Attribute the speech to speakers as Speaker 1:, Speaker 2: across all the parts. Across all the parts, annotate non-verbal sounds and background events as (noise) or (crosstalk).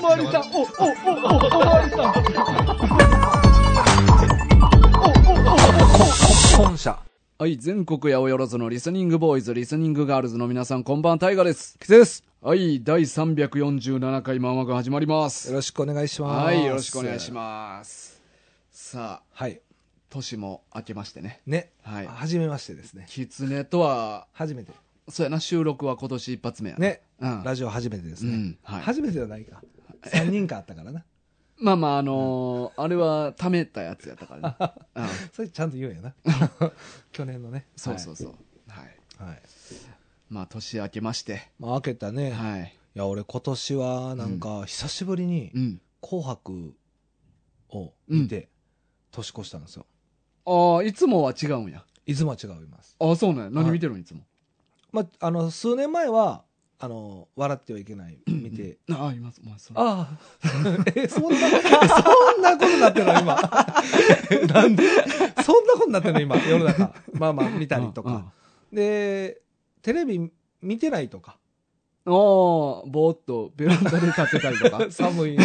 Speaker 1: まわりさん、お、お、お、お、おまわりさん。
Speaker 2: 本社。はい、全国八百万のリスニングボーイズ、リスニングガールズの皆さん、こんばん、タイガです。
Speaker 3: キツです。
Speaker 2: はい、第347回マンワが始まりま
Speaker 3: よ
Speaker 2: す。
Speaker 3: ろしくお願いします。
Speaker 2: はい、よろしくお願いします。さあ、
Speaker 3: す。はい。
Speaker 2: 年も明けましてね。
Speaker 3: ね。
Speaker 2: はい
Speaker 3: はじめましてですね。
Speaker 2: キツネとは、
Speaker 3: 初めて。
Speaker 2: そうやな、収録は今年一発目やな。
Speaker 3: ね。
Speaker 2: うん。
Speaker 3: ラジオ初めてです
Speaker 2: う
Speaker 3: ね
Speaker 2: ん。はい
Speaker 3: 初めてじゃないか。3人かあったからな。
Speaker 2: まあまあ、あのーあれは、貯めたやつやった (laughs) からね。うん。
Speaker 3: それちゃんと言うんやな。去年のね。
Speaker 2: (laughs) そうそうそう。はい。
Speaker 3: はい。はい。
Speaker 2: まあ、年明けまして。
Speaker 3: まあ、開けたね。い
Speaker 2: はい。
Speaker 3: や、俺今年はなんか、久しぶりに
Speaker 2: う、ん。
Speaker 3: 紅白を見て、年越したんですよ。
Speaker 2: ああ、いつもは違うんや。
Speaker 3: いつもは違います。
Speaker 2: ああ、そうなんや。何見てるん、いつも。
Speaker 3: まあ、あの、数年前は、あの、笑ってはいけない見て、
Speaker 2: ああ、います。まあ、そう
Speaker 3: あ (laughs) あ。え、そんな、えそんなことになってるの今。 (laughs) えなんでそんなことになってるの今、世の中。まあまあ、見たりと
Speaker 2: うんうん
Speaker 3: か。で、テレビ見てないとか。。
Speaker 2: ああ、ぼーっとベランダで立ってたりとか
Speaker 3: (laughs) 寒いな。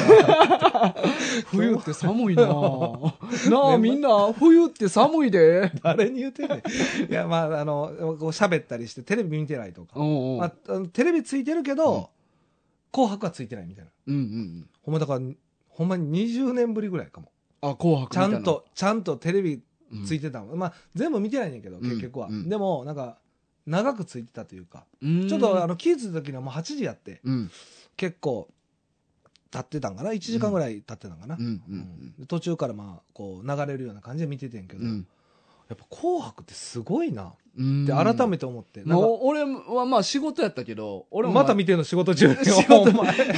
Speaker 2: 冬って寒いなあ
Speaker 3: (laughs)
Speaker 2: なあ、
Speaker 3: ね
Speaker 2: みんな、冬って寒いで。
Speaker 3: 誰に言ってんねん。いや、まあ、あの、こう喋ったりして、テレビ見てないとか。
Speaker 2: おうおう
Speaker 3: まあ、あのテレビついてるけど、紅白はついてないみたいな。
Speaker 2: うんうんうん。
Speaker 3: ほんまだから、ほんまに20年ぶりぐらいかも。
Speaker 2: あ、紅白み
Speaker 3: ち
Speaker 2: た
Speaker 3: ゃ、
Speaker 2: いなん
Speaker 3: と、ちゃんとテレビ
Speaker 2: うん
Speaker 3: ついてたもん、まあ全部見てないんやけど
Speaker 2: ん
Speaker 3: 結局は、
Speaker 2: うん
Speaker 3: でもなんか長くついてたというか、
Speaker 2: うん
Speaker 3: ちょっとあの気づいた時にはもう8時やって
Speaker 2: うん。
Speaker 3: 結構経ってたんかな1時間ぐらい経ってたんかな、
Speaker 2: うんうん
Speaker 3: うん途中からまあこう流れるような感じで見ててんけ
Speaker 2: う
Speaker 3: ど、
Speaker 2: ん。
Speaker 3: やっぱ「紅白」ってすごいな
Speaker 2: うん。
Speaker 3: って改めて思って、なんか
Speaker 2: もう俺はまあ仕事やったけど、俺も
Speaker 3: また見てんの仕事中
Speaker 2: (laughs) 仕事
Speaker 3: お前年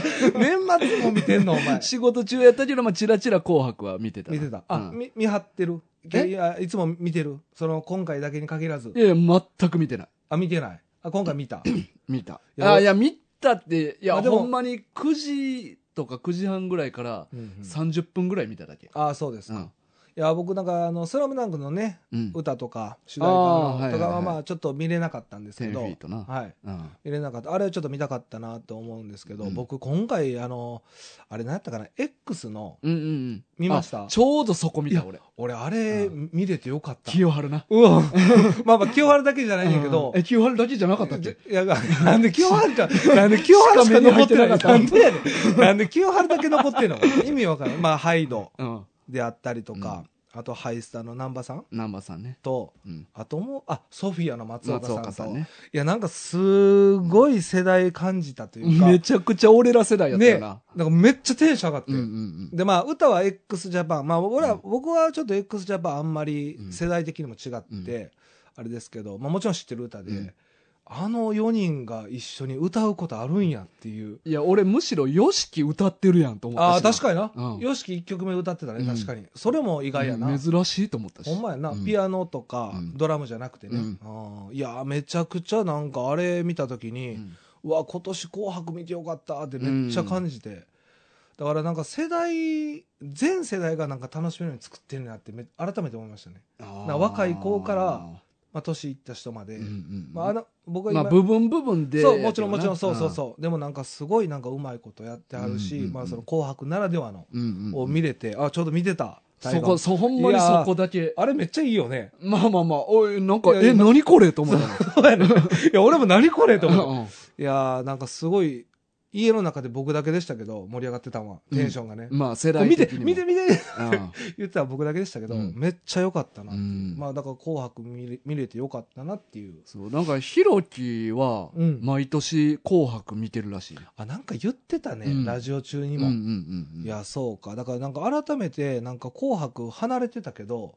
Speaker 3: 末も見てんのお
Speaker 2: (laughs)
Speaker 3: 前
Speaker 2: 仕事中やったけど、まあチラチラ紅白は見てたな。
Speaker 3: 見てたあ、
Speaker 2: うん
Speaker 3: み見張ってる
Speaker 2: え
Speaker 3: いやいつも見てるその今回だけに限らず
Speaker 2: いやいや、全く見てない。
Speaker 3: あ見てないあ今回見
Speaker 2: (laughs)
Speaker 3: た
Speaker 2: 見た。
Speaker 3: いや
Speaker 2: あいや、見たって、い
Speaker 3: ま
Speaker 2: や、
Speaker 3: あでも
Speaker 2: ほんまに9時とか9時半ぐらいから
Speaker 3: うんうん
Speaker 2: 30分ぐらい見ただけ。
Speaker 3: ああそうです
Speaker 2: う
Speaker 3: か、
Speaker 2: ん。
Speaker 3: いや僕なんかあの「スラムダンクのね
Speaker 2: うん。
Speaker 3: 歌とか主題歌
Speaker 2: あー
Speaker 3: の
Speaker 2: はい
Speaker 3: とか
Speaker 2: はいは
Speaker 3: はいまあちょっと見れなかったんですけ
Speaker 2: 10フ
Speaker 3: ど
Speaker 2: ィートな。
Speaker 3: はい
Speaker 2: うん。
Speaker 3: 見れなかったあれはちょっと見たかったなと思うんですけど、
Speaker 2: うん
Speaker 3: 僕今回あのあれ何やったかな X の
Speaker 2: うんうんうん。
Speaker 3: 見ました
Speaker 2: あちょうどそこ見た、俺。
Speaker 3: 俺あれ
Speaker 2: う
Speaker 3: 見れてよかった、
Speaker 2: 清春な。
Speaker 3: (laughs) うわまあまあ清原だけじゃないんやけど、
Speaker 2: え、清春だけじゃなかったっけ
Speaker 3: いや、なんで清原
Speaker 2: (laughs)
Speaker 3: ちゃん、なんで清原しか残ってない
Speaker 2: しか
Speaker 3: な
Speaker 2: 目
Speaker 3: ん
Speaker 2: に
Speaker 3: でやねん。 (laughs) なんで清原だけ残ってんの意味わからん。まあ、ハイド
Speaker 2: うん。
Speaker 3: であったりとか、あとハイスタの南波さん
Speaker 2: 南波さんね。
Speaker 3: と、
Speaker 2: うん。
Speaker 3: あともう、あ、ソフィアの松岡
Speaker 2: 松
Speaker 3: さんと。
Speaker 2: 岡さんね。
Speaker 3: いや、なんかすごい世代感じたというか。
Speaker 2: めちゃくちゃ俺ら世代やった
Speaker 3: ね、
Speaker 2: よ
Speaker 3: なん
Speaker 2: な。
Speaker 3: かめっちゃテンション上がって。
Speaker 2: うんうん
Speaker 3: で、まあ、歌は x ジャパンまあ、僕ら、
Speaker 2: うん
Speaker 3: 僕はちょっと x ジャパンあんまり
Speaker 2: うん
Speaker 3: 世代的にも違
Speaker 2: う
Speaker 3: って、
Speaker 2: ん
Speaker 3: あれですけど、まあもちろん知ってる歌で、
Speaker 2: うん
Speaker 3: あの4人が一緒に歌うことあるんやっていう。
Speaker 2: うん。いや、俺むしろ YOSHIKI 歌ってるやんと思った
Speaker 3: ああ、確
Speaker 2: に。
Speaker 3: かにな。
Speaker 2: うん
Speaker 3: よしき1曲目歌ってた
Speaker 2: う
Speaker 3: ね、
Speaker 2: ん
Speaker 3: 確かに。それも意外やな。
Speaker 2: うん珍しいと思ったし。
Speaker 3: ほんまやな、
Speaker 2: うん
Speaker 3: ピアノとか
Speaker 2: うん
Speaker 3: ドラムじゃなくてね、
Speaker 2: うん
Speaker 3: あーいやめちゃくちゃなんかあれ見た時に、う
Speaker 2: うん
Speaker 3: わ今年「紅白」見てよかったってめっちゃ感じて、だからなんか世代全世代がなんか楽しめるように作ってるなってめ改めて思いましたね、な若い子から、まあ、年いった人まで、
Speaker 2: うんうんうん
Speaker 3: まあ、あの僕は
Speaker 2: ま
Speaker 3: 今、
Speaker 2: あ、部分部分で。
Speaker 3: そうもちろんもちろんそうそう
Speaker 2: う。
Speaker 3: そう、でもなんかすごいなんかうまいことやってあるし、
Speaker 2: うんうんうん
Speaker 3: まあ、その紅白ならではの
Speaker 2: うんうん
Speaker 3: を見れて、あちょうど見てた
Speaker 2: そこ、そう、ほんまに
Speaker 3: いや
Speaker 2: そ
Speaker 3: ー
Speaker 2: こだけ。
Speaker 3: あれめっちゃいいよね (laughs)
Speaker 2: まあまあまあ、おい、なんか
Speaker 3: い、や
Speaker 2: え、
Speaker 3: 今
Speaker 2: 何これと思ったの
Speaker 3: そうやね。いや、俺も何これ (laughs) と思う。
Speaker 2: うんうん
Speaker 3: いやー、なんかすごい、家の中で僕だけでしたけど、盛り上がってたわ。
Speaker 2: うん
Speaker 3: テンションがね。
Speaker 2: まあ、世代
Speaker 3: 見て
Speaker 2: 的、にも
Speaker 3: 見て、見て、
Speaker 2: うん
Speaker 3: 言ってたら僕だけでしたけど、
Speaker 2: うん
Speaker 3: めっちゃ良かったな。
Speaker 2: うん
Speaker 3: まあ、だから紅白見れ見れて良かったなっていう。
Speaker 2: そう、なんか、ひろきは、
Speaker 3: うん
Speaker 2: 毎年、紅白見てるらしいね。
Speaker 3: あ、なんか言ってたね、
Speaker 2: うん
Speaker 3: ラジオ中に
Speaker 2: うんう
Speaker 3: も。
Speaker 2: んうんうん。
Speaker 3: いや、そうか。だからなんか改めて、なんか紅白離れてたけど、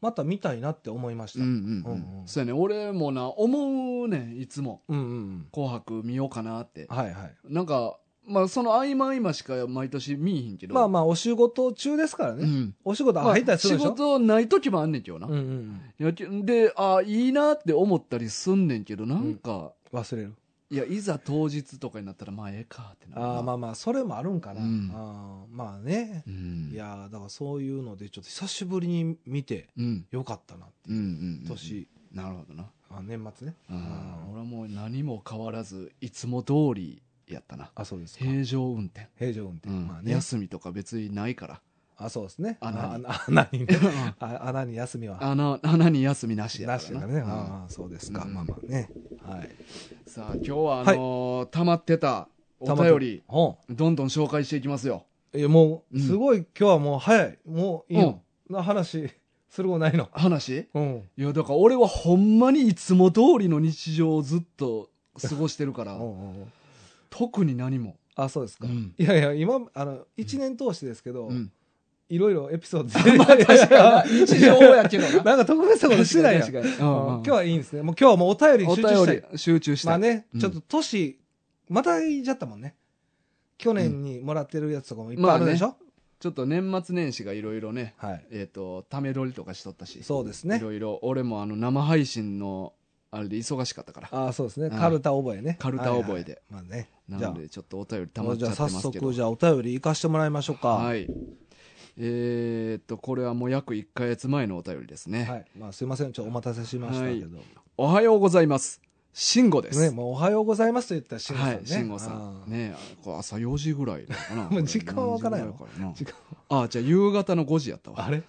Speaker 3: また見たいなって思いまし
Speaker 2: うん
Speaker 3: た。
Speaker 2: う
Speaker 3: うん
Speaker 2: ん
Speaker 3: うん
Speaker 2: う。
Speaker 3: うんん
Speaker 2: そうやね、俺もな、思うねん、いつも。
Speaker 3: うんうん。
Speaker 2: 紅白見ようかなって。
Speaker 3: はいはい。
Speaker 2: なんか、まあ、その合間合間しか毎年見いひんけど。
Speaker 3: まあまあ、お仕事中ですからね。
Speaker 2: うん。
Speaker 3: お仕事
Speaker 2: ま
Speaker 3: 入った
Speaker 2: あ
Speaker 3: りす
Speaker 2: 仕
Speaker 3: るでしょ、
Speaker 2: 事ない時もあんねんけどな。
Speaker 3: うんうん
Speaker 2: いやけで、あいいなって思ったりすんねんけど、なんか、
Speaker 3: うん。忘れる。
Speaker 2: いや、いざ当日とかになったら、まあ、ええかってなるな。
Speaker 3: ああまあまあそれもあるんかな、
Speaker 2: うん
Speaker 3: あーまあね
Speaker 2: う、ん。
Speaker 3: いやーだからそういうのでちょっと久しぶりに見て
Speaker 2: うん。
Speaker 3: よかったなって
Speaker 2: うん。う
Speaker 3: いうん
Speaker 2: うん。
Speaker 3: 年、
Speaker 2: なるほどな。
Speaker 3: あ年末ね
Speaker 2: うん
Speaker 3: うん
Speaker 2: 俺はもう何も変わらず、いつも通りやったな
Speaker 3: あそうですか
Speaker 2: 平常運転、
Speaker 3: 平常運
Speaker 2: う
Speaker 3: 転、
Speaker 2: ん
Speaker 3: まあね
Speaker 2: 休みとか別にないから
Speaker 3: あそうですね
Speaker 2: 穴
Speaker 3: あ
Speaker 2: に
Speaker 3: あ穴にねあ穴に休みは
Speaker 2: 穴穴に休みなしやから
Speaker 3: なしだね、
Speaker 2: うん
Speaker 3: ああそうですか、
Speaker 2: うん
Speaker 3: まあまあねはい
Speaker 2: さあ今日はあのー溜まってたお便り
Speaker 3: ほ
Speaker 2: どんどん紹介していきますよ
Speaker 3: ういやも
Speaker 2: う
Speaker 3: うんすごい、今日はもう早いもういいの、な話することないの
Speaker 2: 話
Speaker 3: うん
Speaker 2: いやだから俺はほんまにいつも通りの日常をずっと過ごしてるか
Speaker 3: う
Speaker 2: ら
Speaker 3: んうんうん
Speaker 2: 特に何も、
Speaker 3: あそうですか、
Speaker 2: うん
Speaker 3: いやいや今あの1年通してですけど、
Speaker 2: うん、
Speaker 3: いろいろエピソー
Speaker 2: (laughs)
Speaker 3: ド
Speaker 2: まあ確かにな日常やけどな
Speaker 3: (laughs) なんか特別なことしてないやん
Speaker 2: 確かに確かにう
Speaker 3: うん
Speaker 2: んうん
Speaker 3: 今日はいいんですねもう今日はもうお便りに
Speaker 2: お
Speaker 3: 集中したい
Speaker 2: 便り集中した
Speaker 3: まあ
Speaker 2: い、
Speaker 3: ね、
Speaker 2: うん
Speaker 3: ちょっと年またいじゃったもんね去年にもらってるやつとかもいっぱいあるでしょ、
Speaker 2: ちょっと年末年始がいろいろね
Speaker 3: はい
Speaker 2: えっ、とため撮りとかしとったし
Speaker 3: そうですね
Speaker 2: いろいろ俺もあの生配信のあれで忙しかったから
Speaker 3: ああそうですね
Speaker 2: うん
Speaker 3: カルタ覚えね
Speaker 2: カルタ覚えで
Speaker 3: はいはいまあねじゃ
Speaker 2: な
Speaker 3: あ
Speaker 2: のでちょっとお便り溜まっち
Speaker 3: じ
Speaker 2: ゃ
Speaker 3: ゃあ
Speaker 2: ってま
Speaker 3: 早
Speaker 2: すけど
Speaker 3: 速じゃあお便り行かしてもらいましょうか
Speaker 2: は、いえーっとこれはもう約1ヶ月前のお便りですね、
Speaker 3: はいまあ、すいませんちょっとお待たせしましたけど、
Speaker 2: おはようございます慎吾です、
Speaker 3: ねもうおはようございますと言ったら慎吾
Speaker 2: は
Speaker 3: さんね
Speaker 2: い、慎吾さん
Speaker 3: あー
Speaker 2: ねあこれ朝4時ぐらいだかな
Speaker 3: もう (laughs) 時間は分からんよ
Speaker 2: これ何時
Speaker 3: 時
Speaker 2: ぐらい
Speaker 3: 間
Speaker 2: からなあじゃあ夕方の5時やったわ
Speaker 3: (laughs) あれ (laughs)
Speaker 2: うん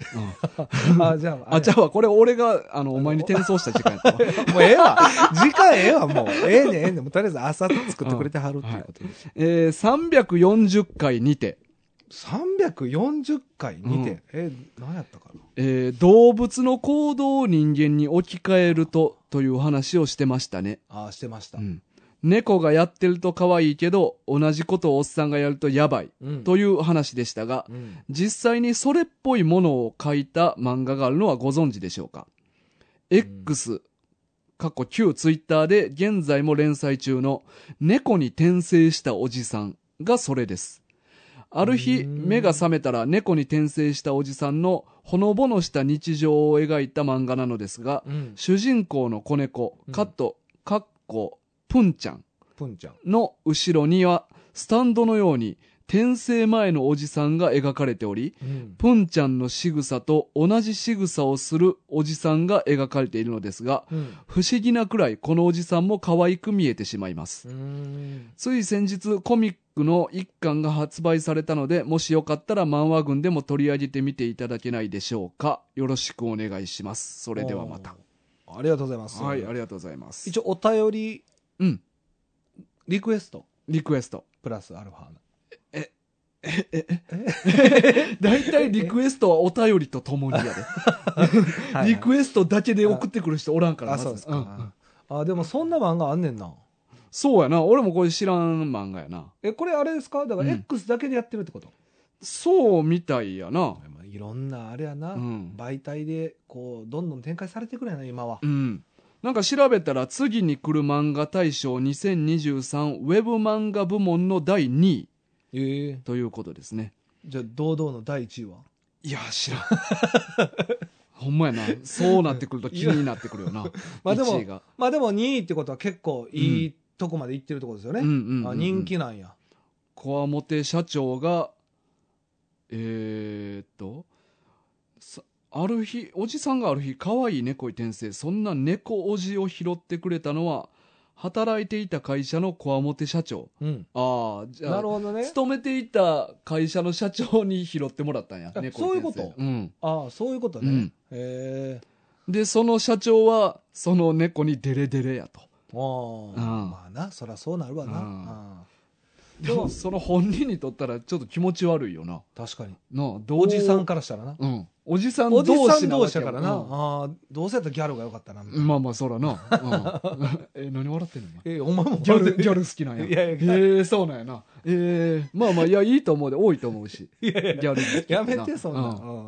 Speaker 3: あじゃあ
Speaker 2: あじゃ
Speaker 3: ゃ
Speaker 2: あこれ俺があのお前に転送した時間やったわ
Speaker 3: あもうええわ時間ええわもうええねんええねんもうとりあえず朝作ってくれてはるっていうことで、
Speaker 2: (laughs) えー、340回にて、
Speaker 3: 340回見て、
Speaker 2: うん
Speaker 3: え何やったかな
Speaker 2: えー動物の行動を人間に置き換えるとという話をしてましたね
Speaker 3: ああしてました、
Speaker 2: うん猫がやってると可愛いけど、同じことをおっさんがやるとやばい、
Speaker 3: うん
Speaker 2: という話でしたが、
Speaker 3: うん
Speaker 2: 実際にそれっぽいものを書いた漫画があるのはご存知でしょうか、?X、過去旧ツイッターで現在も連載中の猫に転生したおじさんがそれです。ある日、
Speaker 3: うん
Speaker 2: 目が覚めたら猫に転生したおじさんのほのぼのした日常を描いた漫画なのですが、
Speaker 3: うん
Speaker 2: 主人公の子猫
Speaker 3: うん
Speaker 2: カット、カッコプンちゃん
Speaker 3: ぷんちゃん
Speaker 2: の後ろにはスタンドのように転生前のおじさんが描かれており
Speaker 3: うん
Speaker 2: プンちゃんの仕草と同じ仕草をするおじさんが描かれているのですが
Speaker 3: うん
Speaker 2: 不思議なくらいこのおじさんも可愛く見えてしまいます
Speaker 3: うん
Speaker 2: つい先日コミックの一巻が発売されたのでもしよかったら漫画群でも取り上げてみていただけないでしょうかよろしくお願いしますそれではまた
Speaker 3: おーありがとうございます
Speaker 2: はいありがとうございます
Speaker 3: 一応お便り
Speaker 2: うん
Speaker 3: リクエスト
Speaker 2: リクエスト
Speaker 3: プラスアルファ (laughs)
Speaker 2: 大体リクエストはお便りとともにや (laughs) で、リ
Speaker 3: エ
Speaker 2: クエストだけで送ってくる人おらんからま
Speaker 3: あ
Speaker 2: ず
Speaker 3: そうです
Speaker 2: ん
Speaker 3: か、あでもそんな漫画あんねんな
Speaker 2: そうやな俺もこれ知らん漫画やな
Speaker 3: えこれあれですかだから
Speaker 2: うん
Speaker 3: X だけでやってるってこと、
Speaker 2: そうみたいやな
Speaker 3: まあいろんなあれやな、
Speaker 2: うん
Speaker 3: 媒体でこうどんどん展開されてくれな今は
Speaker 2: うんなんか調べたら次に来る漫画大賞2023ウェブ漫画部門の第2位
Speaker 3: ええ
Speaker 2: ということですね
Speaker 3: じゃあ堂々の第1位はい
Speaker 2: や知らん (laughs) ほんまやなそうなってくると気になってくるよな
Speaker 3: (laughs) まあで
Speaker 2: 1位
Speaker 3: も
Speaker 2: が、
Speaker 3: まあでも2位ってことは結構いいとこまでいってるってことですよね、
Speaker 2: うんうんうんう
Speaker 3: あ
Speaker 2: ん
Speaker 3: 人気なんや
Speaker 2: こわもて社長がえーっとさある日おじさんがある日可愛い猫に転生そんな猫おじを拾ってくれたのは働いていた会社のこわもて社長
Speaker 3: うん
Speaker 2: ああじゃ
Speaker 3: な
Speaker 2: あ
Speaker 3: るほどね
Speaker 2: 勤めていた会社の社長に拾ってもらったんや
Speaker 3: あ
Speaker 2: 猫
Speaker 3: そう
Speaker 2: に
Speaker 3: いうこ
Speaker 2: 転
Speaker 3: と
Speaker 2: 生うん、
Speaker 3: ああそういうことね、
Speaker 2: うん
Speaker 3: へえ
Speaker 2: でその社長はその猫にデレデレやと
Speaker 3: あー
Speaker 2: うん
Speaker 3: まあなそりゃそうなるわな、
Speaker 2: うん
Speaker 3: あ
Speaker 2: で
Speaker 3: そ
Speaker 2: も
Speaker 3: う
Speaker 2: その本人にとったらちょっと気持ち悪いよな
Speaker 3: ー確かに
Speaker 2: なあどう
Speaker 3: おじさんからしたらな
Speaker 2: うんおじさん同
Speaker 3: おじ
Speaker 2: 士
Speaker 3: さ
Speaker 2: な
Speaker 3: ん同
Speaker 2: わ
Speaker 3: 士
Speaker 2: け
Speaker 3: や
Speaker 2: や
Speaker 3: か
Speaker 2: もん
Speaker 3: らな、
Speaker 2: うん
Speaker 3: ああどうせやったらギャルがよかったなみたいな、
Speaker 2: まあまあ、そらな。
Speaker 3: (laughs)
Speaker 2: うん、え、何笑ってんのお前
Speaker 3: えお前も
Speaker 2: ギャル、ギャル好きなんや。
Speaker 3: いやいや
Speaker 2: えーそうなんやな。えーまあまあ、いや、いいと思うで、多いと思う
Speaker 3: (laughs)
Speaker 2: し。ギャル好き
Speaker 3: や
Speaker 2: やな。
Speaker 3: めてそんな、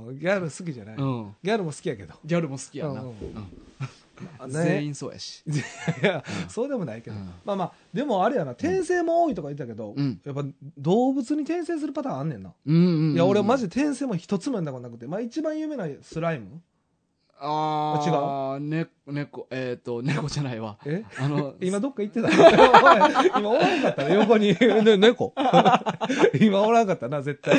Speaker 3: うんギャル好きじゃない、
Speaker 2: うん。うん。
Speaker 3: ギャルも好きやけど
Speaker 2: ギャルも好きやな。
Speaker 3: うん
Speaker 2: うん
Speaker 3: ね
Speaker 2: 全員そうやし。
Speaker 3: いや、そうでもないけ
Speaker 2: (laughs)
Speaker 3: ど、
Speaker 2: うん
Speaker 3: まあまあでもあれやな転生も多いとか言ったけど、
Speaker 2: うん
Speaker 3: やっぱ動物に転生するパターンあんねんな、
Speaker 2: うんうん、うん。
Speaker 3: いや俺マジ転生も一つもやんだことなくて、まあ、一番有名なスライム
Speaker 2: あー、違う。ね、猫、えっ、と、猫じゃないわ。
Speaker 3: (laughs) え、
Speaker 2: あの
Speaker 3: 今どっか行ってた (laughs) おい今おらんかったね
Speaker 2: (laughs)
Speaker 3: 横に、ね、猫 (laughs) 今おらんかったな絶
Speaker 2: (laughs)
Speaker 3: 対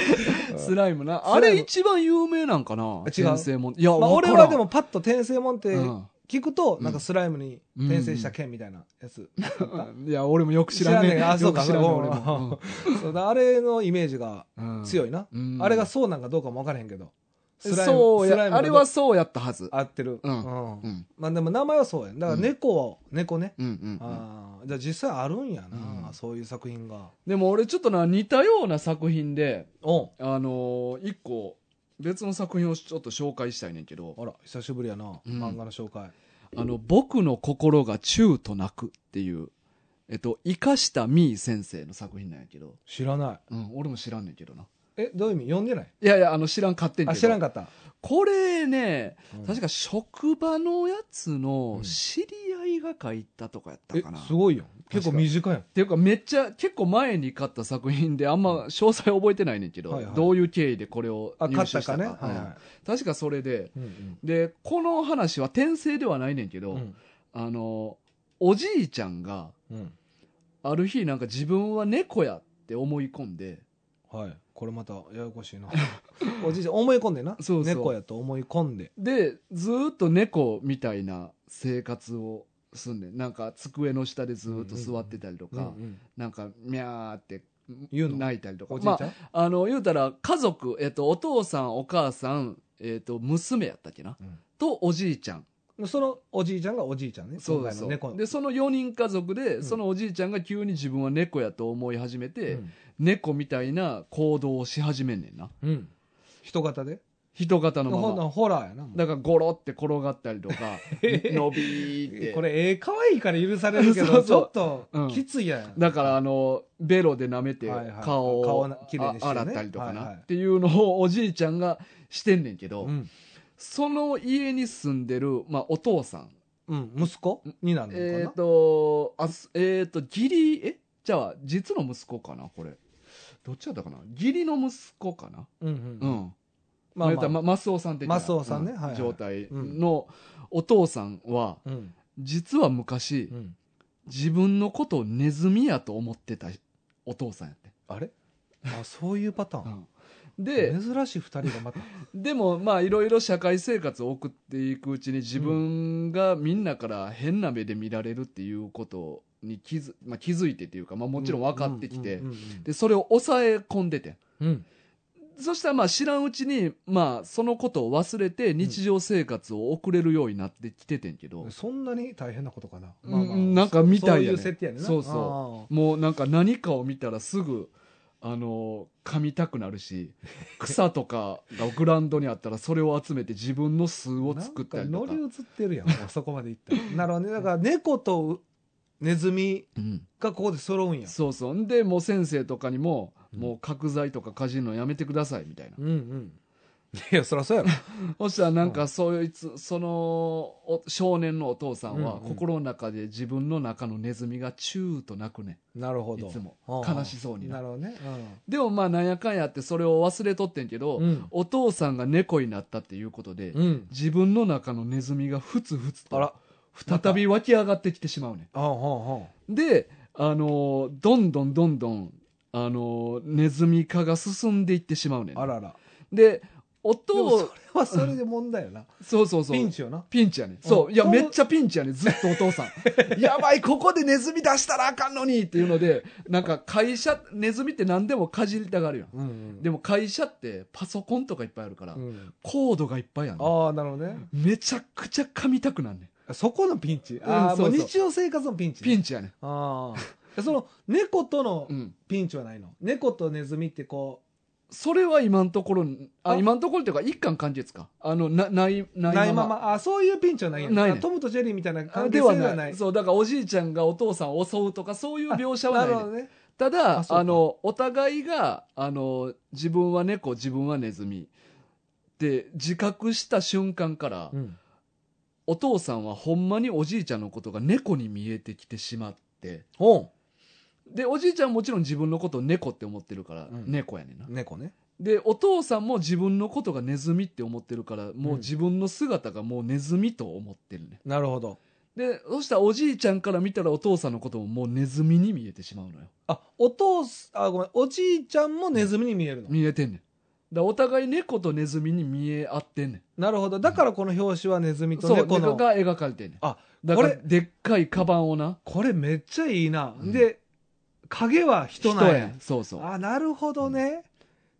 Speaker 2: スライムな。
Speaker 3: ライム
Speaker 2: あれ一番有名なんかな
Speaker 3: 違う
Speaker 2: 転生もん。いや、
Speaker 3: まあ、
Speaker 2: わか
Speaker 3: 俺
Speaker 2: らん
Speaker 3: はでもパッと転生もんって
Speaker 2: うん
Speaker 3: 聞くと
Speaker 2: うん
Speaker 3: なんかスライムに転生した剣みたいなやつ、
Speaker 2: (laughs) いや、俺もよく知らんね
Speaker 3: 知らんねんあそうか
Speaker 2: よく知らんねん
Speaker 3: そう
Speaker 2: 俺
Speaker 3: か
Speaker 2: も。
Speaker 3: そうだあれのイメージが強
Speaker 2: い。
Speaker 3: いな、
Speaker 2: うん
Speaker 3: あれがそうなんかどうかも分からへんけどスライム
Speaker 2: そう
Speaker 3: スライム
Speaker 2: や、
Speaker 3: が
Speaker 2: あれはそうやったはず。
Speaker 3: 合ってる、
Speaker 2: うん
Speaker 3: うん
Speaker 2: うん。
Speaker 3: まあでも名前はそうやんだから猫は、猫ね、
Speaker 2: うんうんうん。
Speaker 3: ああじゃあ実際あるんやな、
Speaker 2: うん
Speaker 3: そういう作品が
Speaker 2: でも俺ちょっとな、似たような作品で、
Speaker 3: おん
Speaker 2: あのー、一個、別の作品をちょっと紹介したいねんけど、
Speaker 3: あら久しぶりやな、
Speaker 2: うん
Speaker 3: 漫画の紹介
Speaker 2: あの、僕の心が宙と泣くっていう、えっと、生かしたみー先生の作品なんやけど、
Speaker 3: 知らない
Speaker 2: うん、俺も知らんねんけどな。
Speaker 3: えどういう意味読んでない
Speaker 2: いやいや、あの、知らん勝手に
Speaker 3: あ
Speaker 2: けど。
Speaker 3: 知らんかった、
Speaker 2: これね、確
Speaker 3: か
Speaker 2: か職場のやつの
Speaker 3: うん
Speaker 2: 知り合いが書いたとかやったかな。
Speaker 3: え
Speaker 2: っ
Speaker 3: すごいよ結構短いやん
Speaker 2: ていうかめっちゃ、結構前に買った作品であんま詳細覚えてないねんけど、
Speaker 3: はいはい
Speaker 2: どういう経緯でこれを
Speaker 3: あ
Speaker 2: 入
Speaker 3: 勝
Speaker 2: 手
Speaker 3: っ
Speaker 2: した
Speaker 3: た
Speaker 2: か
Speaker 3: かね
Speaker 2: うん
Speaker 3: はいは
Speaker 2: 確かそれで、
Speaker 3: い、うん
Speaker 2: で、この話は転生ではないねんけ
Speaker 3: う
Speaker 2: ど、
Speaker 3: んうん
Speaker 2: あの、おじいちゃんが、
Speaker 3: うん
Speaker 2: ある日なんか自分は猫やって思い込んで、
Speaker 3: はいこれまたややこしいな (laughs) おじいちゃん思い込んでな
Speaker 2: そうそう
Speaker 3: 猫やと思い込んで
Speaker 2: で、ずーっと猫みたいな生活をすんねん。なんか机の下でずーっと座ってたりとか、
Speaker 3: うんうん
Speaker 2: なんか、みゃーって、
Speaker 3: 言うの
Speaker 2: 泣いたりとか。
Speaker 3: おじいちゃ
Speaker 2: ま
Speaker 3: ん、
Speaker 2: あ、あの、言うたら、家族、えっと、お父さん、お母さん、えっと、娘やったっけな。と、おじいちゃん。
Speaker 3: そのおじいちゃんがおじいちゃんね
Speaker 2: そうで
Speaker 3: 今回
Speaker 2: す
Speaker 3: の猫
Speaker 2: で、その4人家族で、
Speaker 3: ん
Speaker 2: そのおじいちゃんが急に自分は猫やと思い始めて、
Speaker 3: うん
Speaker 2: 猫みたいな行動をし始めんねんな。
Speaker 3: うん人型で
Speaker 2: 人型の
Speaker 3: ほ
Speaker 2: まま。
Speaker 3: なホラーやなもう
Speaker 2: だから、ゴロって転がったりと
Speaker 3: (laughs)
Speaker 2: か、伸びーって。
Speaker 3: これええ可愛いから許されるけど
Speaker 2: そ
Speaker 3: (laughs)
Speaker 2: うそう
Speaker 3: ちょっと
Speaker 2: うん
Speaker 3: きついやん、
Speaker 2: だからあのベロで舐めて
Speaker 3: はいはい
Speaker 2: 顔を、
Speaker 3: 顔な綺麗にしてね
Speaker 2: あ洗ったりとかな、
Speaker 3: はいはい
Speaker 2: っていうのをおじいちゃんがしてんねんけど、
Speaker 3: うん
Speaker 2: その家に住んでる、まあ、お父さん
Speaker 3: うん、息子になるのかな、
Speaker 2: えっ、とあすえっ、と義理えじゃあ実の息子かなこれどっちだったかな義理の息子かな
Speaker 3: うんう、
Speaker 2: うんん、
Speaker 3: まあ
Speaker 2: 言うた
Speaker 3: ま
Speaker 2: らま
Speaker 3: あ、
Speaker 2: マスオさん的な
Speaker 3: マスオさんね
Speaker 2: う
Speaker 3: はいはい
Speaker 2: 状態
Speaker 3: うん
Speaker 2: のお父さんは、
Speaker 3: うん
Speaker 2: 実は昔、
Speaker 3: うん、
Speaker 2: 自分のことをネズミやと思ってたお父さんやって、
Speaker 3: あれあそういうパターン、
Speaker 2: で、
Speaker 3: 珍しい二人がまた
Speaker 2: でもまあいろいろ社会生活を送っていくうちに自分がみんなから変な目で見られるっていうことに気づ,、まあ、気づいてっていうか、まあ、もちろん分かってきて
Speaker 3: うんうんうん
Speaker 2: でそれを抑え込んでて
Speaker 3: うんうん
Speaker 2: そしたらまあ知らんうちにまあそのことを忘れて日常生活を送れるようになってきててんけど、
Speaker 3: そんなに大変なことかな、
Speaker 2: うんなんかみたいやね
Speaker 3: そういう設定やねんな
Speaker 2: そうそうもうなんか何かを見たらすぐあの噛みたくなる
Speaker 3: (laughs)
Speaker 2: し草とかがグラウンドにあったらそれを集めて自分の巣
Speaker 3: あ
Speaker 2: を
Speaker 3: ー
Speaker 2: 作ったりと
Speaker 3: なん
Speaker 2: か
Speaker 3: か乗り移ってるやんもうそこまでいったらなるほどねだから猫とネズミ
Speaker 2: うん
Speaker 3: がここで揃うんや
Speaker 2: そうそうんでもう先生とかにも、
Speaker 3: うん
Speaker 2: もう角材とかかじるのやめてくださいみたいな、
Speaker 3: うんうんいやそりゃそうやろ
Speaker 2: そしたらなんかそいつそのお少年のお父さんは、
Speaker 3: うんうん
Speaker 2: 心の中で自分の中のネズミがチューと泣くね
Speaker 3: なるほど
Speaker 2: いつも
Speaker 3: あー
Speaker 2: 悲しそうにな
Speaker 3: なるほどね、
Speaker 2: でもまあなんやかんやってそれを忘れとってんけど、
Speaker 3: うん
Speaker 2: お父さんが猫になったっていうことで、
Speaker 3: うんうん、
Speaker 2: 自分の中のネズミがふつふつ
Speaker 3: あら
Speaker 2: と再び湧き上がってきてしまうね
Speaker 3: ああは
Speaker 2: で、あのーどんどんどんどん、あのーネズミ化が進んでいってしまうねん
Speaker 3: あはああらら
Speaker 2: でお
Speaker 3: でもそれ
Speaker 2: 父
Speaker 3: はそれで問題やな
Speaker 2: そうそうそう
Speaker 3: ピンチよな
Speaker 2: ピンチやねそういや
Speaker 3: うん
Speaker 2: めっちゃピンチやねずっとお父さんやばいここでネズミ出したらあかんのにっていうのでなんか会社ネズミって何でもかじりたがるやん
Speaker 3: うんうん
Speaker 2: でも会社ってパソコンとかいっぱいあるから、
Speaker 3: うん
Speaker 2: コードがいっぱいあんねん
Speaker 3: ああなるほどね
Speaker 2: めちゃくちゃ噛みたくなんねん
Speaker 3: そこのピンチああ、
Speaker 2: うんそうそう
Speaker 3: もう日常生活のピンチね、
Speaker 2: ピンチやねん
Speaker 3: ああその猫との
Speaker 2: うん
Speaker 3: ピンチはないの、猫とネズミってこ
Speaker 2: それは今のところあ
Speaker 3: あ
Speaker 2: 今のところっていうか一巻完結かあのなないな
Speaker 3: う
Speaker 2: い
Speaker 3: ないままああそういうピンチはないやん
Speaker 2: ないね
Speaker 3: トムとジェリーみたいな
Speaker 2: あ
Speaker 3: 関
Speaker 2: で
Speaker 3: 係性では
Speaker 2: は
Speaker 3: ない
Speaker 2: ないそうだからおじいちゃんがお父さんを襲うとかそういう描写はないね
Speaker 3: るほどね
Speaker 2: ただ
Speaker 3: あ
Speaker 2: あ
Speaker 3: そうか
Speaker 2: のお互いがあの自分は猫自分はネズミって自覚した瞬間から、
Speaker 3: うん
Speaker 2: お父さんはほんまにおじいちゃんのことが猫に見えてきてしまって
Speaker 3: おう
Speaker 2: でおじいちゃんはもちろん自分のことを猫って思ってるから、
Speaker 3: うん
Speaker 2: 猫やねんな
Speaker 3: 猫ね
Speaker 2: でお父さんも自分のことがネズミって思ってるからもう自分の姿がもうネズミと思ってるね、
Speaker 3: なるほど
Speaker 2: でそしたらおじいちゃんから見たらお父さんのことももうネズミに見えてしまうのよ
Speaker 3: あお父すあごめんおじいちゃんもネズミに見えるの、
Speaker 2: 見えてんねんだお互い猫とネズミに見え合ってんねん。
Speaker 3: なるほどだからこの表紙はネズミと
Speaker 2: そう、
Speaker 3: 猫
Speaker 2: 猫
Speaker 3: の
Speaker 2: が描かれてんねん。
Speaker 3: あ
Speaker 2: だから
Speaker 3: これ
Speaker 2: でっかいカバンをな、
Speaker 3: これめっちゃいいな、
Speaker 2: うん
Speaker 3: で影は人なんや
Speaker 2: んそうそう。
Speaker 3: あなるほどね、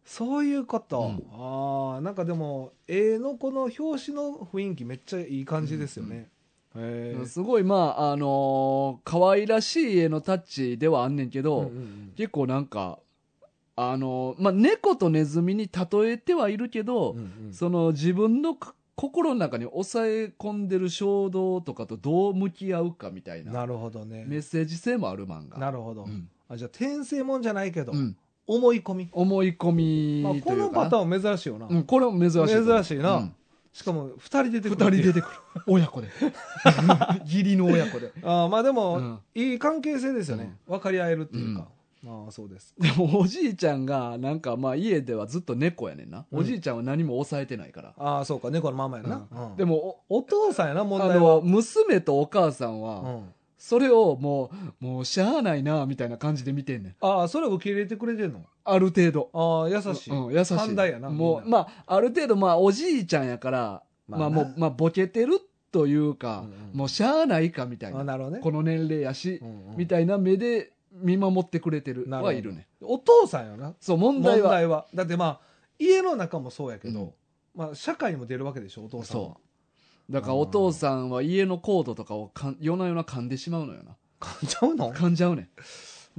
Speaker 3: そういうこと、ああなんかでも絵のこの表紙の雰囲気めっちゃいい感じですよね、へえ
Speaker 2: すごい、まあ、あのー可愛らしい絵のタッチではあんねんけど、
Speaker 3: うんうん
Speaker 2: 結構なんか、あのーまあ、猫とネズミに例えてはいるけど、
Speaker 3: うんうんうん
Speaker 2: その自分のく心の中に抑え込んでる衝動とかとどう向き合うかみたいな
Speaker 3: なるほど
Speaker 2: メッ
Speaker 3: ね
Speaker 2: セージ性もある漫画。
Speaker 3: なるほど、
Speaker 2: うん
Speaker 3: あじゃあ転生もんじゃないけど、
Speaker 2: うん
Speaker 3: 思い込み、
Speaker 2: 思い込
Speaker 3: まあ、
Speaker 2: みと
Speaker 3: こ
Speaker 2: い
Speaker 3: の
Speaker 2: うかな
Speaker 3: パターンは珍しいよな、
Speaker 2: うん、これも珍しいと思う。
Speaker 3: 珍しいな
Speaker 2: うん
Speaker 3: しかも2人出て
Speaker 2: 二
Speaker 3: くる
Speaker 2: 人出
Speaker 3: て
Speaker 2: てくる。親
Speaker 3: (laughs)
Speaker 2: 子で。義理の親子で。
Speaker 3: あーまあでも、
Speaker 2: うん
Speaker 3: いい関係性ですよね、分かり合えるっていうか、まあそうです
Speaker 2: でもおじいちゃんがなんかまあ家ではずっと猫やねんな、
Speaker 3: うん
Speaker 2: おじいちゃんは何も抑えてないから、
Speaker 3: ああそうか猫のままやな、うん
Speaker 2: でも
Speaker 3: お父さんやな
Speaker 2: お
Speaker 3: 問
Speaker 2: あ
Speaker 3: 題は
Speaker 2: の、娘とお母さんは
Speaker 3: うん
Speaker 2: それをもうもうしゃあないなみたいな感じで見てんねん
Speaker 3: ああそれ受け入れてくれてるの
Speaker 2: ある程度
Speaker 3: ああ優しい、
Speaker 2: うん、優しい
Speaker 3: 寛大やな
Speaker 2: も
Speaker 3: み
Speaker 2: うん
Speaker 3: な
Speaker 2: まあある程度まあおじいちゃんやからま
Speaker 3: ま
Speaker 2: あ
Speaker 3: あな
Speaker 2: もうまあボケてるというか、
Speaker 3: うんうん
Speaker 2: もうしゃあないかみたい
Speaker 3: あ
Speaker 2: な
Speaker 3: なるほどね
Speaker 2: この年齢やし、
Speaker 3: うんうん
Speaker 2: みたいな目で見守ってくれてる
Speaker 3: なるほど
Speaker 2: はいるね
Speaker 3: お父さんやな
Speaker 2: そう問
Speaker 3: 問
Speaker 2: 題
Speaker 3: 題
Speaker 2: は
Speaker 3: はだってまあ家の中もそうやけど、
Speaker 2: うん
Speaker 3: まあ、社会にも出るわけでしょお父さんは
Speaker 2: そう。だからお父さんは家のコードとかをかん夜な夜な噛んでしまうのよな。
Speaker 3: (laughs) 噛んじゃうの
Speaker 2: 噛んじゃうね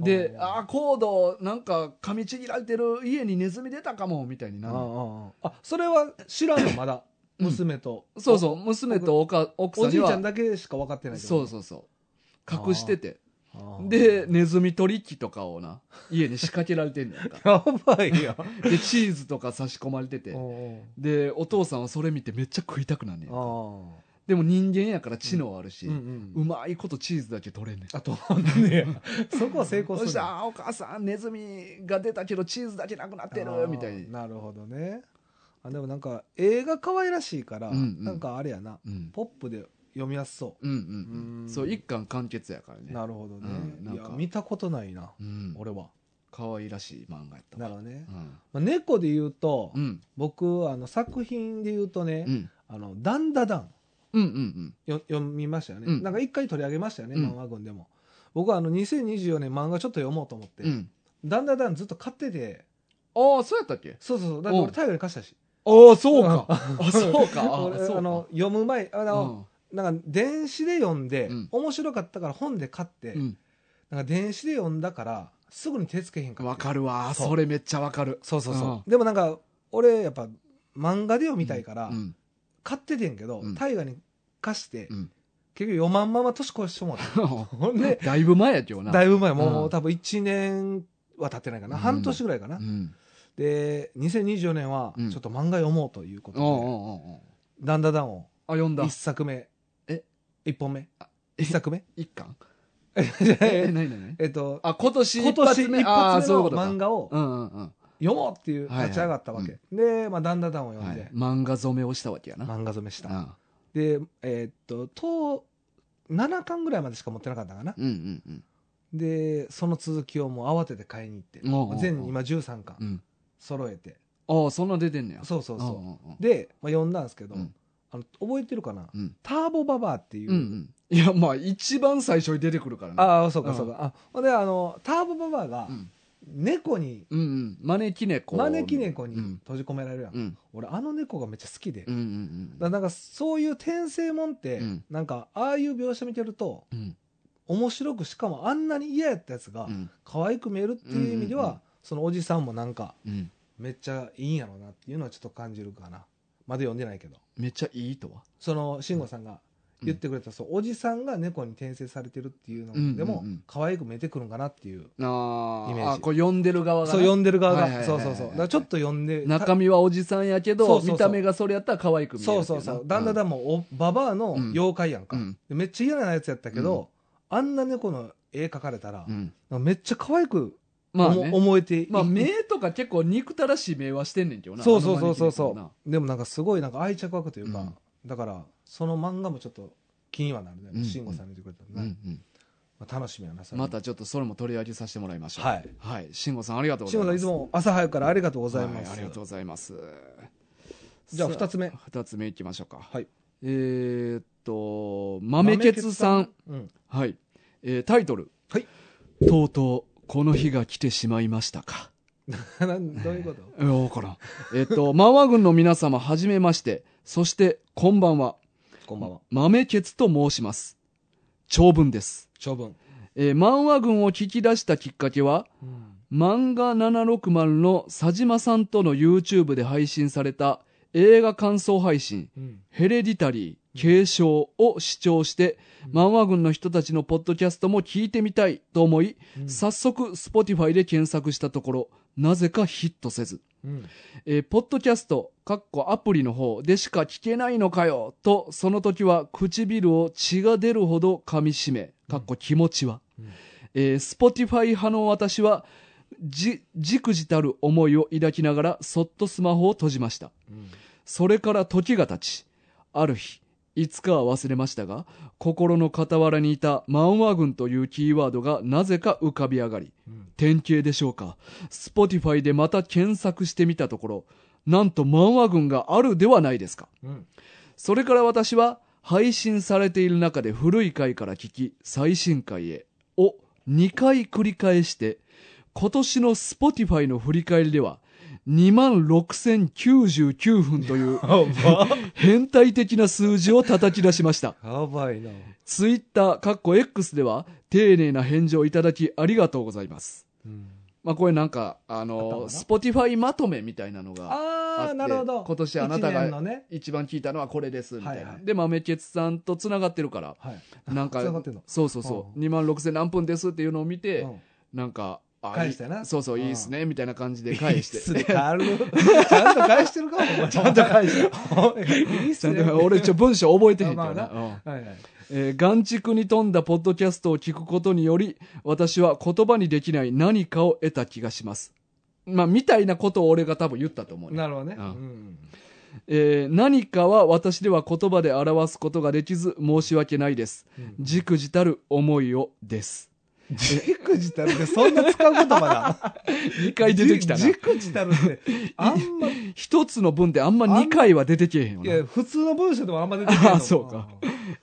Speaker 2: ん。で、
Speaker 3: あー
Speaker 2: ああー、コードなんか噛みちぎられてる家にネズミ出たかも、みたいにな
Speaker 3: あ
Speaker 2: るねん
Speaker 3: あああそれは知らんのまだ
Speaker 2: うん
Speaker 3: 娘と、
Speaker 2: そうそう、娘とおか奥
Speaker 3: お
Speaker 2: さん
Speaker 3: じ
Speaker 2: に
Speaker 3: いち
Speaker 2: は
Speaker 3: ゃんだけしか分かってないけど
Speaker 2: そうそうそう。隠してて。
Speaker 3: ああ。
Speaker 2: で、ネズミ取り機とかをな、家に仕掛けられてんねんか
Speaker 3: やばいや
Speaker 2: で、チーズとか差し込まれてて
Speaker 3: (laughs) お。う
Speaker 2: で、お父さんはそれ見てめっちゃ食いたくなんねん
Speaker 3: お。うああ
Speaker 2: でも人間やから知能あるし、
Speaker 3: うんう
Speaker 2: うんまいことチーズだけ取れんねん。
Speaker 3: あと
Speaker 2: (laughs)
Speaker 3: ねそこは成功
Speaker 2: そし
Speaker 3: す
Speaker 2: た
Speaker 3: る
Speaker 2: らあーお母さんネズミが出たけどチーズだけなくなってるみたい
Speaker 3: あ
Speaker 2: に
Speaker 3: ー、なるほどねあでもなんか映画可愛らしいから、
Speaker 2: うんうん
Speaker 3: なんかあれやな
Speaker 2: うん、
Speaker 3: ポップで読みやすそ
Speaker 2: うんうんう
Speaker 3: うんん
Speaker 2: そう一巻完結やから
Speaker 3: う、
Speaker 2: ね
Speaker 3: なるほどね、
Speaker 2: うんなん
Speaker 3: い
Speaker 2: か
Speaker 3: や見たことないな、
Speaker 2: うん
Speaker 3: 俺は
Speaker 2: 可愛らしい漫画やった
Speaker 3: なる
Speaker 2: わ
Speaker 3: ほどね、
Speaker 2: うん
Speaker 3: まあ、猫で言うと、
Speaker 2: うん
Speaker 3: 僕あの作品で言うとね
Speaker 2: うんう、ん
Speaker 3: あのダンダダン
Speaker 2: うんうん
Speaker 3: よ読みましたよね、
Speaker 2: うん
Speaker 3: なんか一回取り上げましたよね、
Speaker 2: うん
Speaker 3: 漫画群でも僕はあの2024年漫画ちょっと読もうと思って、
Speaker 2: うん
Speaker 3: ダンダダンずっと買ってて
Speaker 2: ああそうやったっけ
Speaker 3: そうそうそうだって
Speaker 2: うん
Speaker 3: 俺大河に貸したし
Speaker 2: ああそうかあそうかあ
Speaker 3: 俺
Speaker 2: ーそう
Speaker 3: あの読む前
Speaker 2: か
Speaker 3: あの、なんか電子で読んで、
Speaker 2: うん
Speaker 3: 面白かったから本で買って、
Speaker 2: うん
Speaker 3: なんか電子で読んだからすぐに手つけへん
Speaker 2: う
Speaker 3: か
Speaker 2: ん
Speaker 3: った
Speaker 2: わかるわ
Speaker 3: そう
Speaker 2: それめっちゃわかる
Speaker 3: そうそうそう、
Speaker 2: うん
Speaker 3: でもなんか俺やっぱ漫画で読みたいから、
Speaker 2: うん
Speaker 3: 買っててんけど
Speaker 2: うん
Speaker 3: 大河、に貸して、
Speaker 2: うん
Speaker 3: 結局読まんまま年越してもらったほんで
Speaker 2: (laughs) だいぶ前やけどな
Speaker 3: だ
Speaker 2: い
Speaker 3: いぶ前も
Speaker 2: うん
Speaker 3: う多分1年は経ってないかな、
Speaker 2: うん
Speaker 3: 半年ぐらいかな、
Speaker 2: うん
Speaker 3: で2024年は
Speaker 2: うん
Speaker 3: ちょっと漫画読もうということで
Speaker 2: おうおうおうおう
Speaker 3: 「ダンダダン」を
Speaker 2: あ読んだ
Speaker 3: 1作目
Speaker 2: え
Speaker 3: 1本目
Speaker 2: あ
Speaker 3: 1作
Speaker 2: (laughs)
Speaker 3: 目 (laughs)
Speaker 2: 一巻え
Speaker 3: え
Speaker 2: 何何
Speaker 3: っと
Speaker 2: あ今年
Speaker 3: 今
Speaker 2: 一
Speaker 3: 年
Speaker 2: 発
Speaker 3: 一
Speaker 2: 目ああー
Speaker 3: 発
Speaker 2: そう
Speaker 3: 目
Speaker 2: いうこと
Speaker 3: の
Speaker 2: か
Speaker 3: 漫画を
Speaker 2: うんうんうん
Speaker 3: 読もうっていう立ち上がったわけ、
Speaker 2: は
Speaker 3: で、まあ、ダンダダンを読
Speaker 2: は
Speaker 3: んで、
Speaker 2: い、漫画染めをしたわけやな。
Speaker 3: 漫画染めした、
Speaker 2: ああ
Speaker 3: でえーっと当7巻ぐらいまでしか持ってなかったかな、
Speaker 2: うんうんうん
Speaker 3: でその続きをもう慌てて買いに行って、
Speaker 2: おうおうおう
Speaker 3: 全今13巻
Speaker 2: うん。
Speaker 3: 揃えて、
Speaker 2: ああ、そんな出てんねや。
Speaker 3: そうそうそう、
Speaker 2: んんん
Speaker 3: で、まあ、読んだんですけど、
Speaker 2: うん
Speaker 3: あの覚えてるかな、
Speaker 2: うん
Speaker 3: ターボババアっていう、
Speaker 2: うんうん。いや、まあ、一番最初に出てくるからね。
Speaker 3: ああそう
Speaker 2: う
Speaker 3: か
Speaker 2: ん
Speaker 3: そうか、あほんであのターボババアが
Speaker 2: うん
Speaker 3: 猫に、
Speaker 2: うんうん。招き猫。
Speaker 3: 招き猫に
Speaker 2: うん。
Speaker 3: 閉じ込められるやん、
Speaker 2: うん
Speaker 3: 俺あの猫がめっちゃ好きで、
Speaker 2: うんうんう
Speaker 3: だ
Speaker 2: ん。
Speaker 3: なんかそういう転生もんって、
Speaker 2: うん
Speaker 3: なんかああいう描写見てると
Speaker 2: うん
Speaker 3: 面白くしかもあんなに嫌やったやつが
Speaker 2: うん
Speaker 3: 可愛く見えるっていう意味では、
Speaker 2: うんうんうん
Speaker 3: そのおじさんもなんか
Speaker 2: うん。
Speaker 3: めっちゃいいんやろうなっていうのはちょっと感じるかなまだ読んでないけど
Speaker 2: めっちゃいいとは。
Speaker 3: その慎吾さんが言ってくれた、そうおじさんが猫に転生されてるっていうの
Speaker 2: うん
Speaker 3: で
Speaker 2: う
Speaker 3: も
Speaker 2: んうん
Speaker 3: 可愛く見えてくるんかなっていう、
Speaker 2: あ
Speaker 3: イメー
Speaker 2: あ、あ
Speaker 3: ジ
Speaker 2: こう読んでる側がな。
Speaker 3: そう読んでる側が、
Speaker 2: はいはいはいはい
Speaker 3: そうそうそうだからちょっと読んで
Speaker 2: 中身はおじさんやけ
Speaker 3: そう
Speaker 2: ど、
Speaker 3: そうそう
Speaker 2: 見た目がそれやったら可愛く見えるってい
Speaker 3: そう
Speaker 2: な。
Speaker 3: そうそうだんだんだ
Speaker 2: ん
Speaker 3: んもうおババアの妖怪やんか、
Speaker 2: うん
Speaker 3: でめっちゃ嫌なやつやったけど、あんな猫の絵描かれたら、
Speaker 2: うん。
Speaker 3: なんかめっちゃ可愛く
Speaker 2: ま
Speaker 3: 思,、
Speaker 2: あね。
Speaker 3: 思えてい
Speaker 2: まあ、目とか結構憎たらしい目はしてんねんけどな。
Speaker 3: そうそうそうそう
Speaker 2: あの招き猫もな
Speaker 3: そうでもなんかすごいなんか愛着湧くというか、
Speaker 2: うん
Speaker 3: だからその漫画もちょっと気にはなる
Speaker 2: うん
Speaker 3: ね慎吾さん見てくれたら
Speaker 2: うん
Speaker 3: ね、
Speaker 2: うん。
Speaker 3: まあ、楽しみやなそれも
Speaker 2: またちょっとそれも取り上げさせてもらいましょう。
Speaker 3: はい
Speaker 2: はい。慎吾さんありがとうござ
Speaker 3: 慎
Speaker 2: い
Speaker 3: 吾
Speaker 2: ます。
Speaker 3: さんいつも朝早くからありがとうございます、
Speaker 2: はいありがとうございます。
Speaker 3: じゃあ
Speaker 2: さ
Speaker 3: 2つ目
Speaker 2: 二つ目いきましょうか。
Speaker 3: はい。
Speaker 2: えーっと、豆ケツさん。
Speaker 3: うん
Speaker 2: はい。えータイトル。
Speaker 3: はい。
Speaker 2: とうとう、この日が来てしまいましたか。
Speaker 3: なん (laughs) どういうこと
Speaker 2: えーわからん。えーっと、 (laughs) マンワ軍の皆様、はじめまして。そして、こんばんは。
Speaker 3: こんばんは
Speaker 2: 豆ケツと申します。長文です。
Speaker 3: 長文、
Speaker 2: えー、漫画軍を聞き出したきっかけは、漫画760の佐島さんとの YouTube で配信された映画感想配信、
Speaker 3: うん
Speaker 2: ヘレディタリー、継承を視聴して、
Speaker 3: うん
Speaker 2: 漫画軍の人たちのポッドキャストも聞いてみたいと思い、
Speaker 3: うん
Speaker 2: 早速 Spotify で検索したところ、なぜかヒットせず、
Speaker 3: うん
Speaker 2: えーポッドキャスト、かっこアプリの方でしか聞けないのかよ、と、その時は唇を血が出るほど噛み締め、かっこ気持ちは。
Speaker 3: うん
Speaker 2: えー、Spotify 派の私は、じ、じくじたる思いを抱きながら、そっとスマホを閉じました。
Speaker 3: うん
Speaker 2: それから時が経ち、ある日、いつかは忘れましたが、心の傍らにいた漫画軍というキーワードがなぜか浮かび上がり、
Speaker 3: うん
Speaker 2: 典型でしょうか。Spotify でまた検索してみたところ、なんと漫画群があるではないですか。
Speaker 3: うん
Speaker 2: それから私は配信されている中で古い回から聞き、最新回へを2回繰り返して、今年の Spotify の振り返りでは、26,099分という変態的な数字を叩き出しました。
Speaker 3: やばいな
Speaker 2: ツイッター、かっこ X では、丁寧な返事をいただきありがとうございます。
Speaker 3: うん
Speaker 2: まあ、これなんか、あの、
Speaker 3: 頭
Speaker 2: スポティファイまとめみたいなのがあっ
Speaker 3: あ
Speaker 2: て、
Speaker 3: あなるほど
Speaker 2: 今年あなた
Speaker 3: 一年の
Speaker 2: が
Speaker 3: ね
Speaker 2: 一番聞いたのはこれです、みたいな。
Speaker 3: はいはい
Speaker 2: で、豆ケツさんと繋がってるから、
Speaker 3: はい
Speaker 2: なんか、
Speaker 3: 繋がってんの
Speaker 2: そうそうそう、
Speaker 3: う
Speaker 2: 2万6000何分ですっていうのを見て、
Speaker 3: うん
Speaker 2: なんか、あ
Speaker 3: 返したない
Speaker 2: そうそう、いいっすね、みたいな感じで返して。
Speaker 3: いいっすね軽いちゃんと返して
Speaker 2: (laughs)
Speaker 3: るかお前ちゃんと返して (laughs) いいっ
Speaker 2: ち
Speaker 3: す
Speaker 2: ゃん
Speaker 3: ね
Speaker 2: と俺、ちょ、文章覚えてへんからな。
Speaker 3: まあ
Speaker 2: うん
Speaker 3: はいはい
Speaker 2: えー、眼畜に富んだポッドキャストを聞くことにより、私は言葉にできない何かを得た気がします。まあ、みたいなことを俺が多分言ったと思うね。
Speaker 3: なるほどね
Speaker 2: う
Speaker 3: うんん
Speaker 2: えー何かは私では言葉で表すことができず申し訳ないです。じくじたる思いをです。
Speaker 3: じくじたるってそんな使う言葉だ
Speaker 2: 2回出てきたな
Speaker 3: じ。くじたるってあん
Speaker 2: (laughs)
Speaker 3: まい
Speaker 2: 一つの文であんま2回は出てけえへんよな。
Speaker 3: や普通の文章でもあんま出てこない
Speaker 2: あそうか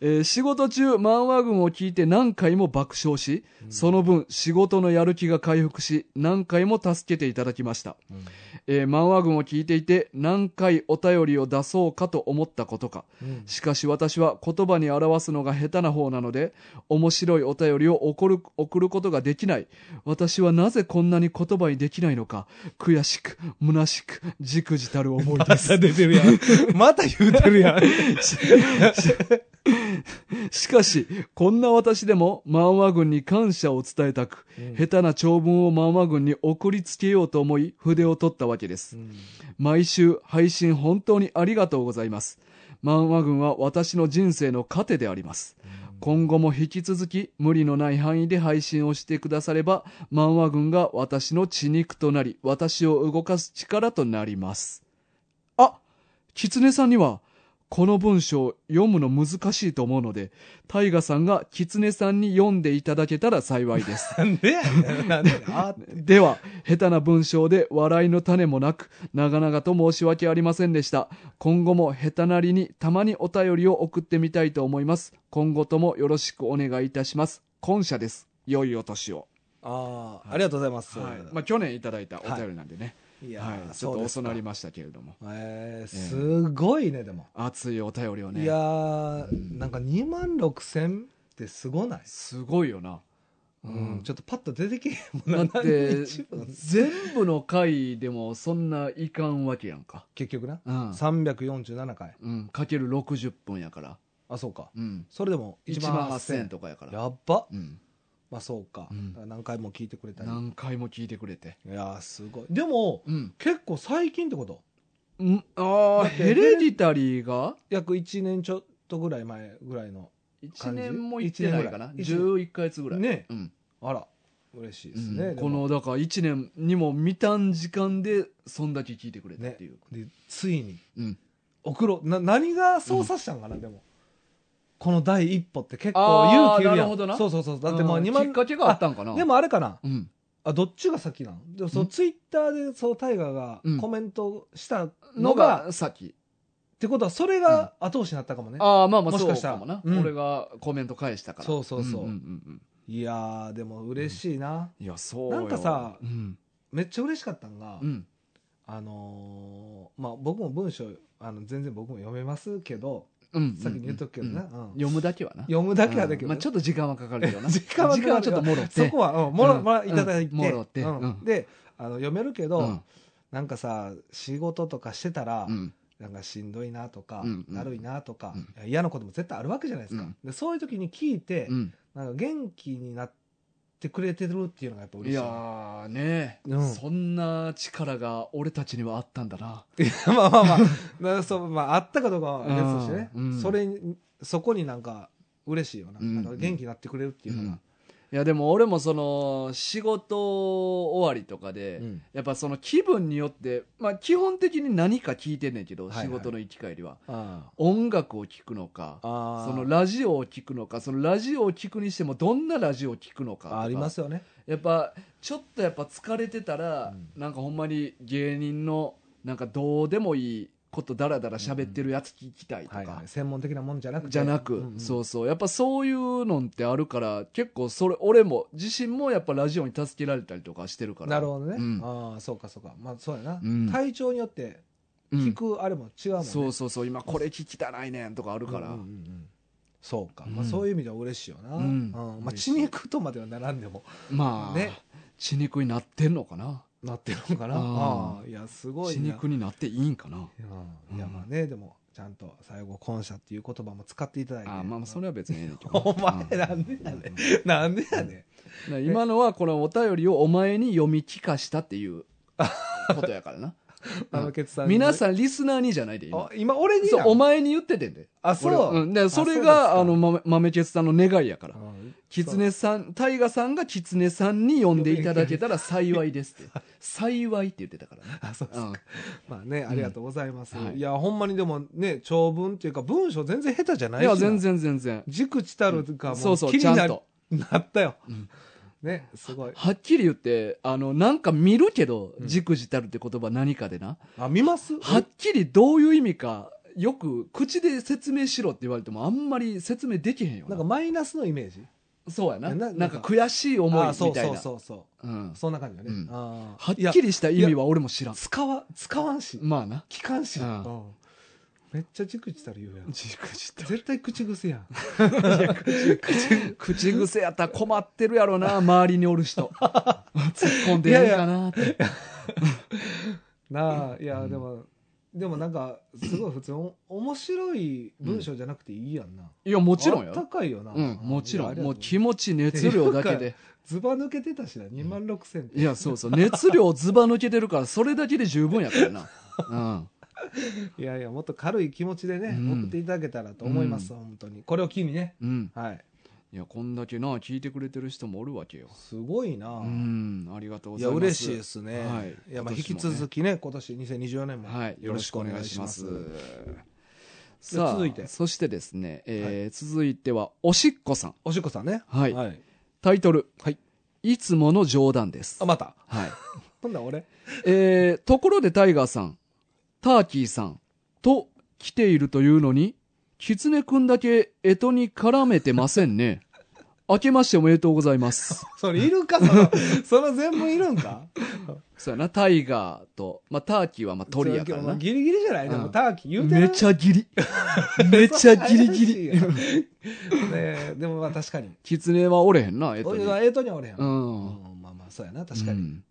Speaker 2: えー仕事中、漫画群を聞いて何回も爆笑し、その分、仕事のやる気が回復し、何回も助けていただきました。えー、漫画群を聞いていて、何回お便りを出そうかと思ったことか。
Speaker 3: うん
Speaker 2: しかし私は言葉に表すのが下手な方なので、面白いお便りを送る送ることができない。私はなぜこんなに言葉にできないのか。悔しく、虚しく、じくじたる思いで。
Speaker 3: ますた出てるやん。 (laughs) また言うてるやん。
Speaker 2: (laughs) しかし、こんな私でも漫画軍に感謝を伝えたく、下手な長文を漫画軍に送りつけようと思い、筆を取ったわけです。毎週配信本当にありがとうございます。漫画軍は私の人生の糧であります。今後も引き続き無理のない範囲で配信をしてくだされば、漫画軍が私の血肉となり、私を動かす力となります。あ狐さんには、この文章読むの難しいと思うので、タイガさんが狐さんに読んでいただけたら幸い
Speaker 3: (laughs)
Speaker 2: です。
Speaker 3: なんでやねんなんでやねんあ
Speaker 2: では、下手な文章で笑いの種もなく、長々と申し訳ありませんでした。今後も下手なりにたまにお便りを送ってみたいと思います。今後ともよろしくお願いいたします。今社です。良いお年を。
Speaker 3: あー、ありがとうございます。
Speaker 2: まあ、去年いただいたお便りなんでね。
Speaker 3: いや
Speaker 2: はい
Speaker 3: ー、
Speaker 2: ちょっと遅なり
Speaker 3: ま
Speaker 2: ましたけれども。
Speaker 3: えー、すごいね、でも。
Speaker 2: 熱いお便りをね。
Speaker 3: いやー、なんか2万6千ってすごない
Speaker 2: すごいよな。
Speaker 3: うん
Speaker 2: うん
Speaker 3: ちょっとパッと出てけへんもん
Speaker 2: だ
Speaker 3: な
Speaker 2: って
Speaker 3: 一番、
Speaker 2: 全部の回でもそんないかんわけやんか。
Speaker 3: (laughs) 結局な。
Speaker 2: うん。
Speaker 3: 347回。
Speaker 2: うん。かける60分やから。
Speaker 3: あ、そうか。
Speaker 2: うん。
Speaker 3: それでも
Speaker 2: 1
Speaker 3: 1
Speaker 2: 万
Speaker 3: 万
Speaker 2: 8000
Speaker 3: 8000
Speaker 2: とかやから。
Speaker 3: やっば。
Speaker 2: うん。
Speaker 3: まあそうか。
Speaker 2: うん
Speaker 3: だから何回も聞いてくれたり。
Speaker 2: 何回も聞いてくれて。
Speaker 3: いやー、すごい。でも、
Speaker 2: うん。
Speaker 3: 結構最近ってこと
Speaker 2: ああ、
Speaker 3: だって
Speaker 2: ヘレディタリーが
Speaker 3: 約1年ちょっとぐらい前ぐらいの
Speaker 2: 1
Speaker 3: 感じ
Speaker 2: 年も行ってないかな。
Speaker 3: 一年ぐ
Speaker 2: 11ヶ月ぐらい。
Speaker 3: ね
Speaker 2: うん。
Speaker 3: あら嬉しいです
Speaker 2: う
Speaker 3: ね
Speaker 2: ん、
Speaker 3: で
Speaker 2: こ
Speaker 3: も
Speaker 2: の、だから1年にも満たん時間で、そんだけ聞いてくれたっていう。
Speaker 3: でついに
Speaker 2: うん。
Speaker 3: 送ろうな何が操作したんかな、でもこの第一歩って結構勇気い
Speaker 2: あー
Speaker 3: るやん
Speaker 2: なるほどな
Speaker 3: そうそうそうだってまあ
Speaker 2: うん
Speaker 3: 2
Speaker 2: きっ
Speaker 3: 万
Speaker 2: かけがあったんかな。
Speaker 3: で、もあれかな
Speaker 2: うん。
Speaker 3: あどっちが先なんでもそうの
Speaker 2: ん
Speaker 3: ツイッターでそうタイガーが
Speaker 2: うん
Speaker 3: コメントしたの
Speaker 2: の
Speaker 3: が、っ
Speaker 2: が、さっき。
Speaker 3: てことはそれが後押しになったかもね、
Speaker 2: ああ、まあまあ、
Speaker 3: もし
Speaker 2: そう
Speaker 3: かした
Speaker 2: からもな。
Speaker 3: うん
Speaker 2: 俺がコメント返したから。
Speaker 3: そうそうそう、
Speaker 2: んんん
Speaker 3: いやーでも嬉しいな、
Speaker 2: うんいや、そう
Speaker 3: なんかさ
Speaker 2: うん。
Speaker 3: めっちゃ嬉しかったんが、
Speaker 2: うん。
Speaker 3: あのーまあ僕も文章あの全然僕も読めますけど
Speaker 2: うん。
Speaker 3: 先に言っとくけどね、
Speaker 2: うん
Speaker 3: うん
Speaker 2: 読むだけはな。
Speaker 3: 読むだけはだけどね、
Speaker 2: うんまあ、ちょっと時間はかかるよな。
Speaker 3: 時間はかかるよ
Speaker 2: (laughs) 時ちょっともろって。
Speaker 3: そこは、うん、もら、
Speaker 2: うん
Speaker 3: もら、いただいて。
Speaker 2: うんもろって
Speaker 3: うん
Speaker 2: うん
Speaker 3: で、あの、読めるけど、
Speaker 2: うん
Speaker 3: なんかさ、仕事とかしてたら、
Speaker 2: うん。
Speaker 3: なんかしんどいなとか、
Speaker 2: うんうん
Speaker 3: だるいなとか
Speaker 2: うん、
Speaker 3: いや嫌なことも絶対あるわけじゃないですか。
Speaker 2: うん
Speaker 3: でそういう時に聞いて、
Speaker 2: うん。
Speaker 3: なんか元気になってくれてるっていうのがやっぱ嬉
Speaker 2: い
Speaker 3: しい。
Speaker 2: やーね、
Speaker 3: うん
Speaker 2: そんな力が俺たちにはあったんだな。
Speaker 3: (laughs) まあまあまあ、まあそう、まあ、あったかどうかは別としてね、
Speaker 2: うんうん
Speaker 3: それに、そこになんか嬉しいよな。
Speaker 2: うん
Speaker 3: なんか元気になってくれるっていうのが。
Speaker 2: いやでも俺もその仕事終わりとかで、
Speaker 3: うん
Speaker 2: やっぱその気分によって、まあ、基本的に何か聞いてんねんけど、
Speaker 3: はいはい
Speaker 2: 仕事の行き帰りは
Speaker 3: あ
Speaker 2: 音楽を聞くのか
Speaker 3: あ
Speaker 2: そのラジオを聞くのかそのラジオを聞くにしてもどんなラジオを聞くのかとか
Speaker 3: ありますよね。
Speaker 2: やっぱちょっとやっぱ疲れてたら、
Speaker 3: う
Speaker 2: なんかほんまに芸人のなんかどうでもいいことだらだら喋ってるやつ聞きたいとか、
Speaker 3: はいはい、専門的なもんじゃなくて。
Speaker 2: じゃなく、
Speaker 3: うんうん
Speaker 2: そうそうやっぱそういうのってあるから結構それ俺も自身もやっぱラジオに助けられたりとかしてるから
Speaker 3: なるほどね、
Speaker 2: うん
Speaker 3: ああそうかそうかまあそうやな、
Speaker 2: うん
Speaker 3: 体調によって
Speaker 2: うん
Speaker 3: 聞くあれも違うもんね、
Speaker 2: そうそうそう今これ聞きたないねんとかあるから、
Speaker 3: うんうんうんうんそうか、
Speaker 2: うん
Speaker 3: まあ、そういう意味では嬉しいよな、
Speaker 2: うん
Speaker 3: うんまあ、血肉とまではならんでも
Speaker 2: まあ、
Speaker 3: ね
Speaker 2: 血肉になってんのかな
Speaker 3: なってるのかな
Speaker 2: あ
Speaker 3: あ
Speaker 2: あ
Speaker 3: あいやすごい
Speaker 2: 血
Speaker 3: な
Speaker 2: 肉になっていいんかな
Speaker 3: うんいやまあねでもちゃんと最後「感謝」っていう言葉も使っていただいて
Speaker 2: ああまあまあそれは別にええねんけどな
Speaker 3: お前
Speaker 2: うん
Speaker 3: なんでやねん (laughs) なんでやねん
Speaker 2: だから今のはこのお便りをお前に読み聞かしたって
Speaker 3: (laughs)
Speaker 2: いうことやからな
Speaker 3: あのケツさんに
Speaker 2: 皆さんリスナーにじゃないで今
Speaker 3: あ今俺に
Speaker 2: そう
Speaker 3: や
Speaker 2: お前に言っててんで
Speaker 3: あそう
Speaker 2: 俺はうん、だからそれ
Speaker 3: あそうですか
Speaker 2: があの豆豆ケツさんの願いやから
Speaker 3: うん
Speaker 2: キツネさん大河さんがキツネさんに呼んでいただけたら幸いですって
Speaker 3: (laughs)
Speaker 2: 幸いって言ってたからね
Speaker 3: あそうです
Speaker 2: うん
Speaker 3: まあね、ありがとうございます。
Speaker 2: うんはい
Speaker 3: い、や、ほんまにでもね、長文っていうか、文章全然下手じゃない
Speaker 2: い
Speaker 3: しな
Speaker 2: や全。然全然
Speaker 3: 軸地たるか、も
Speaker 2: そうそう
Speaker 3: 気に
Speaker 2: ちゃ
Speaker 3: なん
Speaker 2: と
Speaker 3: なったよ、
Speaker 2: うん
Speaker 3: ね、すごい。
Speaker 2: はっきり言ってあのなんか見るけど
Speaker 3: う
Speaker 2: 「
Speaker 3: ん
Speaker 2: じくじたる」って言葉何かでな、
Speaker 3: あ、見ます
Speaker 2: (laughs) はっきりどういう意味かよく口で説明しろって言われてもあんまり説明できへんよ
Speaker 3: な
Speaker 2: なん
Speaker 3: かマイナスのイメージ。
Speaker 2: そうやな
Speaker 3: な
Speaker 2: な
Speaker 3: なん
Speaker 2: ん
Speaker 3: か
Speaker 2: か悔しい思い
Speaker 3: あそう
Speaker 2: みたい
Speaker 3: そう
Speaker 2: な
Speaker 3: そうそ
Speaker 2: うん
Speaker 3: う。そんな感じだね。
Speaker 2: うん
Speaker 3: あー
Speaker 2: はっ
Speaker 3: いや
Speaker 2: きりした意味は俺も知らん
Speaker 3: 使わ、使わんし。
Speaker 2: まあな
Speaker 3: 聞かんし。
Speaker 2: うん
Speaker 3: うんめっちゃ軸地たる言うやん。
Speaker 2: じくじたる
Speaker 3: 絶対口癖やん。
Speaker 2: (laughs) 口癖やったら困ってるやろな、周りにおる
Speaker 3: (laughs)
Speaker 2: 人。突っ込んでないかなって。
Speaker 3: なあ、いや、
Speaker 2: うん
Speaker 3: でも、でもなんか、すごい普通、お面白い文章じゃなくていいやんな。
Speaker 2: いや、もちろん
Speaker 3: あった
Speaker 2: よ。
Speaker 3: かいよな。
Speaker 2: うん、もちろ
Speaker 3: い
Speaker 2: ん。
Speaker 3: や
Speaker 2: もう気持ち、熱量だけ
Speaker 3: いや
Speaker 2: で。
Speaker 3: ずば抜けてたしな、2万6千って。
Speaker 2: いや、そうそう。熱量ずば抜けてるから、それだけで十分やからな。うん。
Speaker 3: いやいや、もっと軽い気持ちでね、
Speaker 2: うん
Speaker 3: 送っていただけたらと思います、本当に。これを機にね。
Speaker 2: うん。
Speaker 3: はい。
Speaker 2: いや、こんだけな、聞いてくれてる人もおるわけよ。
Speaker 3: すごいな、
Speaker 2: うん。ありがとうご
Speaker 3: い
Speaker 2: ざ
Speaker 3: や、
Speaker 2: います。
Speaker 3: 嬉しいですね。
Speaker 2: はい
Speaker 3: い、や、
Speaker 2: 今年も
Speaker 3: まあ、
Speaker 2: ね
Speaker 3: 引き続きね、今年2024年も、
Speaker 2: はい、よろしくお願いします。
Speaker 3: では
Speaker 2: さあ、
Speaker 3: 続いて
Speaker 2: そしてですね、えー続いては、おしっこさん。
Speaker 3: おしっこさんね。
Speaker 2: はい。
Speaker 3: はい。
Speaker 2: タイトル。
Speaker 3: はい。
Speaker 2: いつもの冗談です
Speaker 3: あ、。また。
Speaker 2: はい。
Speaker 3: 今度は俺。
Speaker 2: えー、ところでタイガーさん、ターキーさんと来ているというのに、キツネくんだけ干支に絡めてません
Speaker 3: (laughs)
Speaker 2: ね。明けましておめでとうございます。
Speaker 3: それいるかその、 (laughs) その全部いるんか
Speaker 2: そうやな、タイガーと、まあ、ターキーはまあ鳥やから
Speaker 3: それ
Speaker 2: な。
Speaker 3: ギリギリじゃないでも、
Speaker 2: うん
Speaker 3: ターキー言うてる
Speaker 2: めちゃギリ。
Speaker 3: (laughs)
Speaker 2: めちゃギリギリ。
Speaker 3: リ。ねえでもまあ確かに。
Speaker 2: キツネはおれへんな、干支
Speaker 3: 俺
Speaker 2: に。
Speaker 3: はエイトにはおれへん。
Speaker 2: う
Speaker 3: うん
Speaker 2: ん。
Speaker 3: まあまあ、そうやな、確かに
Speaker 2: う。ん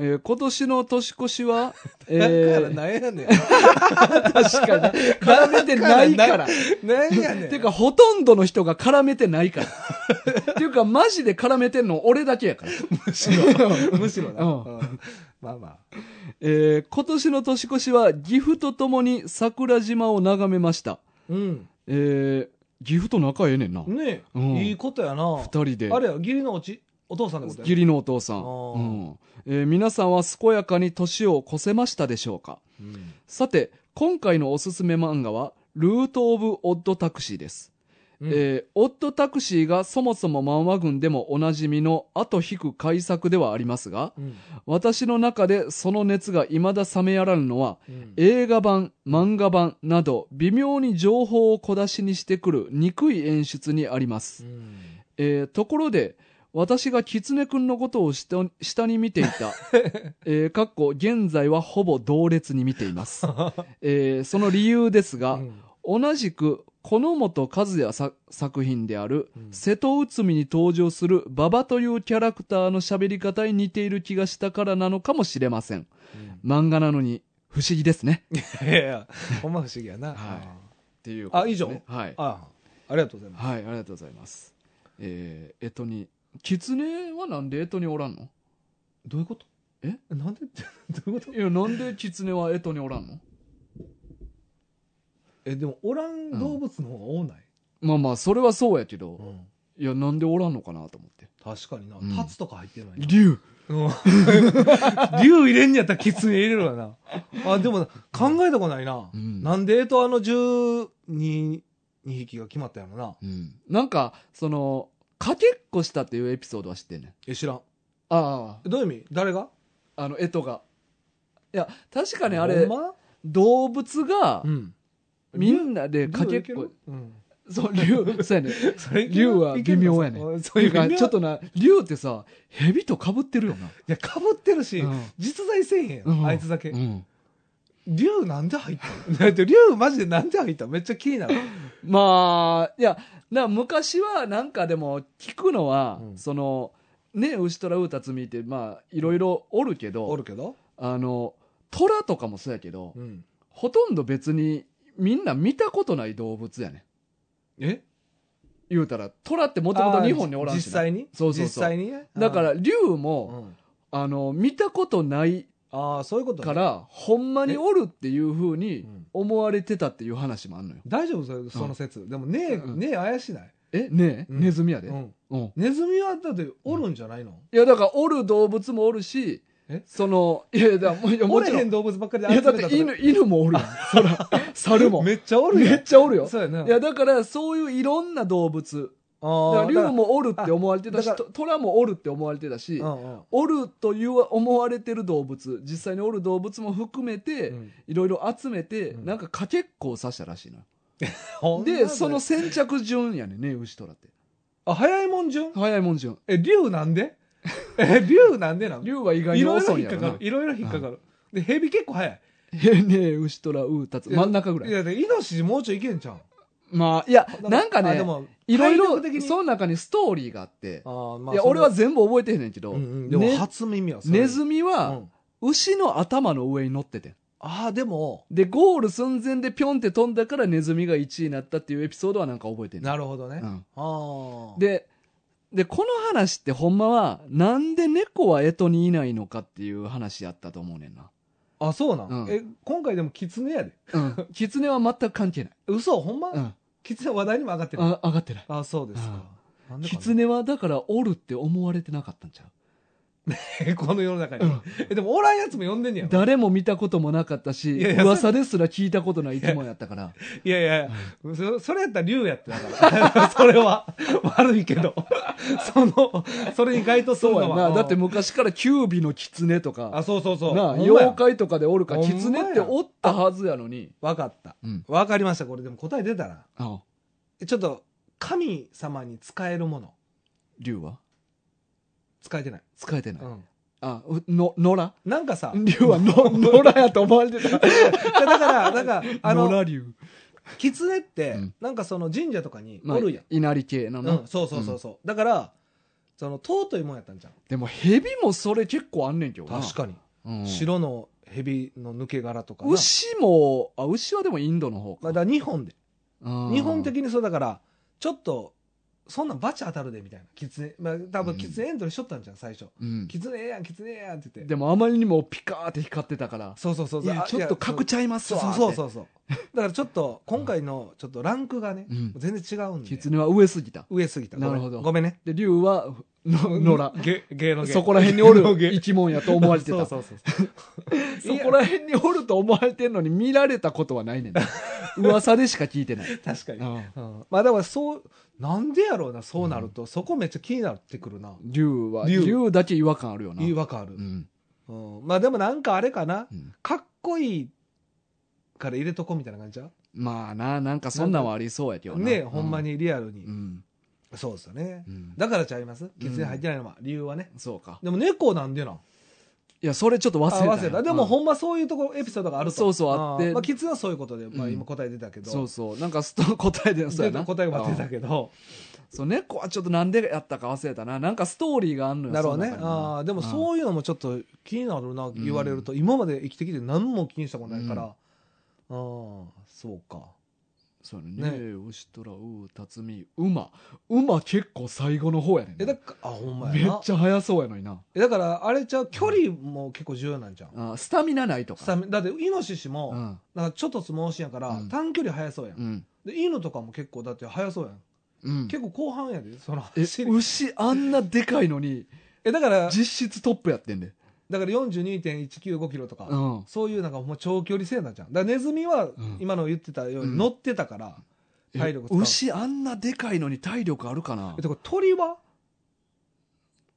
Speaker 2: えー今年の年越しは、え
Speaker 3: (laughs) だから
Speaker 2: ー、
Speaker 3: なん
Speaker 2: (laughs)
Speaker 3: やねん。 (laughs)
Speaker 2: 確かに。絡めてないから。
Speaker 3: なんやねん。
Speaker 2: ていうか、、ほとんどの人が絡めてないから。 (laughs) っていうか、マジで絡めてんの俺だけやから。
Speaker 3: むしろ、むしろな。
Speaker 2: うん
Speaker 3: うんまあまあ。
Speaker 2: えー今年の年越しは、岐阜とともに桜島を眺めました。
Speaker 3: うん。
Speaker 2: えー、岐阜と仲ええねんな。
Speaker 3: ねえ
Speaker 2: うん
Speaker 3: いいことやな。
Speaker 2: 二人で。
Speaker 3: あれや、義理のおち、お父さんのことや
Speaker 2: 義理のお父さん。
Speaker 3: あ
Speaker 2: う
Speaker 3: ー
Speaker 2: んえー皆さんは健やかに年を越せましたでしょうかさて、今回のおすすめ漫画は、ルート・オブ・オッド・タクシーです。
Speaker 3: うん
Speaker 2: えーオットタクシーがそもそも漫画群でもおなじみの後引く改作ではありますが、
Speaker 3: うん
Speaker 2: 私の中でその熱が未だ冷めやらぬのは、
Speaker 3: うん
Speaker 2: 映画版、漫画版など、微妙に情報を小出しにしてくる憎い演出にあります
Speaker 3: う。ん
Speaker 2: えーところで、私が狐くんのことを下下に見てい
Speaker 3: (laughs)
Speaker 2: た、えーかっこ現在はほぼ同列に見ています。えーその理由ですが、
Speaker 3: うん
Speaker 2: 同じく、この本和也さ作品である、
Speaker 3: うん
Speaker 2: 瀬戸内海に登場する馬場というキャラクターの喋り方に似ている気がしたからなのかもしれません。漫画なのに不思議ですね。っ
Speaker 3: いやいやほんま不思議やな、
Speaker 2: はいていう
Speaker 3: ことですね
Speaker 2: はい。
Speaker 3: ああありがとうございます
Speaker 2: はい、ありがとうございます。えー、えとに、狐はなんでえとにおらんの
Speaker 3: どういうこと
Speaker 2: え
Speaker 3: なんで (laughs) どういうこと
Speaker 2: いや、なんで狐はえとにおらんの
Speaker 3: えでもおらん動物の方が多ない、
Speaker 2: まあまあ、それはそうやけ
Speaker 3: う
Speaker 2: ど、
Speaker 3: ん
Speaker 2: いや、なんでおらんのかなと思って。
Speaker 3: 確かにな、
Speaker 2: うん
Speaker 3: タツとか入ってないな
Speaker 2: 竜
Speaker 3: うん竜入れんにやったらキツネ入れるわな。あ、でも考えたことないな。
Speaker 2: うん
Speaker 3: なんでえとあの12、2匹が決まったんやろな。
Speaker 2: うん。なんか、その、かけっこしたっていうエピソードは知ってんねん。
Speaker 3: え、知らん。
Speaker 2: あ
Speaker 3: どういう意味誰が
Speaker 2: あ、あの、えとが。いや、確かにあれ、
Speaker 3: ほんま
Speaker 2: 動物が
Speaker 3: う、ん。
Speaker 2: みんなでかけっ
Speaker 3: 竜い
Speaker 2: こ
Speaker 3: る、うん。
Speaker 2: そう、竜、そうや
Speaker 3: (laughs)
Speaker 2: ねん。
Speaker 3: それいける
Speaker 2: 竜はい
Speaker 3: ける
Speaker 2: 微妙やね
Speaker 3: そうそ
Speaker 2: と
Speaker 3: う
Speaker 2: い
Speaker 3: いうう
Speaker 2: か、
Speaker 3: か、
Speaker 2: ち
Speaker 3: ち
Speaker 2: ょ
Speaker 3: ょ
Speaker 2: っと
Speaker 3: っと。い
Speaker 2: な、竜ってさ、蛇と被ってるよな。
Speaker 3: や、かぶってるし、
Speaker 2: うん
Speaker 3: 実在せえへんやん。あいつだけ
Speaker 2: う。ん
Speaker 3: 竜なんで入ったのだって竜マジでなんで入ったのめっちゃ気になる。
Speaker 2: まあ、いや、な昔はなんかでも聞くのは、
Speaker 3: うん
Speaker 2: その、ね、牛虎ウータツミって、まあ、いろいろおるけ
Speaker 3: お
Speaker 2: ど、
Speaker 3: るけど。
Speaker 2: あの、虎とかもそうやけど、
Speaker 3: うん。
Speaker 2: ほとんど別にみんな見たことない動物やねん。
Speaker 3: え
Speaker 2: 言うたら、虎っても
Speaker 3: も
Speaker 2: ともと日本におらんし
Speaker 3: 実
Speaker 2: な。
Speaker 3: 際に
Speaker 2: そうそうそう
Speaker 3: 実際にね
Speaker 2: だか、ら、竜
Speaker 3: う
Speaker 2: も、
Speaker 3: ん
Speaker 2: あの、見たことない
Speaker 3: ああ、そういうことね
Speaker 2: から、ほんまにおるっていうふうに
Speaker 3: うん
Speaker 2: 思われてたっていう話もあんのよ。
Speaker 3: 大丈夫それその説、でもねえ、
Speaker 2: うん
Speaker 3: ねえ怪しない、
Speaker 2: えねえ、
Speaker 3: うん
Speaker 2: ネズミやで。
Speaker 3: うん、
Speaker 2: うん
Speaker 3: ネズミはだっておるんじゃないの、
Speaker 2: いや、だから、おる動物もおるし
Speaker 3: え、
Speaker 2: その、いや、だからもういや
Speaker 3: お
Speaker 2: も
Speaker 3: れ
Speaker 2: ち
Speaker 3: へ
Speaker 2: ろ
Speaker 3: ん
Speaker 2: ん。い
Speaker 3: 動物ばっかりで
Speaker 2: や、だっ
Speaker 3: めた
Speaker 2: て
Speaker 3: ら
Speaker 2: 犬、犬もおるやん。そら、猿も。
Speaker 3: (laughs) めっちゃおる
Speaker 2: め
Speaker 3: や
Speaker 2: っちゃおるよ
Speaker 3: ん。そうやない
Speaker 2: や、だから、そういういろんな動物。だか
Speaker 3: あ
Speaker 2: ら
Speaker 3: あ
Speaker 2: 竜もおるって思われてた
Speaker 3: だ
Speaker 2: し、
Speaker 3: か
Speaker 2: と虎もおるって思われてたし、
Speaker 3: うん
Speaker 2: おるという思われてる動物、実際におる動物も含めて、
Speaker 3: うん
Speaker 2: いろいろ集めて、
Speaker 3: うん
Speaker 2: なんかかけっこをさしたらしいのよ。
Speaker 3: ほんまだ
Speaker 2: で、その先着順やねんね、牛虎って。
Speaker 3: あ早いもん順
Speaker 2: 早いもん順。
Speaker 3: え竜なんでえ竜なんでなのい
Speaker 2: (laughs) 竜は意
Speaker 3: ろ
Speaker 2: 外
Speaker 3: い
Speaker 2: に
Speaker 3: ろ
Speaker 2: 遅いん
Speaker 3: 引
Speaker 2: や
Speaker 3: っか
Speaker 2: ろ
Speaker 3: か
Speaker 2: な
Speaker 3: る。いろいろ引っかかるで蛇結構早い
Speaker 2: へえ (laughs) ねえ、牛虎、うーたつ。真ん中ぐらい
Speaker 3: い。やでイノシシもうちょいいけんじゃん
Speaker 2: まあ、いや、
Speaker 3: だ
Speaker 2: なんか
Speaker 3: あ
Speaker 2: ね
Speaker 3: で、も
Speaker 2: いろいろ
Speaker 3: 体力的、に
Speaker 2: その中にストーリーがあって、
Speaker 3: あー、まあ、
Speaker 2: いや、
Speaker 3: そ
Speaker 2: 俺
Speaker 3: れ
Speaker 2: は全部覚えてへんねんけど、
Speaker 3: うんうん、でも
Speaker 2: ね
Speaker 3: 初耳やそれ
Speaker 2: ネズミ
Speaker 3: う
Speaker 2: は、
Speaker 3: ん
Speaker 2: 牛の頭の上に乗っててん。
Speaker 3: ああでも
Speaker 2: で、ゴール寸前でピョンって飛んだからネズミが1位になったっていうエピソードはなんか覚えてんねん
Speaker 3: なるほどね、
Speaker 2: うん
Speaker 3: ああ
Speaker 2: で、で、この話ってほんまは、なんで猫は干支にいないのかっていう話やったと思うねんな。
Speaker 3: あそうなん、
Speaker 2: うん
Speaker 3: え今回でもキツネやで
Speaker 2: うん。 (laughs) 狐は全く関係ない。
Speaker 3: 嘘ほんま、
Speaker 2: うん。
Speaker 3: キツネ話題にも上がってるあ
Speaker 2: あ、上がってない。
Speaker 3: そうですか、なんでかな
Speaker 2: 狐はだからおるって思われてなかったんちゃう
Speaker 3: (laughs) この世の中に、
Speaker 2: うん
Speaker 3: えでもおらんやつも呼んでんねやろ
Speaker 2: 誰も見たこともなかったし、
Speaker 3: いやいや
Speaker 2: 噂ですら聞いたことない生き物やったから。
Speaker 3: いやいやいや、 (laughs) そそれやったら竜やってだから (laughs) それは悪いけどそのそれに該当する
Speaker 2: そ
Speaker 3: の
Speaker 2: う
Speaker 3: は
Speaker 2: やな。
Speaker 3: ん
Speaker 2: だって昔からキュービの狐と
Speaker 3: あ
Speaker 2: か、
Speaker 3: そうそうそう
Speaker 2: なあ、
Speaker 3: ほんまや
Speaker 2: 妖怪とかでおるから、
Speaker 3: ほんまや
Speaker 2: 狐っておったはずやのに。
Speaker 3: わかった
Speaker 2: うん。
Speaker 3: わかりましたこれでも答え出たな
Speaker 2: あ、
Speaker 3: えちょっと神様に使えるもの
Speaker 2: 竜は
Speaker 3: 使えてない、
Speaker 2: 使えてない。
Speaker 3: うん
Speaker 2: あ、うの、野良
Speaker 3: なんかさ
Speaker 2: 竜は
Speaker 3: (laughs)
Speaker 2: の野良やと思われてた。
Speaker 3: だから、だから、あ
Speaker 2: 野
Speaker 3: の、
Speaker 2: 良竜。
Speaker 3: 狐って
Speaker 2: うん、
Speaker 3: なんかその神社とかに
Speaker 2: まあ
Speaker 3: おるやん。
Speaker 2: 稲荷系のな。
Speaker 3: うん、そうそうそうそう。だから、その、塔というもんやったんじゃん。
Speaker 2: でも、蛇もそれ結構あんねんけどな。
Speaker 3: かに。
Speaker 2: うん
Speaker 3: 白の蛇の抜け殻とかな。
Speaker 2: 牛も、あ、牛はでもインドの方
Speaker 3: ま
Speaker 2: か。
Speaker 3: あだから日本で。
Speaker 2: うん
Speaker 3: 日本的にそうだから、ちょっと、そんなんバチ当たるで、みたいな。狐、まあ多分狐エントリーしとったんじゃん、最初。
Speaker 2: うん
Speaker 3: 狐ええやん、狐ええやんって言って。
Speaker 2: でもあまりにもピカーって光ってたから、
Speaker 3: そうそうそう
Speaker 2: い
Speaker 3: そう。
Speaker 2: や
Speaker 3: あ
Speaker 2: ちょっと隠ちゃいます
Speaker 3: そう
Speaker 2: わ。
Speaker 3: そう
Speaker 2: う。
Speaker 3: そうそう。だからちょっと、今回の、ちょっとランクがね
Speaker 2: うん、
Speaker 3: 全然違うんで。
Speaker 2: 狐は上すぎた。
Speaker 3: 上すぎた。ごめん
Speaker 2: なるほど
Speaker 3: ごめんね。
Speaker 2: で、竜は、の野良。
Speaker 3: ゲゲのゲ
Speaker 2: そこら辺におる
Speaker 3: のゲ
Speaker 2: 生き物やと思われてた。そ
Speaker 3: そうそうそうそう
Speaker 2: こら辺におると思われてんのに見られたことはないねん
Speaker 3: (laughs)
Speaker 2: な。噂でしか聞いてない。
Speaker 3: いや確かに、
Speaker 2: うん
Speaker 3: うんまあだからそうなんでやろうなそうなると、そこめっちゃ気になってくるな
Speaker 2: 竜は、
Speaker 3: 竜
Speaker 2: 竜だけ違和感あるよな。
Speaker 3: 違和感ある
Speaker 2: う、ん。
Speaker 3: うんまあでもなんかあれかな、
Speaker 2: うん
Speaker 3: かっこいいから入れとこみたいな感じじゃ
Speaker 2: まあな、なんかそんなんはありそうやけど
Speaker 3: ん
Speaker 2: な。
Speaker 3: ね、
Speaker 2: う
Speaker 3: ほんま。にリアルに、
Speaker 2: うん。
Speaker 3: そうですよね、
Speaker 2: うん
Speaker 3: だからちゃいます血液入ってないのは、理由はね
Speaker 2: そうか。
Speaker 3: でも猫なんでなん
Speaker 2: いや、それちょっと忘れたん
Speaker 3: あ
Speaker 2: や。
Speaker 3: 忘れたでもほんまそういうとこエピソードがあると
Speaker 2: そうそうあって
Speaker 3: んまあ、キツはそういうことで、まあ、
Speaker 2: うん
Speaker 3: 今答え出たけど、
Speaker 2: そうそう。なんかスト答えで、そうやな。
Speaker 3: 答えが出た
Speaker 2: うん
Speaker 3: けど
Speaker 2: そう、猫はちょっとなんでやったか忘れたな。なんかストーリーがあんのよ。
Speaker 3: なるほどね
Speaker 2: その中にな
Speaker 3: あーでもそういうのもちょっと気になるな言われると、今まで生きてきて何も気にしたことないから、ああーそうか
Speaker 2: そうやね。ねえ、ウシトラ、ウ、タツミ、ウマ。ウマ結構最後の方やねんな。
Speaker 3: えだかあほんま
Speaker 2: め
Speaker 3: や
Speaker 2: っ
Speaker 3: な
Speaker 2: ちゃ速そうやのにな。
Speaker 3: えだからあれじゃう距離も結構重要なんじゃん、
Speaker 2: あスタミナないとか。
Speaker 3: スタミだってイノシシも、
Speaker 2: うん。
Speaker 3: なんかちょっとつ盲信やから、
Speaker 2: うん
Speaker 3: 短距離速そうやん、
Speaker 2: うん。
Speaker 3: で犬とかも結構だって速そうやん、
Speaker 2: うん。
Speaker 3: 結構後半やでその
Speaker 2: え
Speaker 3: 走、り
Speaker 2: 牛あんなでかいのに、
Speaker 3: えだから
Speaker 2: 実質トップやってんで。
Speaker 3: だから42.195キロとか、
Speaker 2: うん。
Speaker 3: そういうなんかもう長距離制なんじゃんだからネズミは
Speaker 2: ん
Speaker 3: 今の言ってたように
Speaker 2: うん
Speaker 3: 乗ってたから、
Speaker 2: え
Speaker 3: 体力使う
Speaker 2: 牛あんなでかいのに体力あるかな
Speaker 3: えとこれ鳥は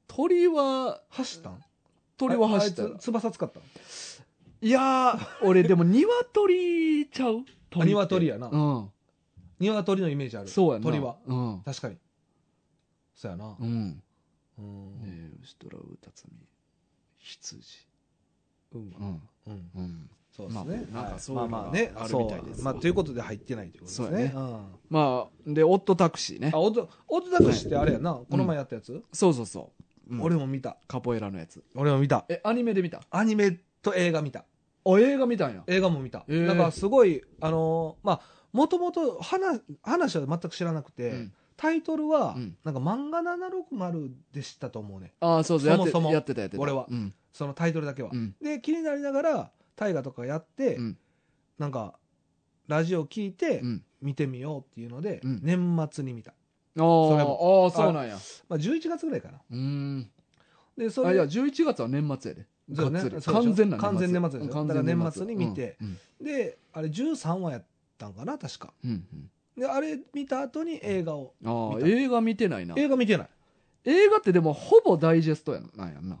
Speaker 2: 鳥は、
Speaker 3: 走ったん
Speaker 2: 鳥は走った
Speaker 3: ああいつ翼使ったん
Speaker 2: いやー、俺でも鶏ちゃう
Speaker 3: あ鶏
Speaker 2: や。
Speaker 3: やな、
Speaker 2: うん。
Speaker 3: 鶏のイメージある
Speaker 2: そうやな。
Speaker 3: 鳥は
Speaker 2: うん。
Speaker 3: 確かにそうやな、
Speaker 2: うん。
Speaker 3: うん
Speaker 2: ねえ、牛とらうたつみ、羊。
Speaker 3: うん
Speaker 2: うん。
Speaker 3: うん
Speaker 2: うん。
Speaker 3: そうですね、
Speaker 2: まあなんかそういう
Speaker 3: ま
Speaker 2: のが
Speaker 3: あまあね
Speaker 2: あるみたいです
Speaker 3: そうまあということで入ってないということです
Speaker 2: そうや
Speaker 3: ね
Speaker 2: ね
Speaker 3: うん
Speaker 2: まあ、で、オットタクシーね
Speaker 3: あ。オートオートタクシーってあれやな、この前やったやつ、
Speaker 2: そうそうそう。うん
Speaker 3: 俺、も見た
Speaker 2: カポエラのやつ。
Speaker 3: 俺も見た
Speaker 2: え、アニメで見た
Speaker 3: アニメと映画見た
Speaker 2: あ、映画見たんや。
Speaker 3: 映画も見た、
Speaker 2: えー
Speaker 3: なんかすごいあのーまあもともと話話は全く知らなくて、
Speaker 2: うん
Speaker 3: タイトルは、
Speaker 2: うん
Speaker 3: なんか漫画760でしたと思うね
Speaker 2: ああ、そうそう。やって
Speaker 3: そもそも
Speaker 2: やってた、やってた。
Speaker 3: 俺は
Speaker 2: うん。
Speaker 3: そのタイトルだけは、
Speaker 2: うん。
Speaker 3: で気になりながら大河とかやって、
Speaker 2: うん
Speaker 3: なんかラジオ聞いて、
Speaker 2: うん。
Speaker 3: 見てみようっていうので、
Speaker 2: うん
Speaker 3: 年末に見た、
Speaker 2: ああ、あ
Speaker 3: れ
Speaker 2: あそうなんや。
Speaker 3: まあ、11月ぐらいかな
Speaker 2: うーん。
Speaker 3: でそ
Speaker 2: あ、いや、
Speaker 3: れ
Speaker 2: 11月は年末やで。
Speaker 3: そうね
Speaker 2: がっつり
Speaker 3: そうでしょ
Speaker 2: 完全な
Speaker 3: 完全年末でしょ
Speaker 2: 完全
Speaker 3: だから年末に見て。
Speaker 2: うん
Speaker 3: であれ13話やったんかな確か
Speaker 2: うんうん
Speaker 3: であれ見た後に映画を、
Speaker 2: うんああ、
Speaker 3: 見た
Speaker 2: 映画見てないな。
Speaker 3: 映画見てない
Speaker 2: 映画ってでもほぼダイジェストやんなんやんな。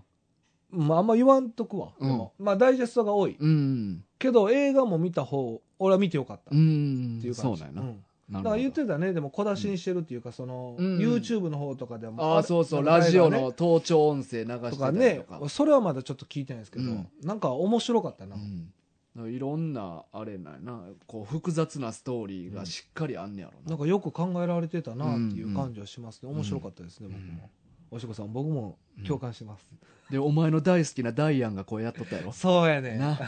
Speaker 3: まあ、あんま言わんとくわ、
Speaker 2: うん
Speaker 3: でもまあダイジェストが多い
Speaker 2: うん。
Speaker 3: けど映画も見た方俺は見てよかった
Speaker 2: う
Speaker 3: っ
Speaker 2: ん。
Speaker 3: ていう
Speaker 2: そ
Speaker 3: 感
Speaker 2: う
Speaker 3: じ
Speaker 2: なんやな。
Speaker 3: ん
Speaker 2: な
Speaker 3: だ
Speaker 2: る
Speaker 3: か
Speaker 2: ほ
Speaker 3: ら言っ
Speaker 2: ど。
Speaker 3: てたねでも小出しにしてるっていうかその、
Speaker 2: うん
Speaker 3: YouTube の方とかでも
Speaker 2: ああ、
Speaker 3: れ
Speaker 2: そうそう。
Speaker 3: なんか
Speaker 2: ラジオ
Speaker 3: ね
Speaker 2: の盗聴音声流してたり
Speaker 3: と
Speaker 2: とか。
Speaker 3: かねそれはまだちょっと聞いてないですけど、
Speaker 2: うん
Speaker 3: なんか面白かったな、
Speaker 2: うん。だからいろんな、あれなんやな、こう、複雑なストーリーがしっかりあんねやろ
Speaker 3: な
Speaker 2: な。
Speaker 3: んかよく考えられてたなっていう感じはしますね、
Speaker 2: んうん
Speaker 3: 面白かったですね、僕
Speaker 2: う
Speaker 3: もおしこさん僕も共感してます、
Speaker 2: で、お前の大好きなダイアンがこうやっとったやろ。
Speaker 3: (laughs) そうやね
Speaker 2: な。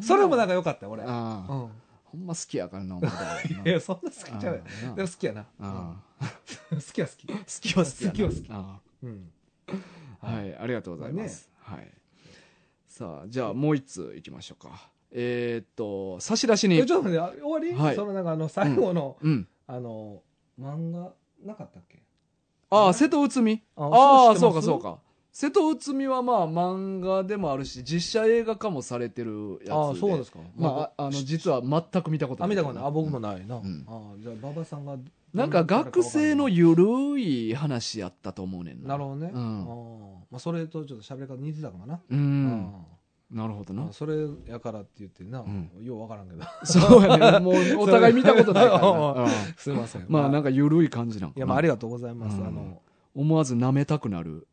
Speaker 3: それもなん
Speaker 2: か、
Speaker 3: か良かったよ俺、うん、
Speaker 2: ああほんま好きやからな、お前ら
Speaker 3: (laughs) いやそんな好きちゃうやん
Speaker 2: ああ
Speaker 3: でも好きやな、
Speaker 2: あ
Speaker 3: うん好きは好き、
Speaker 2: あ好きは好きやな。
Speaker 3: 好きは好き
Speaker 2: あ
Speaker 3: うん、
Speaker 2: あはい、ありがとうございます。はい。さあ、じゃあもう一通いきましょうか。えーっと、差出
Speaker 3: え
Speaker 2: に
Speaker 3: ち。ょっと待ってあ終わり、
Speaker 2: はい
Speaker 3: そのなんかあの最後の、
Speaker 2: うん。
Speaker 3: あの漫画なかったっけ
Speaker 2: ああ、瀬戸内海。
Speaker 3: あ
Speaker 2: ああ、
Speaker 3: 知って
Speaker 2: そ
Speaker 3: ま
Speaker 2: う
Speaker 3: す
Speaker 2: かそうか。瀬戸内海はまあ漫画でもあるし、実写映画化もされてるやつで。
Speaker 3: ああそうですか
Speaker 2: まあ、あの、実は全く見たこと
Speaker 3: あ見たことないあ僕
Speaker 2: も
Speaker 3: もないな、
Speaker 2: ん
Speaker 3: あじゃあ馬場さんが
Speaker 2: なんか学生の
Speaker 3: な
Speaker 2: ゆるい話やったと思うねんな。
Speaker 3: るほどね、
Speaker 2: う
Speaker 3: あ
Speaker 2: ん
Speaker 3: ーまあ、それとちょっと喋り方似てたかな、
Speaker 2: う。
Speaker 3: うん
Speaker 2: なるほどな
Speaker 3: あ。それやからって言ってな、
Speaker 2: ん
Speaker 3: ようわからん
Speaker 2: (laughs)
Speaker 3: けど
Speaker 2: そうやね。もうお互い見たことないからな
Speaker 3: そう
Speaker 2: うん
Speaker 3: すいません
Speaker 2: まあなん
Speaker 3: か
Speaker 2: かゆるい感じなん
Speaker 3: い
Speaker 2: か
Speaker 3: やまあ
Speaker 2: な
Speaker 3: あり。がとうございます、
Speaker 2: うん
Speaker 3: あの
Speaker 2: 思わず舐めたくなる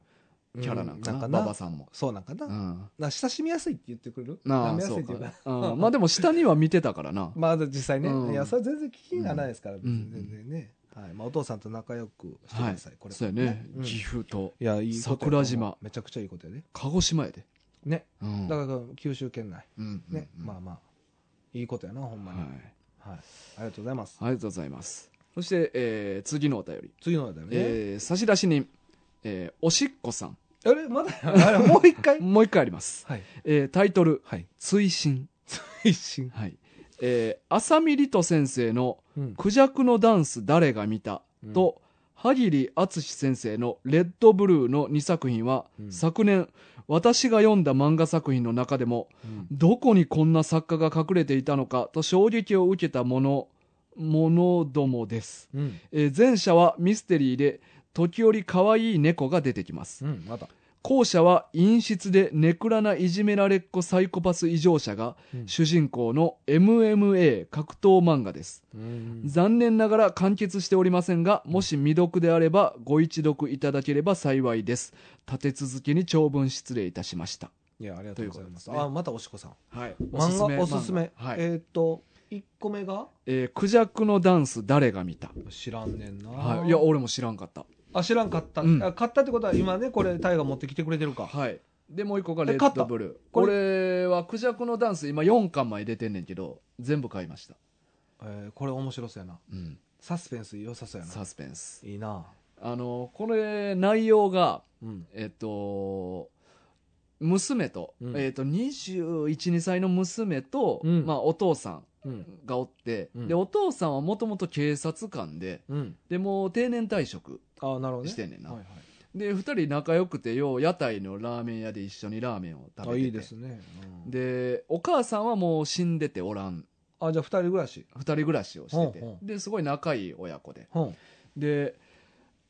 Speaker 2: キャラなんか
Speaker 3: う
Speaker 2: な。
Speaker 3: んな
Speaker 2: 馬場さんも。
Speaker 3: そうなんかな,、
Speaker 2: う。
Speaker 3: なん親しみやすいって言ってくれる
Speaker 2: な
Speaker 3: 舐
Speaker 2: あ、
Speaker 3: めやす
Speaker 2: そ
Speaker 3: いうって
Speaker 2: か
Speaker 3: いうか。
Speaker 2: うんまあでも下には見てたからな。
Speaker 3: まあ実際ね、
Speaker 2: うん
Speaker 3: いやそれ全然危機がないですから、別
Speaker 2: う
Speaker 3: に
Speaker 2: ん
Speaker 3: 全然ね、はいまあ、お父さんと仲良くしてく
Speaker 2: は
Speaker 3: だ
Speaker 2: い
Speaker 3: さい、。これ
Speaker 2: そうやね
Speaker 3: う。ん
Speaker 2: 岐阜と
Speaker 3: いやいいことや
Speaker 2: 桜島
Speaker 3: めちゃくちゃいいことやね
Speaker 2: 鹿児島やで。
Speaker 3: ね
Speaker 2: うん
Speaker 3: だから九州圏内
Speaker 2: うんうん
Speaker 3: ね、まあまあいいことやなほんま
Speaker 2: は
Speaker 3: に、はい
Speaker 2: い。
Speaker 3: ありがとうございます、
Speaker 2: ありがとうございます。そして、えー次のお便り。
Speaker 3: 次の話だよね、
Speaker 2: えー差出人、えーおしっこさん。
Speaker 3: あれまだあれもう一回
Speaker 2: もう一回あります。
Speaker 3: (laughs) はい
Speaker 2: えータイトル、
Speaker 3: はい
Speaker 2: 追伸。
Speaker 3: 一心
Speaker 2: はい。えー浅見リト先生の、
Speaker 3: うん
Speaker 2: クジャクのダンス誰が見たと、萩リ敦先生の「レッドブルー」の2作品は、
Speaker 3: うん
Speaker 2: 昨年私が読んだ漫画作品の中でもどこにこんな作家が隠れていたのかと衝撃を受けたものものどもです、
Speaker 3: うん
Speaker 2: えー前者はミステリーで時折可愛い猫が出てきます
Speaker 3: うんまた
Speaker 2: 後者は陰湿でネクラないじめられっ子サイコパス異常者が
Speaker 3: うん
Speaker 2: 主人公の MMA 格闘漫画です
Speaker 3: うん
Speaker 2: 残念ながら完結しておりませんがもし未読であればご一読いただければ幸いです立て続けに長文失礼いたしました
Speaker 3: いやありがとうございま
Speaker 2: ということで
Speaker 3: す
Speaker 2: すね
Speaker 3: あまたおしこさん
Speaker 2: はい
Speaker 3: 漫画おすすめ
Speaker 2: はいえ
Speaker 3: えーっと1個目が
Speaker 2: ークジャクのダンス誰が見た、
Speaker 3: 知らんねんな
Speaker 2: はい、いや俺も知らんかった
Speaker 3: あ知らんかった
Speaker 2: うん
Speaker 3: あ買ったってことは今ねこれタイが持ってきてくれてるか
Speaker 2: はいでもう一個が
Speaker 3: え
Speaker 2: レッ
Speaker 3: 勝った
Speaker 2: ドブルー
Speaker 3: こ
Speaker 2: こ
Speaker 3: れ
Speaker 2: れはクジャクのダンス今4巻まで出てんねんけど全部買いました、
Speaker 3: えーこれ面白そうやな
Speaker 2: うん、
Speaker 3: サスペンス良さそうやな
Speaker 2: サスペンス
Speaker 3: いいな
Speaker 2: あのこれ内容が
Speaker 3: うん
Speaker 2: えっと娘と,、
Speaker 3: うん
Speaker 2: えっと212歳の娘と、
Speaker 3: うん
Speaker 2: まあ、お父さ
Speaker 3: うんん
Speaker 2: がおって、
Speaker 3: うん
Speaker 2: でお父さんはもともと警察官で
Speaker 3: うん
Speaker 2: でもう定年退職
Speaker 3: あなるほどね
Speaker 2: してんねんな、
Speaker 3: はいはい
Speaker 2: で2人仲良くてよう屋台のラーメン屋で一緒にラーメンを食べて
Speaker 3: あ
Speaker 2: て
Speaker 3: いいですねうん
Speaker 2: でお母さんはもう死んでておらん
Speaker 3: あじゃあ2人暮らし
Speaker 2: 2人暮らしをしてて、
Speaker 3: ほうほ
Speaker 2: ですごい仲いい親子で
Speaker 3: うん
Speaker 2: で、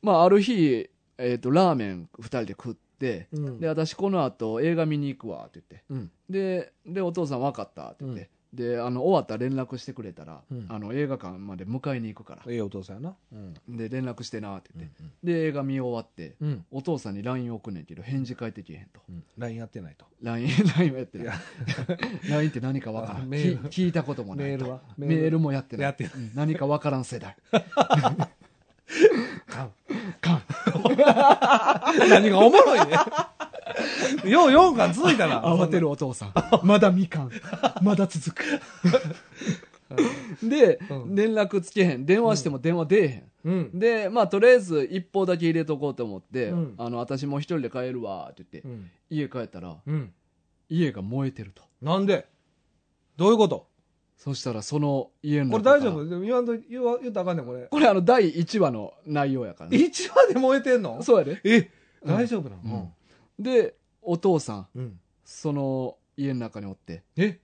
Speaker 2: まあ、ある日、えっとラーメン2人で食って、
Speaker 3: うん
Speaker 2: で私この後映画見に行くわって言って
Speaker 3: うん
Speaker 2: ででお父さん分かったって言って、であの終わったら連絡してくれたら、
Speaker 3: うん
Speaker 2: あの映画館まで迎えに行くから、
Speaker 3: ええお父さんやなうん
Speaker 2: で連絡してなって
Speaker 3: う
Speaker 2: 言っ
Speaker 3: ん
Speaker 2: て、で映画見終わって
Speaker 3: うん
Speaker 2: お父さんに LINE 送んねんけど返事返ってきへんと
Speaker 3: うん LINE やってないと
Speaker 2: LINE, (laughs) LINE はやって
Speaker 3: い
Speaker 2: な
Speaker 3: や
Speaker 2: い LINE って何か分から
Speaker 3: あ
Speaker 2: ん
Speaker 3: メール
Speaker 2: き聞いたこともない
Speaker 3: メールは
Speaker 2: メールもやってない
Speaker 3: やってない
Speaker 2: うん何か分からん世
Speaker 3: (laughs)
Speaker 2: 代
Speaker 3: かん
Speaker 2: かん
Speaker 3: 何がおもろいねようようが続いたな
Speaker 2: 慌てるお父さん
Speaker 3: (laughs)
Speaker 2: まだみかんまだ続くで、
Speaker 3: うん
Speaker 2: 連絡つけへん電話しても電話出えへん、
Speaker 3: うん
Speaker 2: でまあとりあえず一方だけ入れとこうと思って、
Speaker 3: うん
Speaker 2: あの私もう一人で帰るわって言って、
Speaker 3: うん
Speaker 2: 家帰ったら
Speaker 3: うん
Speaker 2: 家が燃えてると
Speaker 3: なんでどういうこと
Speaker 2: そしたらその家の
Speaker 3: これ
Speaker 2: 中
Speaker 3: 大
Speaker 2: から
Speaker 3: 丈夫でも言わんと言わ言ったらあかんねんこれ
Speaker 2: これあの第1話の内容やからね、
Speaker 3: 一話で燃えてんの
Speaker 2: そうやで
Speaker 3: え
Speaker 2: うん
Speaker 3: 大丈夫な
Speaker 2: うん
Speaker 3: の
Speaker 2: でお父さん
Speaker 3: うんうん
Speaker 2: その家の中におって
Speaker 3: え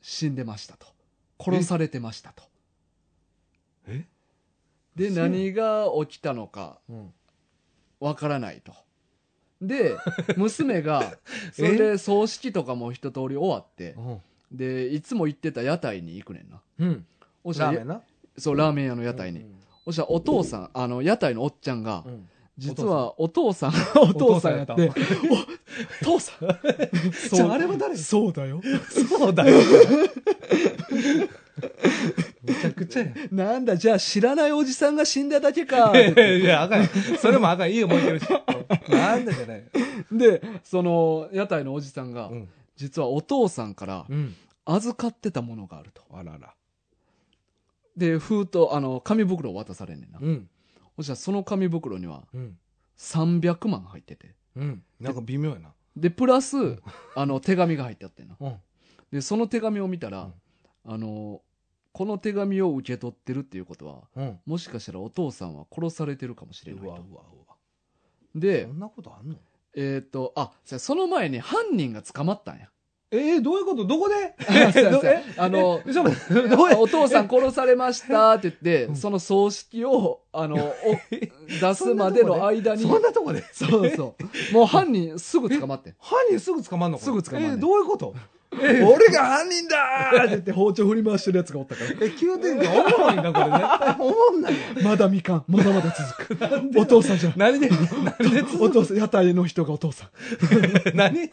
Speaker 2: 死んでましたと殺されてましたと
Speaker 3: え
Speaker 2: で
Speaker 3: そう
Speaker 2: 何が起きたのか
Speaker 3: うん
Speaker 2: わからないと
Speaker 3: (laughs)
Speaker 2: で娘がそれで葬式とかも一通り終わってでいつも行ってた屋台に行くねんな
Speaker 3: うん
Speaker 2: おしゃ
Speaker 3: ラーメンな
Speaker 2: そうラーメン屋の屋台に、おしゃお父さんあの屋台のおっちゃんが、
Speaker 3: うんうん
Speaker 2: 実はお父さん (laughs) お父さんやって
Speaker 3: お
Speaker 2: お父さんそう
Speaker 3: じゃああれは誰
Speaker 2: そうだよ
Speaker 3: そうだよめちゃくちゃや
Speaker 2: なんだじゃあ知らないおじさんが死んだだけ (laughs) か
Speaker 3: (laughs) いやあかんそれもあかん家燃えてるしなんだじゃない
Speaker 2: でその屋台のおじさんが、
Speaker 3: ん
Speaker 2: 実はお父さんから
Speaker 3: うん
Speaker 2: 預かってたものがあると
Speaker 3: あらら
Speaker 2: で封筒あの紙袋を渡されんねんな、
Speaker 3: うん
Speaker 2: そしたらその紙袋には
Speaker 3: うん
Speaker 2: 300万入ってて
Speaker 3: うんなんか微妙やな
Speaker 2: でプラスあの手紙が入ってあってんな
Speaker 3: うん
Speaker 2: でその手紙を見たら、
Speaker 3: うん
Speaker 2: あのこの手紙を受け取ってるっていうことは
Speaker 3: うん
Speaker 2: もしかしたらお父さんは殺されてるかもしれないう
Speaker 3: わうわ
Speaker 2: と
Speaker 3: うわ
Speaker 2: で
Speaker 3: そんなことあんの
Speaker 2: えっ、とあそやその前に犯人が捕まったんや
Speaker 3: えー、どういうことどこで
Speaker 2: (laughs) そうやそうや
Speaker 3: え
Speaker 2: あの
Speaker 3: えちょっと待ってどこで
Speaker 2: (laughs) お父さん殺されましたって言って、
Speaker 3: うん
Speaker 2: その葬式をあ (laughs) のお出すまでの間に
Speaker 3: そんなとこで
Speaker 2: そう
Speaker 3: う。
Speaker 2: そうもう犯人すぐ捕まってん
Speaker 3: 犯人すぐ捕まんのこれ
Speaker 2: すぐ捕まんねん
Speaker 3: えーどういうことえー俺が犯人だー
Speaker 2: って言って包丁振り回してるやつがおったから
Speaker 3: (laughs) え、急転換おもろいな、これ (laughs) 絶対おもんないよ。
Speaker 2: まだみかん、まだまだ (laughs) 続く。お父さんじゃん。
Speaker 3: 何で、何で
Speaker 2: お父さん、屋台の人がお父さん。
Speaker 3: (laughs) 何や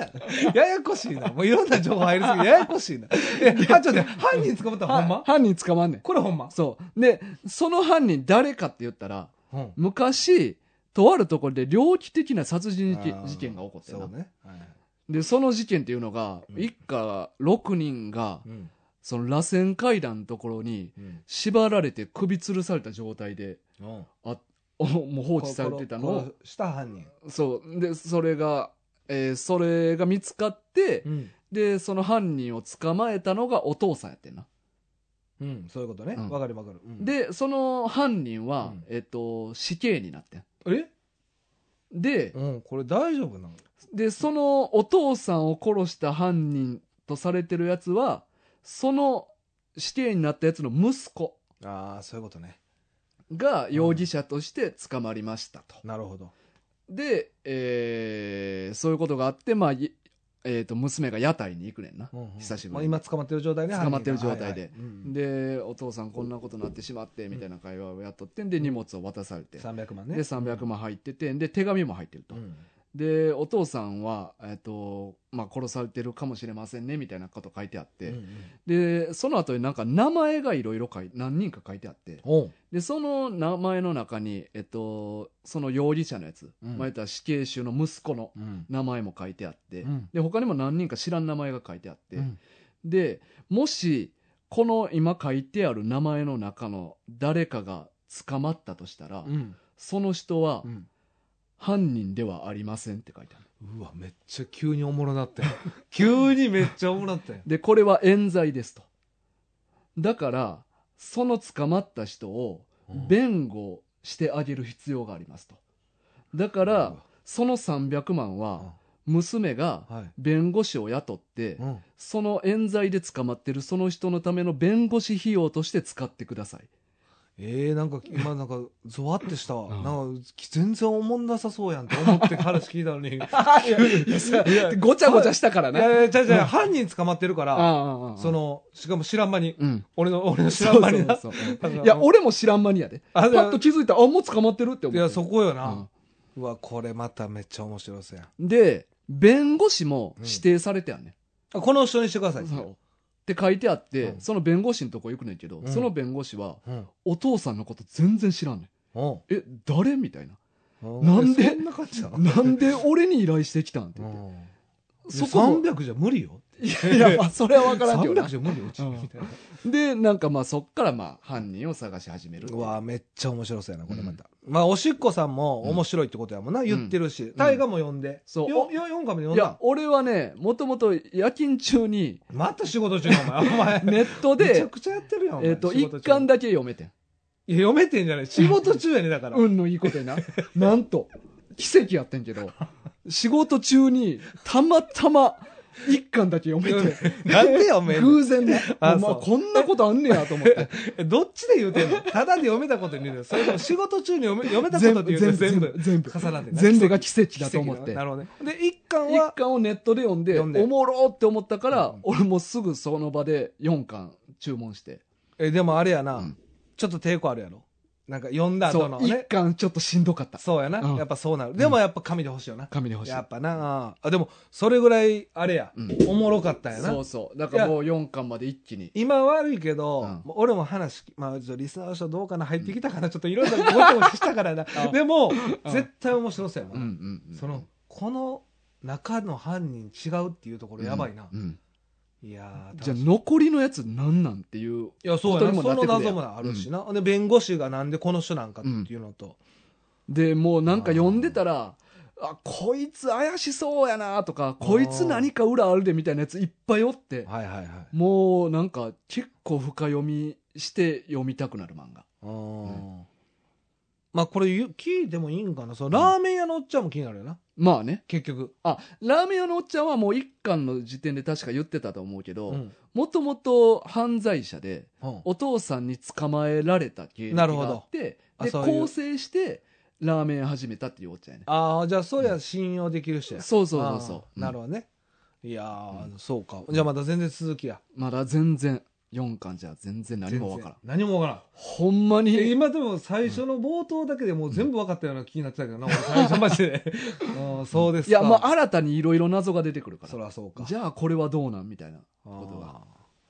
Speaker 3: ややこしいな。もういろんな情報入りすぎて、ややこしいな。え、はちょっと待って犯人捕まったらほん
Speaker 2: は
Speaker 3: ま
Speaker 2: 犯人捕まんねん。
Speaker 3: これほんま
Speaker 2: そう。で、その犯人誰かって言ったら、
Speaker 3: うん。
Speaker 2: 昔、とあるところで猟奇的な殺人事
Speaker 3: あ
Speaker 2: 件
Speaker 3: ー
Speaker 2: 事件が起こって
Speaker 3: そ
Speaker 2: な、
Speaker 3: うね。はい
Speaker 2: で、その事件っていうのが、一家6人が、
Speaker 3: うん。
Speaker 2: その螺旋階段のところに
Speaker 3: うん。
Speaker 2: 縛られて首吊るされた状態で、
Speaker 3: うん。
Speaker 2: おもう放置されてたの
Speaker 3: 殺した犯人。
Speaker 2: を、そう。で、それが、えーそれが見つかって、
Speaker 3: ん。
Speaker 2: で、その犯人を捕まえたのがお父さんやってんな。
Speaker 3: うん、そういうことね。
Speaker 2: うん
Speaker 3: わかるわかる。うん、
Speaker 2: で、その犯人は、
Speaker 3: うん
Speaker 2: えっと、死刑になってん。
Speaker 3: え
Speaker 2: で、
Speaker 3: うん、これ大丈夫なの
Speaker 2: で、そのお父さんを殺した犯人とされてるやつは、その死刑になったやつの息子
Speaker 3: ああ、そういうことね。
Speaker 2: が容疑者として捕まりましたと。
Speaker 3: なるほど。
Speaker 2: で、えーそういうことがあって、まあ、いえっ、と、娘が屋台に行くねんな。
Speaker 3: うんうん
Speaker 2: 久しぶりに
Speaker 3: まあ、今捕まってる状態ね。
Speaker 2: 捕まってる状態で
Speaker 3: 犯人がはいはいうん
Speaker 2: で、お父さんこんなことになってしまって、みたいな会話をやっとってんで、荷物を渡されて。
Speaker 3: 300万ね。
Speaker 2: で、300万入ってて、で、手紙も入ってると
Speaker 3: う。ん。
Speaker 2: で、お父さんは、えっ、と、まあ、殺されてるかもしれませんね、みたいなこと書いてあって。
Speaker 3: うんうん
Speaker 2: で、その後になんか名前がいろいろ書い、何人か書いてあって。
Speaker 3: おう
Speaker 2: で、その名前の中に、えっと、その容疑者のやつ、
Speaker 3: うん
Speaker 2: まあ言ったら死刑囚の息子の
Speaker 3: うん。
Speaker 2: 名前も書いてあって、
Speaker 3: うん
Speaker 2: で、他にも何人か知らん名前が書いてあって、
Speaker 3: うん
Speaker 2: で、もし、この今書いてある名前の中の誰かが捕まったとしたら、
Speaker 3: うん
Speaker 2: その人は
Speaker 3: うん
Speaker 2: 犯人ではありませんって書いてある。
Speaker 3: うわ、めっちゃ急におもろなったよ。急にめっちゃおもろなったよ。
Speaker 2: で、これは冤罪ですと。だから、その捕まった人を弁護してあげる必要がありますと。だか、
Speaker 3: から
Speaker 2: その300万は、娘が
Speaker 3: はい。
Speaker 2: 弁護士を雇って
Speaker 3: う、ん
Speaker 2: その冤罪で捕まってるその人のための弁護士費用として使ってください。
Speaker 3: えー、なんか今なんかゾワってしたわ、
Speaker 2: うん
Speaker 3: なんか全然思んなさそうやんって思って話聞いたのにいやいや
Speaker 2: ごちゃごちゃしたから
Speaker 3: い
Speaker 2: ね。
Speaker 3: やいやちゃうちゃう犯人捕まってるか
Speaker 2: あ
Speaker 3: ら
Speaker 2: あああ
Speaker 3: そ、のしかも知らん間に
Speaker 2: うん。
Speaker 3: 俺の俺の (laughs) 知らん間にな
Speaker 2: そうそう
Speaker 3: あ
Speaker 2: そう
Speaker 3: の
Speaker 2: いや、俺も知らん間にやで。
Speaker 3: あ
Speaker 2: パ
Speaker 3: でも
Speaker 2: ッと気づいたら、あ、もう捕まってるって思っ
Speaker 3: い
Speaker 2: て。
Speaker 3: やそこよ
Speaker 2: う
Speaker 3: な、うわこれまためっちゃ面白そうやん
Speaker 2: んで、弁護士も指定されてやんね。
Speaker 3: あこの人にしてください
Speaker 2: そうって書いてあって、
Speaker 3: うん
Speaker 2: その弁護士のとこ行くねんけど、
Speaker 3: うん
Speaker 2: その弁護士は、
Speaker 3: うん
Speaker 2: お父さんのこと全然知らんねん。
Speaker 3: お
Speaker 2: え、誰みたいな。
Speaker 3: う
Speaker 2: なんで
Speaker 3: えそんな感 (laughs) じなの
Speaker 2: なんで俺に依頼してきたんって
Speaker 3: う
Speaker 2: 言って。
Speaker 3: ん
Speaker 2: そ
Speaker 3: そ
Speaker 2: こも
Speaker 3: 300じゃ無理よ
Speaker 2: いやいや、まあ、それは分からんけど
Speaker 3: 300
Speaker 2: な
Speaker 3: じ。ゃ無理ようち、
Speaker 2: うん
Speaker 3: みたいな
Speaker 2: で、なんかまあ、そっからまあ、犯人を探し始めるっていう
Speaker 3: うわめっちゃ面白そうやなこれまた、まあおしっこさんも面白いってことやもんな、言ってるし大河も呼んで、
Speaker 2: そう
Speaker 3: よよ四回も呼ん
Speaker 2: い
Speaker 3: だ
Speaker 2: や、俺はね、もともと夜勤中に、
Speaker 3: また仕事中のお前お前
Speaker 2: ネット
Speaker 3: めちゃ
Speaker 2: (laughs) で、
Speaker 3: くちゃやってるやんお前
Speaker 2: えっと、
Speaker 3: 仕事中
Speaker 2: 一巻だけ読めてん。
Speaker 3: いや読めてんじゃない仕事中やねだから、
Speaker 2: 運のいいことにな。なんと、奇跡やってんけど、仕事中に、たまたま、一巻だけ読めて
Speaker 3: なんで読めんの
Speaker 2: 偶然ね。
Speaker 3: あ
Speaker 2: お前
Speaker 3: そう
Speaker 2: こんなことあんねやと思
Speaker 3: (laughs)
Speaker 2: って。
Speaker 3: え (laughs) どっちで言うてんのただで読めたことに言うてんのそれとも仕事中に読め読めた
Speaker 2: 全
Speaker 3: こと
Speaker 2: 部、
Speaker 3: って言
Speaker 2: 全
Speaker 3: うて
Speaker 2: 部、
Speaker 3: んの
Speaker 2: 全
Speaker 3: 全部
Speaker 2: 部、全部。
Speaker 3: 重なってんな
Speaker 2: 全部が奇跡
Speaker 3: 奇
Speaker 2: だ
Speaker 3: 跡
Speaker 2: と
Speaker 3: の
Speaker 2: 思って。
Speaker 3: なるほどねで一巻
Speaker 2: 一
Speaker 3: は
Speaker 2: 巻をネットで読んで、
Speaker 3: 読んで
Speaker 2: おもろーって思ったから、
Speaker 3: うん
Speaker 2: 俺もすぐその場で4巻注文して。
Speaker 3: えでもあれやな、
Speaker 2: うん
Speaker 3: ちょっと抵抗あるやろなんか読んだ
Speaker 2: そ
Speaker 3: 後
Speaker 2: う
Speaker 3: の、
Speaker 2: 1
Speaker 3: ね
Speaker 2: 巻ちょっとしんどかった。
Speaker 3: そうやな、
Speaker 2: うん
Speaker 3: やっぱそうなるでもやっぱ紙で欲しいよな、
Speaker 2: 紙で欲しい
Speaker 3: や。っぱなあでもそれぐらいあれや、
Speaker 2: うん
Speaker 3: おもろかったんや
Speaker 2: そ
Speaker 3: な
Speaker 2: うそう。だからもう4巻まで一気に。
Speaker 3: 今悪いけど、
Speaker 2: うん
Speaker 3: もう俺も話聞き、まあ、ちょっとリスナーの人どうかな入ってきたかな、ちょっといろいろごちゃごちゃしたからな
Speaker 2: (laughs) あ
Speaker 3: でも、
Speaker 2: うん
Speaker 3: 絶対面白そうやも
Speaker 2: うん
Speaker 3: ん、
Speaker 2: うんうん。
Speaker 3: そのこの中の犯人違うっていうとこ
Speaker 2: う
Speaker 3: ろ
Speaker 2: ん、
Speaker 3: やばいな、
Speaker 2: うん
Speaker 3: いやー
Speaker 2: じゃあ
Speaker 3: 楽し
Speaker 2: 残りのやつなんなんっていう。
Speaker 3: いやそうやな
Speaker 2: ことにもな
Speaker 3: そ
Speaker 2: って
Speaker 3: の
Speaker 2: くるやん
Speaker 3: 謎もあるしな、で弁護士がなんでこの人なんかっていうのと、
Speaker 2: で、もうなんか読んでたら、あ、こいつ怪しそうやなとか、こいつ何か裏あるでみたいなやついっぱいおって、
Speaker 3: はいはいはい
Speaker 2: もうなんか結構深読みして読みたくなる漫画。
Speaker 3: あー、
Speaker 2: ん
Speaker 3: まあこれ言う聞いてもいいんかなそのラーメン屋のおっちゃんも気になるよな
Speaker 2: まあね。
Speaker 3: 結局、
Speaker 2: あ、ラーメン屋のおっちゃんはもう一巻の時点で確か言ってたと思うけど、
Speaker 3: うん
Speaker 2: もともと犯罪者で、
Speaker 3: うん
Speaker 2: お父さんに捕まえられた経歴が
Speaker 3: なるほど
Speaker 2: あって、
Speaker 3: あ
Speaker 2: で、
Speaker 3: そういう
Speaker 2: 更生して、ラーメン始めたっていうおっちゃんやね。
Speaker 3: ああ、じゃあ、そうや、信用できる人や。
Speaker 2: そうそうそう
Speaker 3: あ
Speaker 2: そ
Speaker 3: ー
Speaker 2: う。
Speaker 3: なる
Speaker 2: ほ
Speaker 3: ほどね。いやー、そうか。じゃあ、まだ全然続きや。
Speaker 2: ど。まだ全然、4巻じゃ全然何もわからん。
Speaker 3: 全然。何もわか
Speaker 2: ほんま
Speaker 3: らん。いや
Speaker 2: に、
Speaker 3: 今でも最初の冒頭だけでもう全部わかったような気になってたけどな、俺最初マジで。
Speaker 2: (laughs)
Speaker 3: うん、そうですか。
Speaker 2: いや、まあ新たにいろいろ謎が出てくるか
Speaker 3: そ
Speaker 2: ら。
Speaker 3: らそうか。
Speaker 2: じゃあこれはどうなんみたいな
Speaker 3: あ
Speaker 2: こ
Speaker 3: ー
Speaker 2: とが。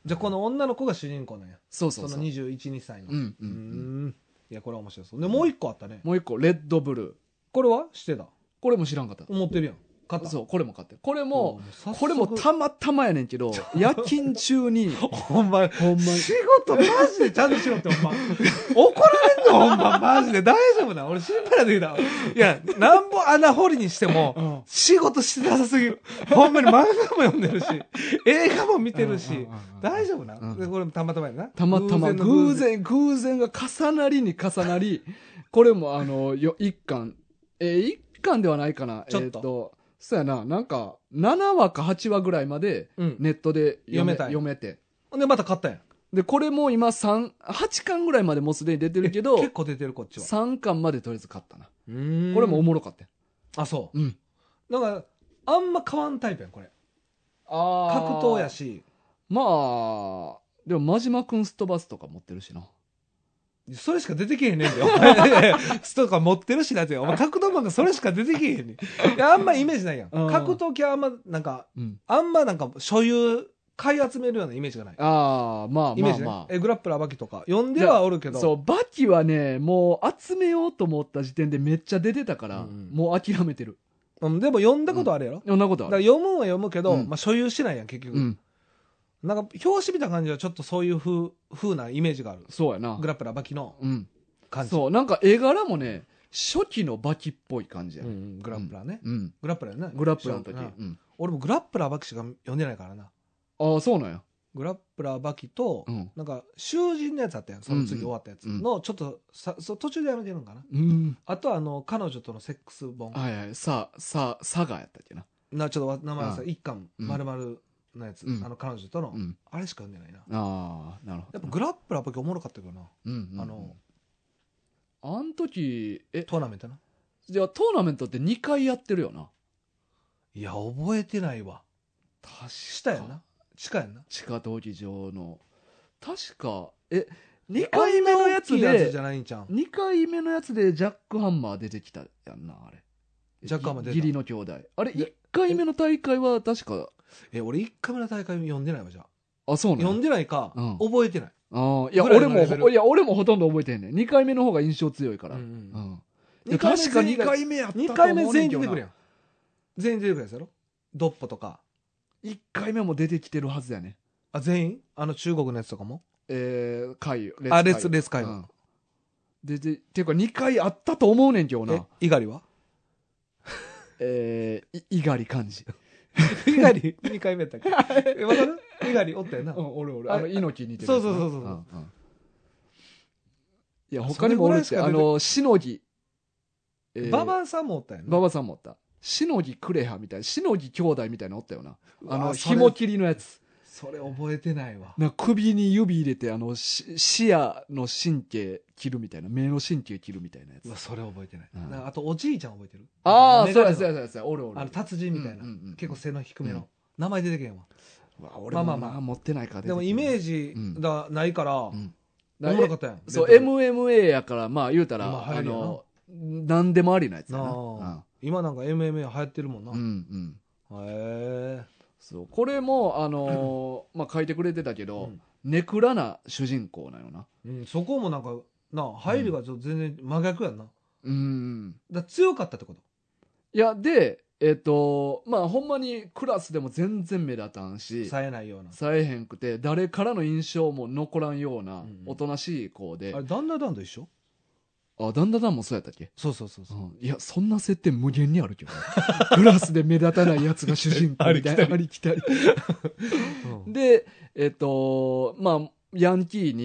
Speaker 3: じゃあ、この女の子が主人公なんや。
Speaker 2: そうそ
Speaker 3: そう
Speaker 2: そ
Speaker 3: の
Speaker 2: う。
Speaker 3: 21、2歳の。
Speaker 2: う
Speaker 3: うん
Speaker 2: うんう
Speaker 3: ー
Speaker 2: ん。
Speaker 3: ん。いや、これは面白そう。で、もう一個あったね。
Speaker 2: もう一個、レッドブルー。
Speaker 3: これはしてた。
Speaker 2: これも知らんかった。
Speaker 3: 思ってるやん。買った
Speaker 2: そう、これも買ってる。これも、
Speaker 3: うん
Speaker 2: これも
Speaker 3: 早速
Speaker 2: たまたまやねんけど、夜勤中に、
Speaker 3: (laughs) ほんま
Speaker 2: ほんまに
Speaker 3: 仕事マジでちゃんとしろってほんま (laughs) 怒られんぞほんまマジで大丈夫な俺心配な時だいやなんぼ穴掘りにしても、
Speaker 2: うん
Speaker 3: 仕事してなさすぎるほんまに漫画も読んで (laughs) るし映画も見てるし、
Speaker 2: うんうんうんうん
Speaker 3: 大丈夫な、
Speaker 2: うん
Speaker 3: でこれもたまたまやな
Speaker 2: たまたま
Speaker 3: の
Speaker 2: 偶然、偶然が重なりに重なり、これもあの、よ、一巻、えー一巻ではないかな。
Speaker 3: ちょっと
Speaker 2: えーそうやな、なんか、7話か8話ぐらいまで、
Speaker 3: うん
Speaker 2: ネットで読め
Speaker 3: 読めたんや
Speaker 2: 読めて。
Speaker 3: でまた買ったやん
Speaker 2: で、これも今3、8巻ぐらいまでもうすでに出てるけど、
Speaker 3: 結構出てるこっちは
Speaker 2: 3巻までとりあえず買ったな。
Speaker 3: こ
Speaker 2: こ
Speaker 3: れ
Speaker 2: れもおもろかったよ。
Speaker 3: あそ
Speaker 2: うん。
Speaker 3: うだからあんま変わんタイプやんこれ
Speaker 2: あ
Speaker 3: 格闘や
Speaker 2: し。
Speaker 3: し
Speaker 2: まあ、でも、真島くんすっ飛ばすとか持ってるしな。
Speaker 3: それしか出てけえへんねんで、お
Speaker 2: (laughs)
Speaker 3: 前。とか持ってるしだって、お前格闘漫画それしか出てけえへんねんいや。あんまイメージないやん。
Speaker 2: うん
Speaker 3: 格闘系あんま、なんか、
Speaker 2: うん。
Speaker 3: あんまなんか所有、買い集めるようなイメージがない。
Speaker 2: ああ、まあ
Speaker 3: イ
Speaker 2: ま
Speaker 3: メー
Speaker 2: あ
Speaker 3: ジね。
Speaker 2: まあ。
Speaker 3: え、グラップラーバキとか、呼んではおるけど。
Speaker 2: そう、バキはね、もう集めようと思った時点でめっちゃ出てたから、
Speaker 3: うんうん
Speaker 2: もう諦めてる。
Speaker 3: うんでも呼んだことあるやろ。
Speaker 2: そんなこと
Speaker 3: だ
Speaker 2: あ
Speaker 3: から
Speaker 2: る。
Speaker 3: 読むんは読むけど、
Speaker 2: うん
Speaker 3: まあ所有してないやん、結局。
Speaker 2: うん。
Speaker 3: なんか、表紙見た感じはちょっとそういう風、風なイメージがある。
Speaker 2: そうやな
Speaker 3: グ。ラップラーバキの
Speaker 2: うん。
Speaker 3: 感じ。
Speaker 2: そう、なんか絵柄もね、初期のバキっぽい感じや
Speaker 3: うんう
Speaker 2: ね。
Speaker 3: んグラップラーね。
Speaker 2: うん。
Speaker 3: グラップラーやね。
Speaker 2: グラップラーの時。
Speaker 3: う
Speaker 2: うんん。
Speaker 3: 俺もグラップラーバキしか読んでないからな。
Speaker 2: ああ、そうなんや。
Speaker 3: グラップラーバキと、
Speaker 2: うん
Speaker 3: なんか囚人のやつあったやんその次終わったやつ
Speaker 2: うんうん
Speaker 3: のちょっとさそう途中でやめてるのかな
Speaker 2: うん。
Speaker 3: あとはあの彼女とのセックス本
Speaker 2: はいはい。さ、さ、サガやったっけな。
Speaker 3: なちょっと名前さ
Speaker 2: うん
Speaker 3: 一巻
Speaker 2: うん
Speaker 3: 丸々のやつ、
Speaker 2: うん
Speaker 3: あの彼女との、
Speaker 2: うん。
Speaker 3: あれしか読んでないな
Speaker 2: ああ、なるほど
Speaker 3: やっぱ
Speaker 2: な。
Speaker 3: グラップラーバキおもろかったけどな
Speaker 2: うんうん。
Speaker 3: あの、
Speaker 2: あん時、え、
Speaker 3: トーナメントな
Speaker 2: じゃあトーナメントって2回やってるよな。
Speaker 3: いや覚えてないわ
Speaker 2: 確か
Speaker 3: したやんな地下やんな
Speaker 2: 地下闘技場の確かえ2
Speaker 3: あ
Speaker 2: 回
Speaker 3: ん
Speaker 2: 目
Speaker 3: な
Speaker 2: のや
Speaker 3: 大
Speaker 2: つ
Speaker 3: きいやつじ
Speaker 2: で
Speaker 3: ゃないんちゃうん
Speaker 2: 2回目のやつでジャックハンマー出てきたやんなあれ
Speaker 3: ジャックハンマー出た
Speaker 2: 義理の兄弟あれ
Speaker 3: で
Speaker 2: 1回目の大会は確か
Speaker 3: え俺一回目の大会読んでないわじゃあ
Speaker 2: あそうな
Speaker 3: 読ん
Speaker 2: の
Speaker 3: でないか、
Speaker 2: うん
Speaker 3: 覚えてない
Speaker 2: あーいや
Speaker 3: ぐらいの
Speaker 2: 俺
Speaker 3: レベル
Speaker 2: もいや俺もほとんど覚えてへんねん2回目の方が印象強いから、
Speaker 3: うんうん
Speaker 2: うんいや確か2回目やったと思
Speaker 3: 2
Speaker 2: う
Speaker 3: 回目
Speaker 2: ねん
Speaker 3: 全員出て
Speaker 2: け
Speaker 3: く
Speaker 2: どな
Speaker 3: るやん全員出てくるやつやろドッポとか
Speaker 2: 1回目も出てきてるはずやね
Speaker 3: あ全員あの中国のやつとかも
Speaker 2: えー、回レ
Speaker 3: あレスレス会
Speaker 2: う
Speaker 3: 話
Speaker 2: ん、ででっていうか2回あったと思うねんけど
Speaker 3: え
Speaker 2: な
Speaker 3: 猪
Speaker 2: (laughs)
Speaker 3: 狩は
Speaker 2: えー、いいがり感じ
Speaker 3: 猪狩2回目やった
Speaker 2: (laughs)
Speaker 3: っけえわかる猪狩おったよな
Speaker 2: うん、俺俺。
Speaker 3: あ
Speaker 2: あ
Speaker 3: れ
Speaker 2: の、猪木似てる。
Speaker 3: そうそうそうそうん
Speaker 2: んいや、他にもおるっ
Speaker 3: そ
Speaker 2: て、
Speaker 3: れぐ
Speaker 2: あ
Speaker 3: らいしか出て
Speaker 2: の、しのぎ。えー
Speaker 3: 馬場さんもおったよな
Speaker 2: 馬場さんもおった。しのぎクレハみたいな、しのぎ兄弟みたいなのおったよな。
Speaker 3: うわ
Speaker 2: あの、
Speaker 3: それ
Speaker 2: 紐切りのやつ。
Speaker 3: それ覚えてないわ
Speaker 2: なんか首に指入れて、あの、し視野の神経切るみたいな、目の神経切るみたいなやつ
Speaker 3: うわ。それ覚えてない、
Speaker 2: うん
Speaker 3: なんかあとおじいちゃん覚えてる
Speaker 2: ああ、
Speaker 3: メ
Speaker 2: そう
Speaker 3: ガネ
Speaker 2: や
Speaker 3: の
Speaker 2: そうやそうやそうや、おるおる。
Speaker 3: あの達人みたいな、
Speaker 2: うんうんうん
Speaker 3: 結構背の低めの、
Speaker 2: うん
Speaker 3: 名前出てけへんわ
Speaker 2: うわ俺も
Speaker 3: ま
Speaker 2: ま
Speaker 3: あ
Speaker 2: あま
Speaker 3: まあ
Speaker 2: あ
Speaker 3: まあ
Speaker 2: 持ってないから
Speaker 3: でもイメー
Speaker 2: ジ。
Speaker 3: ジ
Speaker 2: うん
Speaker 3: がないから、
Speaker 2: うん
Speaker 3: おもろかったやん
Speaker 2: そう、
Speaker 3: レッドブル
Speaker 2: MMA やから、まあ言うたら、
Speaker 3: まあ流行
Speaker 2: あ
Speaker 3: るよな
Speaker 2: の、何でもありなやつや
Speaker 3: な
Speaker 2: な。
Speaker 3: あ今なんか MMA 流行ってるもんな、
Speaker 2: うん、うんうん。
Speaker 3: へえ
Speaker 2: そう、これも、あ
Speaker 3: (clears throat)
Speaker 2: のーまあ書いてくれてたけど、
Speaker 3: うん
Speaker 2: ネクラな主人公なよな。
Speaker 3: うん、そこもなんかな入りがちょっと全然真逆やんな、だか
Speaker 2: うん。
Speaker 3: ら強かったってこと
Speaker 2: いや、で、えっ、と、まあほんまにクラスでも全然目立たんし、
Speaker 3: 冴えないような
Speaker 2: さえへんくて、誰からの印象も残らんよう
Speaker 3: う、
Speaker 2: なんおとなしい子で、
Speaker 3: あれ旦那団と一緒
Speaker 2: あ、だんだんだんもそうやったっけ
Speaker 3: そうそうそう
Speaker 2: う
Speaker 3: うん
Speaker 2: いや、そんな設定無限にあるけどね。 (laughs) クラスで目立たないやつが主人公みたい (laughs) な。ありきたり。
Speaker 3: ん
Speaker 2: で、えっ、と、まあ、ヤンキー
Speaker 3: う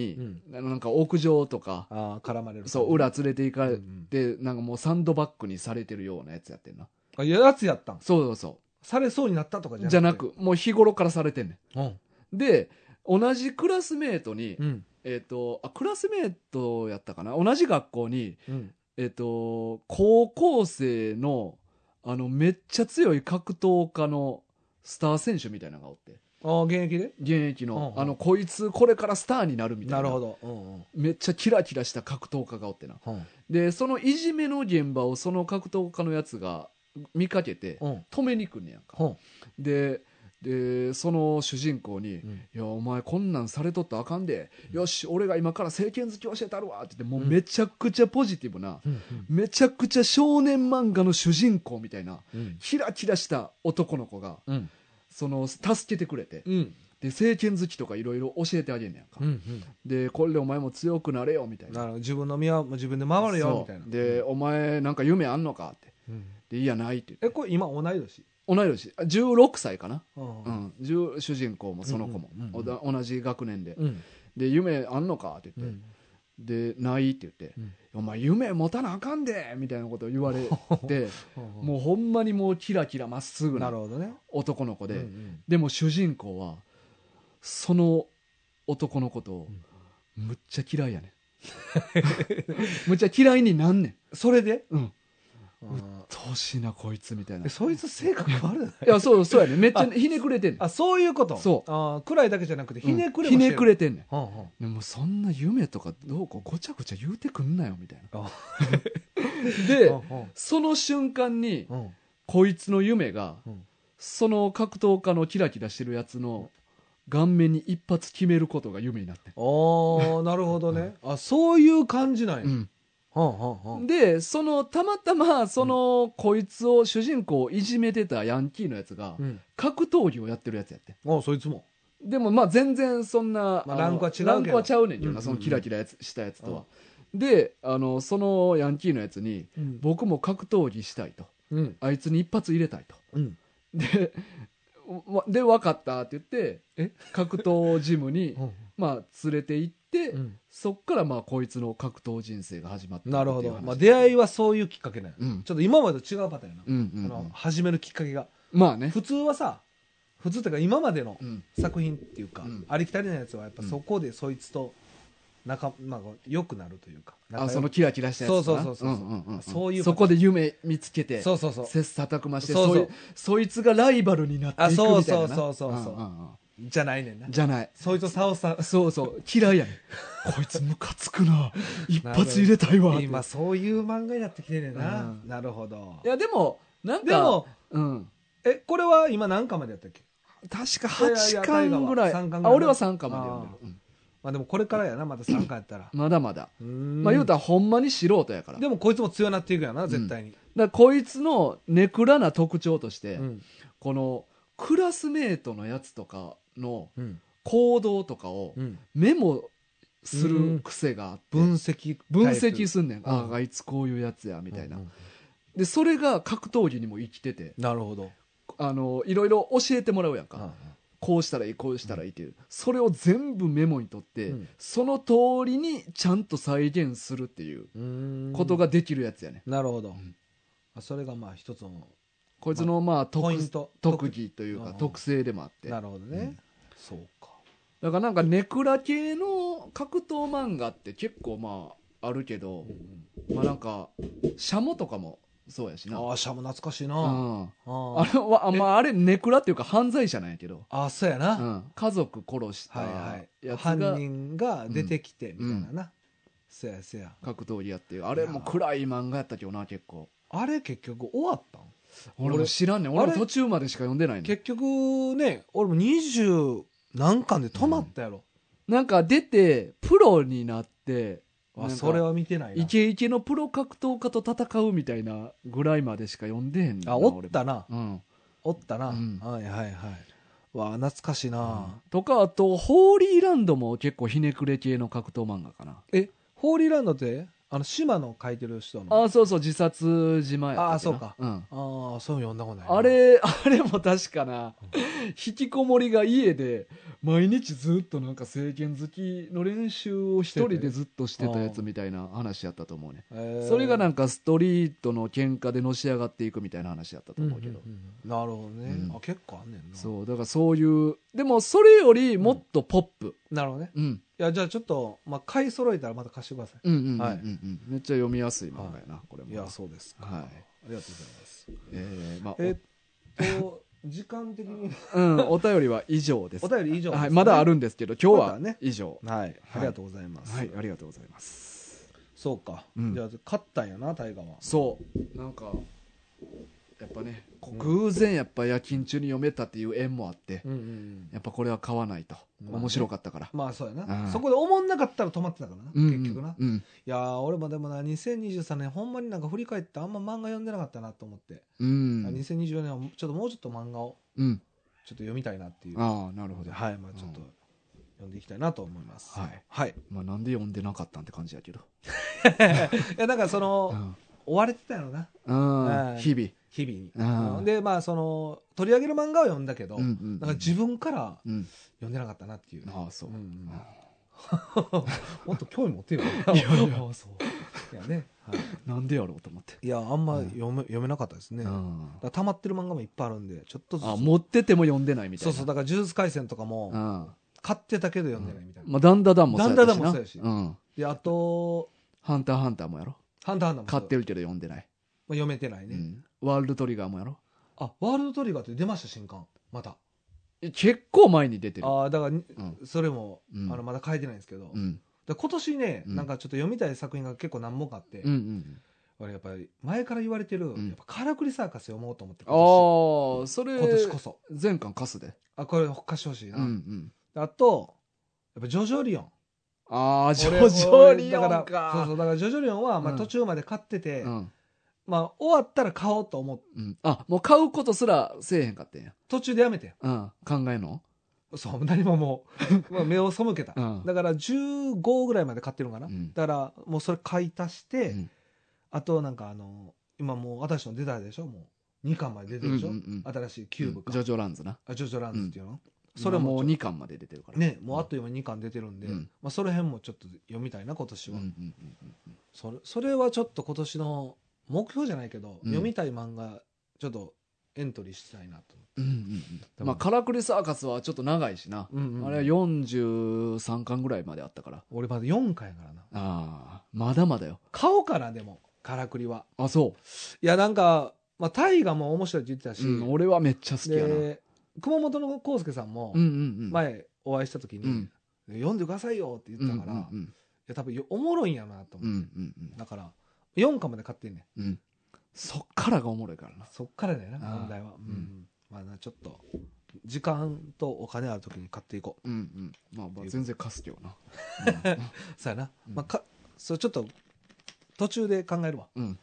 Speaker 2: に、
Speaker 3: ん
Speaker 2: なんか屋上とか、
Speaker 3: ああ絡まれる
Speaker 2: そう、裏連れて行か
Speaker 3: うん
Speaker 2: れ
Speaker 3: うん
Speaker 2: て、なんかもうサンドバッグにされてるようなやつやってんな。
Speaker 3: あやつやったん
Speaker 2: そうそうそ
Speaker 3: されそうになったとか
Speaker 2: う。
Speaker 3: じゃなく
Speaker 2: じゃなく、もう日頃からされてんね
Speaker 3: うん
Speaker 2: ん。で、同じクラスメートに、
Speaker 3: うん
Speaker 2: えっ、とあ、クラスメートやったかな同じ学校に、
Speaker 3: うん
Speaker 2: えっ、と、高校生の、あの、めっちゃ強い格闘家のスター選手みたいなのがおって。
Speaker 3: ああ現役で
Speaker 2: 現役の、
Speaker 3: うんうん
Speaker 2: あの、こいつこれからスターになるみたいな。
Speaker 3: なるほどうんうん
Speaker 2: めっちゃキラキラした格闘家がおってな。
Speaker 3: うん
Speaker 2: で、そのいじめの現場をその格闘家のやつが見かけて、
Speaker 3: うん
Speaker 2: 止めに来んねやんか。
Speaker 3: うん
Speaker 2: で、でその主人公に「いやお前こんなんされとったらあかんで、よし俺が今から政権好き教えたるわ」って言ってもうめちゃくちゃポジティブな、めちゃくちゃ少年漫画の主人公みたいなキラキラした男の子がその助けてくれてで政権好きとかいろいろ教えてあげんねやんか、でこれでお前も強くなれよみたいな
Speaker 3: なるほど自分の身は自分で回るよみたいな
Speaker 2: そうで、お前なんか夢あんのかってでいやないって言って
Speaker 3: えこれ今同い年
Speaker 2: 同い年あ16歳かな
Speaker 3: うん
Speaker 2: うん、10主人公もその子も、
Speaker 3: うんうんうんうん
Speaker 2: おだ同じ学年で
Speaker 3: うん
Speaker 2: 「で夢あんのか?」って
Speaker 3: う
Speaker 2: 言って「で
Speaker 3: ん
Speaker 2: ない」って言って
Speaker 3: うん
Speaker 2: 「お前夢持たなあかんで」みたいなことを言われ
Speaker 3: (laughs)
Speaker 2: て
Speaker 3: も
Speaker 2: もうほんまにもうキラキラまっす
Speaker 3: う
Speaker 2: ぐ
Speaker 3: な
Speaker 2: な
Speaker 3: るほどね
Speaker 2: 男の子で、
Speaker 3: うん
Speaker 2: でも主人公はその男のことをむっちゃ嫌いやねん (laughs) むっちゃ嫌いになんね
Speaker 3: それで
Speaker 2: んうん
Speaker 3: うん
Speaker 2: どうしいなこいつみたいな
Speaker 3: え
Speaker 2: い
Speaker 3: そいつ性格悪い
Speaker 2: やそうそうやねんめっちゃ
Speaker 3: あ
Speaker 2: ひねくれてんねん
Speaker 3: あそういうこと
Speaker 2: そう
Speaker 3: あー暗いだけじゃなくてひねくれ
Speaker 2: う
Speaker 3: も
Speaker 2: んひ
Speaker 3: してる
Speaker 2: ねくれてんねん
Speaker 3: はんはん
Speaker 2: でもそんな夢とかどうこうごちゃごちゃ言うてくんなよみたいな (laughs)
Speaker 3: あ
Speaker 2: で
Speaker 3: はんはん
Speaker 2: その瞬間に
Speaker 3: うん
Speaker 2: こいつの夢が
Speaker 3: うん
Speaker 2: その格闘家のキラキラしてるやつの顔面に一発決めることが夢になってん
Speaker 3: あーなるほどねあそういう感じなんやはんはんは
Speaker 2: うん
Speaker 3: ん
Speaker 2: でそのたまたまそのこいつを主人公をいじめてたヤンキーのやつが
Speaker 3: うん
Speaker 2: 格闘技をやってるやつやってん
Speaker 3: あそいつも
Speaker 2: でもまあ全然そんな、
Speaker 3: まあ
Speaker 2: の
Speaker 3: ランクは違うけど
Speaker 2: ランクはちゃうねんけどな、
Speaker 3: うん
Speaker 2: そのキラキラやつしたやつとは、であのそのヤンキーのやつに
Speaker 3: うん
Speaker 2: 僕も格闘技したいと
Speaker 3: うん
Speaker 2: あいつに一発入れたいと
Speaker 3: うん
Speaker 2: でわで分かったって言って
Speaker 3: え
Speaker 2: 格闘ジム
Speaker 3: (laughs)
Speaker 2: にまあ連れて行って、
Speaker 3: うん
Speaker 2: そっからまあこいつの格闘人生が始まった
Speaker 3: なる
Speaker 2: っ
Speaker 3: ほど
Speaker 2: ていう話
Speaker 3: まあ出会いはそういうきっかけなんや
Speaker 2: うん
Speaker 3: ちょっと今までと違うパターンやな
Speaker 2: うんうん
Speaker 3: あ
Speaker 2: う
Speaker 3: の
Speaker 2: ん
Speaker 3: 始めるきっかけが
Speaker 2: まあね
Speaker 3: 普通はさ普通っていうか今までの
Speaker 2: うん
Speaker 3: 作品っていうか、
Speaker 2: うん
Speaker 3: ありきたりなやつはやっぱ
Speaker 2: うん
Speaker 3: そこでそいつと仲、まあ、良くなるというか
Speaker 2: あそ
Speaker 3: 仲
Speaker 2: の
Speaker 3: 良く
Speaker 2: キラキラしたやつとな
Speaker 3: そうそうそうそうん
Speaker 2: んんん
Speaker 3: そういう
Speaker 2: そこで夢見つけて
Speaker 3: そうそうそう
Speaker 2: 切磋琢磨して
Speaker 3: そ
Speaker 2: そ
Speaker 3: うそう
Speaker 2: いそいつがライバルになっていくみたいな
Speaker 3: あそうそうそうそうそうん
Speaker 2: んん
Speaker 3: じゃないねんな
Speaker 2: じゃない
Speaker 3: そいつを倒さ
Speaker 2: そうそう嫌いやね
Speaker 3: (laughs)
Speaker 2: んこいつムカつくな一発入れたいわって
Speaker 3: 今そういう漫画になってきてんねんな、
Speaker 2: うん
Speaker 3: なるほど
Speaker 2: いやでもなんか
Speaker 3: でも
Speaker 2: うん、
Speaker 3: えこれは今何巻までやったっけ、
Speaker 2: 確か
Speaker 3: いやいや
Speaker 2: 8
Speaker 3: 大河
Speaker 2: 巻
Speaker 3: は
Speaker 2: ぐらい
Speaker 3: 三巻ぐらい
Speaker 2: あ俺は3巻まで読んでる、
Speaker 3: まあ、でもこれからやなまた3巻やったら
Speaker 2: うんまだまだ、
Speaker 3: ま
Speaker 2: まあ言うたらほんまに素人やからだか
Speaker 3: でもこいつも強なっていくやな絶対に、
Speaker 2: らこいつのネクラな特徴として、
Speaker 3: うん
Speaker 2: このクラスメートのやつとかの
Speaker 3: うん
Speaker 2: 行動とかを
Speaker 3: うん
Speaker 2: メモす
Speaker 3: うん
Speaker 2: る癖があって、
Speaker 3: 分析
Speaker 2: 分析
Speaker 3: す
Speaker 2: すんねん、
Speaker 3: うん
Speaker 2: あああいつこういうやつやみたいな、
Speaker 3: うんうん
Speaker 2: でそれが格闘技にも生きてて
Speaker 3: なるほど
Speaker 2: あのいろいろ教えてもらうやんか、こうしたらいいこうしたらいいっていう、それを全部メモに取って、
Speaker 3: うん
Speaker 2: その通りにちゃんと再現するっていう
Speaker 3: うん
Speaker 2: ことができるやつやね、
Speaker 3: なるほど、
Speaker 2: ん
Speaker 3: あそれがまあ一つの
Speaker 2: こいつのまあ特
Speaker 3: ポイント
Speaker 2: 特技という
Speaker 3: う
Speaker 2: か
Speaker 3: ん
Speaker 2: 特性でもあって
Speaker 3: なるほどね、
Speaker 2: うん
Speaker 3: そうか
Speaker 2: だからなんかネクラ系の格闘漫画って結構まああるけど、まあなんかシャモとかもそうやしな、
Speaker 3: ああシャも懐かしいうな、
Speaker 2: ん、
Speaker 3: あ
Speaker 2: あれはあ,、まあ、あれネクラっていうか犯罪者なんやけど、
Speaker 3: あそうやな、
Speaker 2: うん、家族殺した
Speaker 3: はいは
Speaker 2: や
Speaker 3: い
Speaker 2: つが、
Speaker 3: 犯人が出てきてみたいなな、そやそや
Speaker 2: 格闘技やっていうあれも暗い漫画やったけどな結構
Speaker 3: あれ結局終わったん
Speaker 2: 俺も知らんねん
Speaker 3: 俺
Speaker 2: 俺も途中までしか読んでないねん
Speaker 3: 結局ね俺も二十何巻で止まったやろ、
Speaker 2: なんか出てプロになって
Speaker 3: あ
Speaker 2: なんか
Speaker 3: それは見てないな
Speaker 2: イケイケのプロ格闘家と戦うみたいなぐらいまでしか読んでへんねんな
Speaker 3: あおったな
Speaker 2: 俺も
Speaker 3: おったな、
Speaker 2: うん
Speaker 3: はいはいはいわあ懐かしい
Speaker 2: うん
Speaker 3: な、
Speaker 2: とかあとホーリーランドも結構ひねくれ系の格闘漫画かな
Speaker 3: えホーリーランドってあの島の書いてる人の
Speaker 2: あそうそう自殺島やったっけな
Speaker 3: あそうか
Speaker 2: うん
Speaker 3: あーそういうの読んだことないな
Speaker 2: あれ、 (laughs) あれも確かな、引きこもりが家で、毎日ずっとなんか政権好きの練習を一人でずっとしてたやつみたいな話やったと思うね。
Speaker 3: えー
Speaker 2: それがなんかストリートの喧嘩でのし上がっていくみたいな話やったと
Speaker 3: うんうん
Speaker 2: 思
Speaker 3: う
Speaker 2: うけど。
Speaker 3: んなるほどね、
Speaker 2: うん
Speaker 3: あ結構あんねんな
Speaker 2: そう、だからそういう、でもそれよりもっとポップ。
Speaker 3: なるほどね
Speaker 2: うん、
Speaker 3: いやじゃあちょっと、まあ、買い揃えたらまた貸してください
Speaker 2: うん、うんうんうん、
Speaker 3: はい
Speaker 2: うん。めっちゃ読みやすい漫画やな、これも。
Speaker 3: いやそうですか
Speaker 2: はい
Speaker 3: ありがとうございます
Speaker 2: えーまあ、
Speaker 3: えっと時間的に
Speaker 2: おうん、お便りは以上です。
Speaker 3: お便り以上ですね
Speaker 2: はい、まだあるんですけど、今日
Speaker 3: まだ
Speaker 2: は
Speaker 3: ね
Speaker 2: 以上。
Speaker 3: はいありがとうございます、
Speaker 2: はい、ありがとうございます。
Speaker 3: そうか、
Speaker 2: うん
Speaker 3: じゃあ勝ったんやな大河は
Speaker 2: そうなんかえやっぱね、こう
Speaker 3: うん
Speaker 2: 偶然やっぱ夜勤中に読めたっていう縁もあって、
Speaker 3: うんうん
Speaker 2: やっぱこれは買わないと。
Speaker 3: まあね
Speaker 2: 面白かったから。
Speaker 3: まあそうや
Speaker 2: う
Speaker 3: なんそこで思んなかったら止まってたからな
Speaker 2: うんうん
Speaker 3: 結局な
Speaker 2: うん。
Speaker 3: いやー俺もでもな2023年ほんまになんか振り返ってあんま漫画読んでなかったなと思って
Speaker 2: うん。
Speaker 3: 2024年はちょっともうちょっと漫画を
Speaker 2: うん。
Speaker 3: ちょっと読みたいなっていう
Speaker 2: ああ、なるほ
Speaker 3: ので
Speaker 2: ど。
Speaker 3: はいまあちょっと
Speaker 2: うん
Speaker 3: 読んでいきたいなと思います
Speaker 2: はい
Speaker 3: はい
Speaker 2: まあなんで読んでなかったんって感じやけど。
Speaker 3: いやなんかそうの
Speaker 2: ん
Speaker 3: 追われてたよな
Speaker 2: うん。
Speaker 3: い
Speaker 2: 日々。
Speaker 3: 日々に
Speaker 2: あー
Speaker 3: うんでまあその取り上げる漫画を読んだけど
Speaker 2: うんう
Speaker 3: なん
Speaker 2: ん
Speaker 3: か自分から
Speaker 2: うん。
Speaker 3: 読んでなかったなっていう
Speaker 2: ああ、そう
Speaker 3: うんう。ん
Speaker 2: あ
Speaker 3: もっと興味持って
Speaker 2: (laughs)
Speaker 3: よ
Speaker 2: いやいや
Speaker 3: ああそういやねはい
Speaker 2: なんでやろうと思って。
Speaker 3: いやあんま読め読めなかったですね
Speaker 2: う
Speaker 3: だか
Speaker 2: ん
Speaker 3: ら溜まってる漫画もいっぱいあるんでちょっとずつ
Speaker 2: あ、持ってても読んでないみたい
Speaker 3: そう
Speaker 2: な。
Speaker 3: そうだから「呪術廻戦」とか
Speaker 2: う
Speaker 3: も
Speaker 2: ん。
Speaker 3: 買ってたけど読んでないみたいな
Speaker 2: まあ、ダンダダンもそうやったしな。
Speaker 3: ダンダダンもそうやし
Speaker 2: ん。
Speaker 3: であと
Speaker 2: ハンターハンターもやろ。
Speaker 3: 「ハンターハンター」も
Speaker 2: 買ってるけど読んでない。
Speaker 3: まあ読めてないうね
Speaker 2: ん。ワールドトリガーもやろ。
Speaker 3: あワールドトリガーって出ました新刊また
Speaker 2: 結構前に出てる。
Speaker 3: ああだからに
Speaker 2: うん。
Speaker 3: それも
Speaker 2: うん
Speaker 3: あのまだ書いてないんですけど
Speaker 2: うん。
Speaker 3: で今年ね
Speaker 2: うん
Speaker 3: なんかちょっと読みたい作品が結構何本かあって
Speaker 2: うんうん。
Speaker 3: 俺やっぱり前から言われてる
Speaker 2: ん
Speaker 3: やっぱカラクリサーカス読もうと思って
Speaker 2: ああ
Speaker 3: 今年
Speaker 2: ー、それ、
Speaker 3: 今年こそ
Speaker 2: 前巻カスで。
Speaker 3: あこれほっかしてほしい
Speaker 2: うん
Speaker 3: な
Speaker 2: うん。
Speaker 3: あと、やっぱジョジョリオン。
Speaker 2: ああ、ジ
Speaker 3: 俺
Speaker 2: ョジョリオン
Speaker 3: 俺だ
Speaker 2: か。
Speaker 3: からそうそう、だからジョジョリオンは、まあ
Speaker 2: うん
Speaker 3: 途中まで買ってて、
Speaker 2: うん。
Speaker 3: まあ終わったら買おうと思って、
Speaker 2: うん。あ、もう買うことすらせえへんかってんや。
Speaker 3: 途中でやめてん
Speaker 2: うん。考えんの
Speaker 3: そう、何もも
Speaker 2: (laughs)
Speaker 3: う、まあ目を背けた。
Speaker 2: うん
Speaker 3: だから15ぐらいまで買ってるのかな。
Speaker 2: うん
Speaker 3: だからもうそれ買い足して、
Speaker 2: うん
Speaker 3: あとなんかあの、今もう私の出たでしょもう2巻まで出てるでしょ、
Speaker 2: うんうん
Speaker 3: 新しいキューブか、
Speaker 2: ジョジョランズな。
Speaker 3: あジョジョランズっていうの、
Speaker 2: そ
Speaker 3: そ
Speaker 2: れ
Speaker 3: れ
Speaker 2: も
Speaker 3: も
Speaker 2: う
Speaker 3: ちょ
Speaker 2: 2巻まで出てるから。
Speaker 3: ね、もうあっという間に2巻出てるんで、
Speaker 2: うん
Speaker 3: まあ、その辺もちょっと読みたいな今年
Speaker 2: うん
Speaker 3: は、
Speaker 2: うんうんうん
Speaker 3: それそれはちょっと今年の目標じゃないけ
Speaker 2: う
Speaker 3: ど、
Speaker 2: ん
Speaker 3: 読みたい漫画ちょっとエントリーしたいなと
Speaker 2: うんうんうん。まあ、カラクリサーカスはちょっと長いしな。
Speaker 3: 思って、
Speaker 2: あれは43巻ぐらいまであったから。
Speaker 3: 俺まだ4回からな
Speaker 2: ああ、まだまだよ。
Speaker 3: 買おうかなでもからくりは
Speaker 2: あ、そ
Speaker 3: いやなんか、まあ、大河も面白いって言ってたし、
Speaker 2: う。うん、俺はめっちゃ好きやな。うん
Speaker 3: で熊本の康介さんも
Speaker 2: うんうん。
Speaker 3: 前お会いした時に、
Speaker 2: うん
Speaker 3: 読んでくださいよって言ってたから、
Speaker 2: う
Speaker 3: い
Speaker 2: ん
Speaker 3: や多分よおもろいんやなと
Speaker 2: うんう
Speaker 3: 思っ
Speaker 2: ん
Speaker 3: て、
Speaker 2: うんうん
Speaker 3: だから4巻まで買ってんねん
Speaker 2: うんうん。そっからがおもろいからな。
Speaker 3: そっからだよな
Speaker 2: ああ
Speaker 3: 問題は、うん
Speaker 2: うん
Speaker 3: まあなちょっと時間とお金ある時に買っていこう
Speaker 2: うんうん。まあまあ、全然貸すけどな。
Speaker 3: そうやな、
Speaker 2: うん
Speaker 3: まあ、かそうちょっと途中で考えるわ
Speaker 2: うんうん。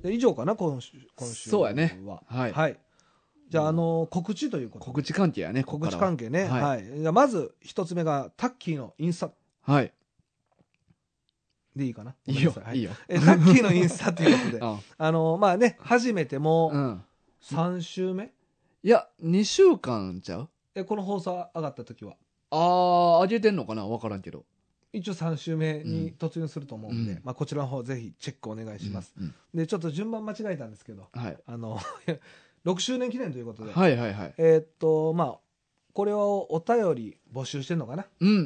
Speaker 3: で以上かな今週今週
Speaker 2: そうやね
Speaker 3: は
Speaker 2: はい
Speaker 3: じゃあ、あの告知ということ
Speaker 2: 告知関係やね、ここ
Speaker 3: 告
Speaker 2: か
Speaker 3: 知
Speaker 2: らは
Speaker 3: 関係ね
Speaker 2: は
Speaker 3: はいい、じゃあまず一つ目がタッキーのインスタ
Speaker 2: はい。
Speaker 3: でいいかなご
Speaker 2: い
Speaker 3: め
Speaker 2: い
Speaker 3: んな
Speaker 2: よ
Speaker 3: さ、はい
Speaker 2: いよ。
Speaker 3: えタッキーのインスタということで
Speaker 2: (laughs) あ
Speaker 3: あのまあね初めても
Speaker 2: う。
Speaker 3: うん3週目、
Speaker 2: いや、2週間ちゃう
Speaker 3: えこの放送上がった時は
Speaker 2: ああ、上げてんのかなわからんけど。
Speaker 3: 一応3週目
Speaker 2: う
Speaker 3: に
Speaker 2: ん
Speaker 3: 突入すると思うんで、
Speaker 2: うん
Speaker 3: まあ、こちらの方ぜひチェックお願いします、
Speaker 2: うん。
Speaker 3: でちょっと順番間違えたんですけど
Speaker 2: うんはい。
Speaker 3: あの (laughs) 6周年記念ということで、
Speaker 2: はいはいはい。
Speaker 3: えーっとまあこれをお便り募集してるのかな
Speaker 2: うんうんう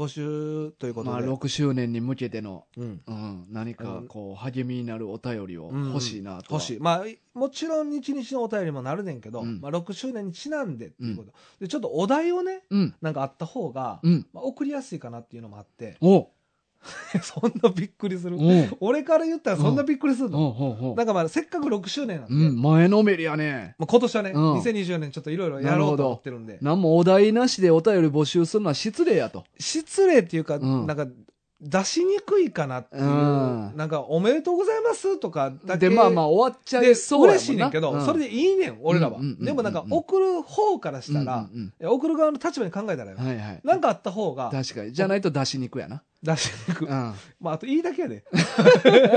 Speaker 2: ん
Speaker 3: 募集という
Speaker 2: う
Speaker 3: こ
Speaker 2: ん。ま
Speaker 3: と
Speaker 2: あ、
Speaker 3: で、
Speaker 2: 6周年に向けての、
Speaker 3: うん
Speaker 2: うん、何かこう、励みになるお便りを
Speaker 3: うん
Speaker 2: 欲しいなとは。
Speaker 3: 欲しいまあいもちろん日々のお便りもなるねんけど、
Speaker 2: うん
Speaker 3: まあ、6周年にちなんでっていうこと、でちょっとお題をね
Speaker 2: うん。
Speaker 3: なんかあった方が、
Speaker 2: うん。
Speaker 3: まあ、送りやすいかなっていうのもあって
Speaker 2: (laughs) お
Speaker 3: そん (laughs) なびっくりする
Speaker 2: おう
Speaker 3: 俺から言ったらそんなびっくりするの、
Speaker 2: おうほうほう
Speaker 3: なんかまあせっかく6周年なんで、
Speaker 2: うん、前のめりやね。
Speaker 3: まあ、今年はね、
Speaker 2: うん
Speaker 3: 2024年ちょっといろいろやろうと思ってるんで
Speaker 2: 何もお題なしでお便り募集するのは失礼やと。
Speaker 3: 失礼っていうか、
Speaker 2: うん
Speaker 3: なんか出しにくいかなっていう、
Speaker 2: うん
Speaker 3: なんか「おめでとうございます」とかだけ
Speaker 2: で、まあまあ終わっちゃ
Speaker 3: で
Speaker 2: いそうやもんな。
Speaker 3: 嬉しいねんけど、
Speaker 2: う
Speaker 3: それでいいねん俺らは、
Speaker 2: うんうんうんうん
Speaker 3: でもなんか送る方からしたら、
Speaker 2: うんうん
Speaker 3: いや送る側の立場に考えたらよ、
Speaker 2: うんはいはい。
Speaker 3: なんかあった方が
Speaker 2: 確かに。じゃないと出しにくやな。
Speaker 3: 出しにくい、
Speaker 2: うん。
Speaker 3: まああと言いだけやで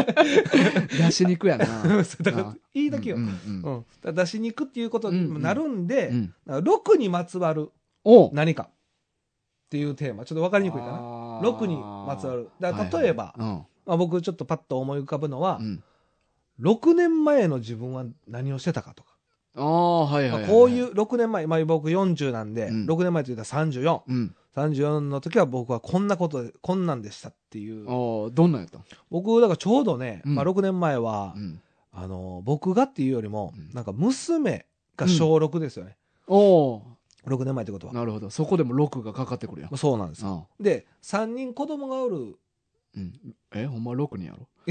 Speaker 2: 出しにくやな。
Speaker 3: そうだから (laughs) 言いだけよ、
Speaker 2: う
Speaker 3: うんん
Speaker 2: うんうん
Speaker 3: だから出しにくっていうことにもなるんで、
Speaker 2: うん
Speaker 3: なんか6にまつわる
Speaker 2: おう
Speaker 3: 何かっていうテーマちょっと分かりにくいかな
Speaker 2: な
Speaker 3: 6にまつわるだから例えば、まあ、僕ちょっとパッと思い浮かぶのは、
Speaker 2: うん。
Speaker 3: 6年前の自分は何をしてたかとか、
Speaker 2: ああ、はいはいはい。
Speaker 3: まあ、こういう。6年前、まあ、僕40なんで、
Speaker 2: うん
Speaker 3: 6年前というと3434
Speaker 2: うん。
Speaker 3: の時は僕はこんなことでこんなんでしたっていう
Speaker 2: ああ、どんなんやったん
Speaker 3: 僕だからちょうどね、
Speaker 2: うん
Speaker 3: まあ、6年前は、
Speaker 2: うん。
Speaker 3: あの僕がっていうよりも、
Speaker 2: うん
Speaker 3: なんか娘が小6ですよね、
Speaker 2: おう
Speaker 3: 6年前ってことは、ま
Speaker 2: なるほど。そこでも6がかかってくるやん。
Speaker 3: あそうなんですよ
Speaker 2: あ
Speaker 3: で3人子供がおる (laughs)
Speaker 2: うん。え、ほんま6人やろ (laughs)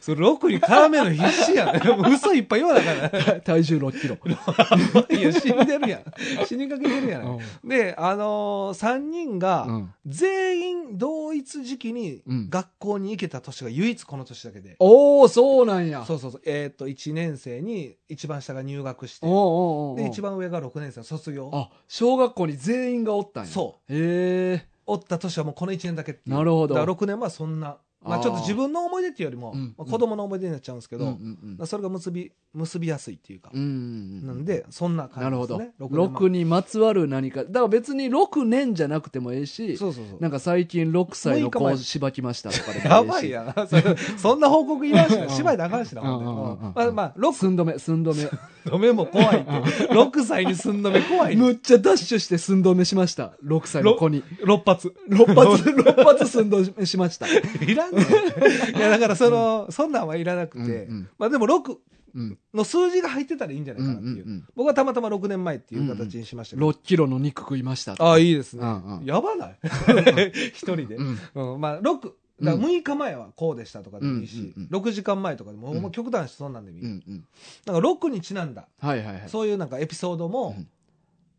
Speaker 3: それロックに絡めるの必死やん。もう嘘いっぱい言わなあか
Speaker 2: 体重6キロ。
Speaker 3: ら
Speaker 2: (laughs)
Speaker 3: な。いや、死んでるやん。死にかけてるやん。で、あのー、3人
Speaker 2: う
Speaker 3: が、
Speaker 2: ん
Speaker 3: 全員同一時期に
Speaker 2: うん
Speaker 3: 学校に行けた年が唯一この年だけで。
Speaker 2: おおそうなんや。
Speaker 3: そうそうそう。えっ、と、1年生に一番下が入学して、
Speaker 2: おうおうおうおう
Speaker 3: で、一番上が6年生の卒業。
Speaker 2: あ、小学校に全員がおったんや。
Speaker 3: そう。
Speaker 2: う。へえ。
Speaker 3: おった年はもうこの1年だけっていう
Speaker 2: なるほど
Speaker 3: だから6年はそんな、まあ、
Speaker 2: あー
Speaker 3: ちょっと自分の思い出っていうよりも、
Speaker 2: うん
Speaker 3: まあ子供の思い出になっちゃうんですけど、
Speaker 2: うんう
Speaker 3: だか
Speaker 2: ん
Speaker 3: らそれが結び結びやすいっていうか、
Speaker 2: うん。うん。
Speaker 3: なんでそんな
Speaker 2: な
Speaker 3: 感
Speaker 2: る
Speaker 3: じで
Speaker 2: ほ
Speaker 3: す
Speaker 2: ど
Speaker 3: ね。
Speaker 2: 6にまつわる何か。だから別に6年じゃなくてもええし、
Speaker 3: そうそうそう
Speaker 2: なんか最近6歳の子
Speaker 3: もういい
Speaker 2: を
Speaker 3: かも
Speaker 2: しばきましたとかでもええし。
Speaker 3: やばい。やんそれそんな報告いらんし
Speaker 2: う
Speaker 3: なん芝居であかんしなほんで
Speaker 2: うんうんうん
Speaker 3: うんまあまあ
Speaker 2: す
Speaker 3: 6
Speaker 2: んどめ、すんどめ。
Speaker 3: の目も怖いって6歳にすんの目怖い
Speaker 2: むっちゃダッシュして寸止めしました。6歳の子に。
Speaker 3: 6発
Speaker 2: 6発、6発 (laughs) 寸止めしました。
Speaker 3: いらんねんいやだからその、そんなんはいらなくて、
Speaker 2: うんうん
Speaker 3: まあでも6
Speaker 2: うん。
Speaker 3: の数字が入ってたらいいんじゃないかなっていう,、
Speaker 2: うんうんうん
Speaker 3: 僕はたまたま6年前っていう形にしましたけど、
Speaker 2: 6キロの肉食いました。
Speaker 3: ああいいですね、
Speaker 2: うんうん
Speaker 3: や
Speaker 2: (laughs)
Speaker 3: ばない一人で、
Speaker 2: うん。
Speaker 3: うんまあ、6だから6日前はこうでしたとかでもいいし、
Speaker 2: うんうん
Speaker 3: 6時間前とかでも、
Speaker 2: うん
Speaker 3: もう極端にそんなんでもいい、
Speaker 2: うんうん。
Speaker 3: なんか6にちなんだ、
Speaker 2: はいはいはい。
Speaker 3: そういうなんかエピソードも、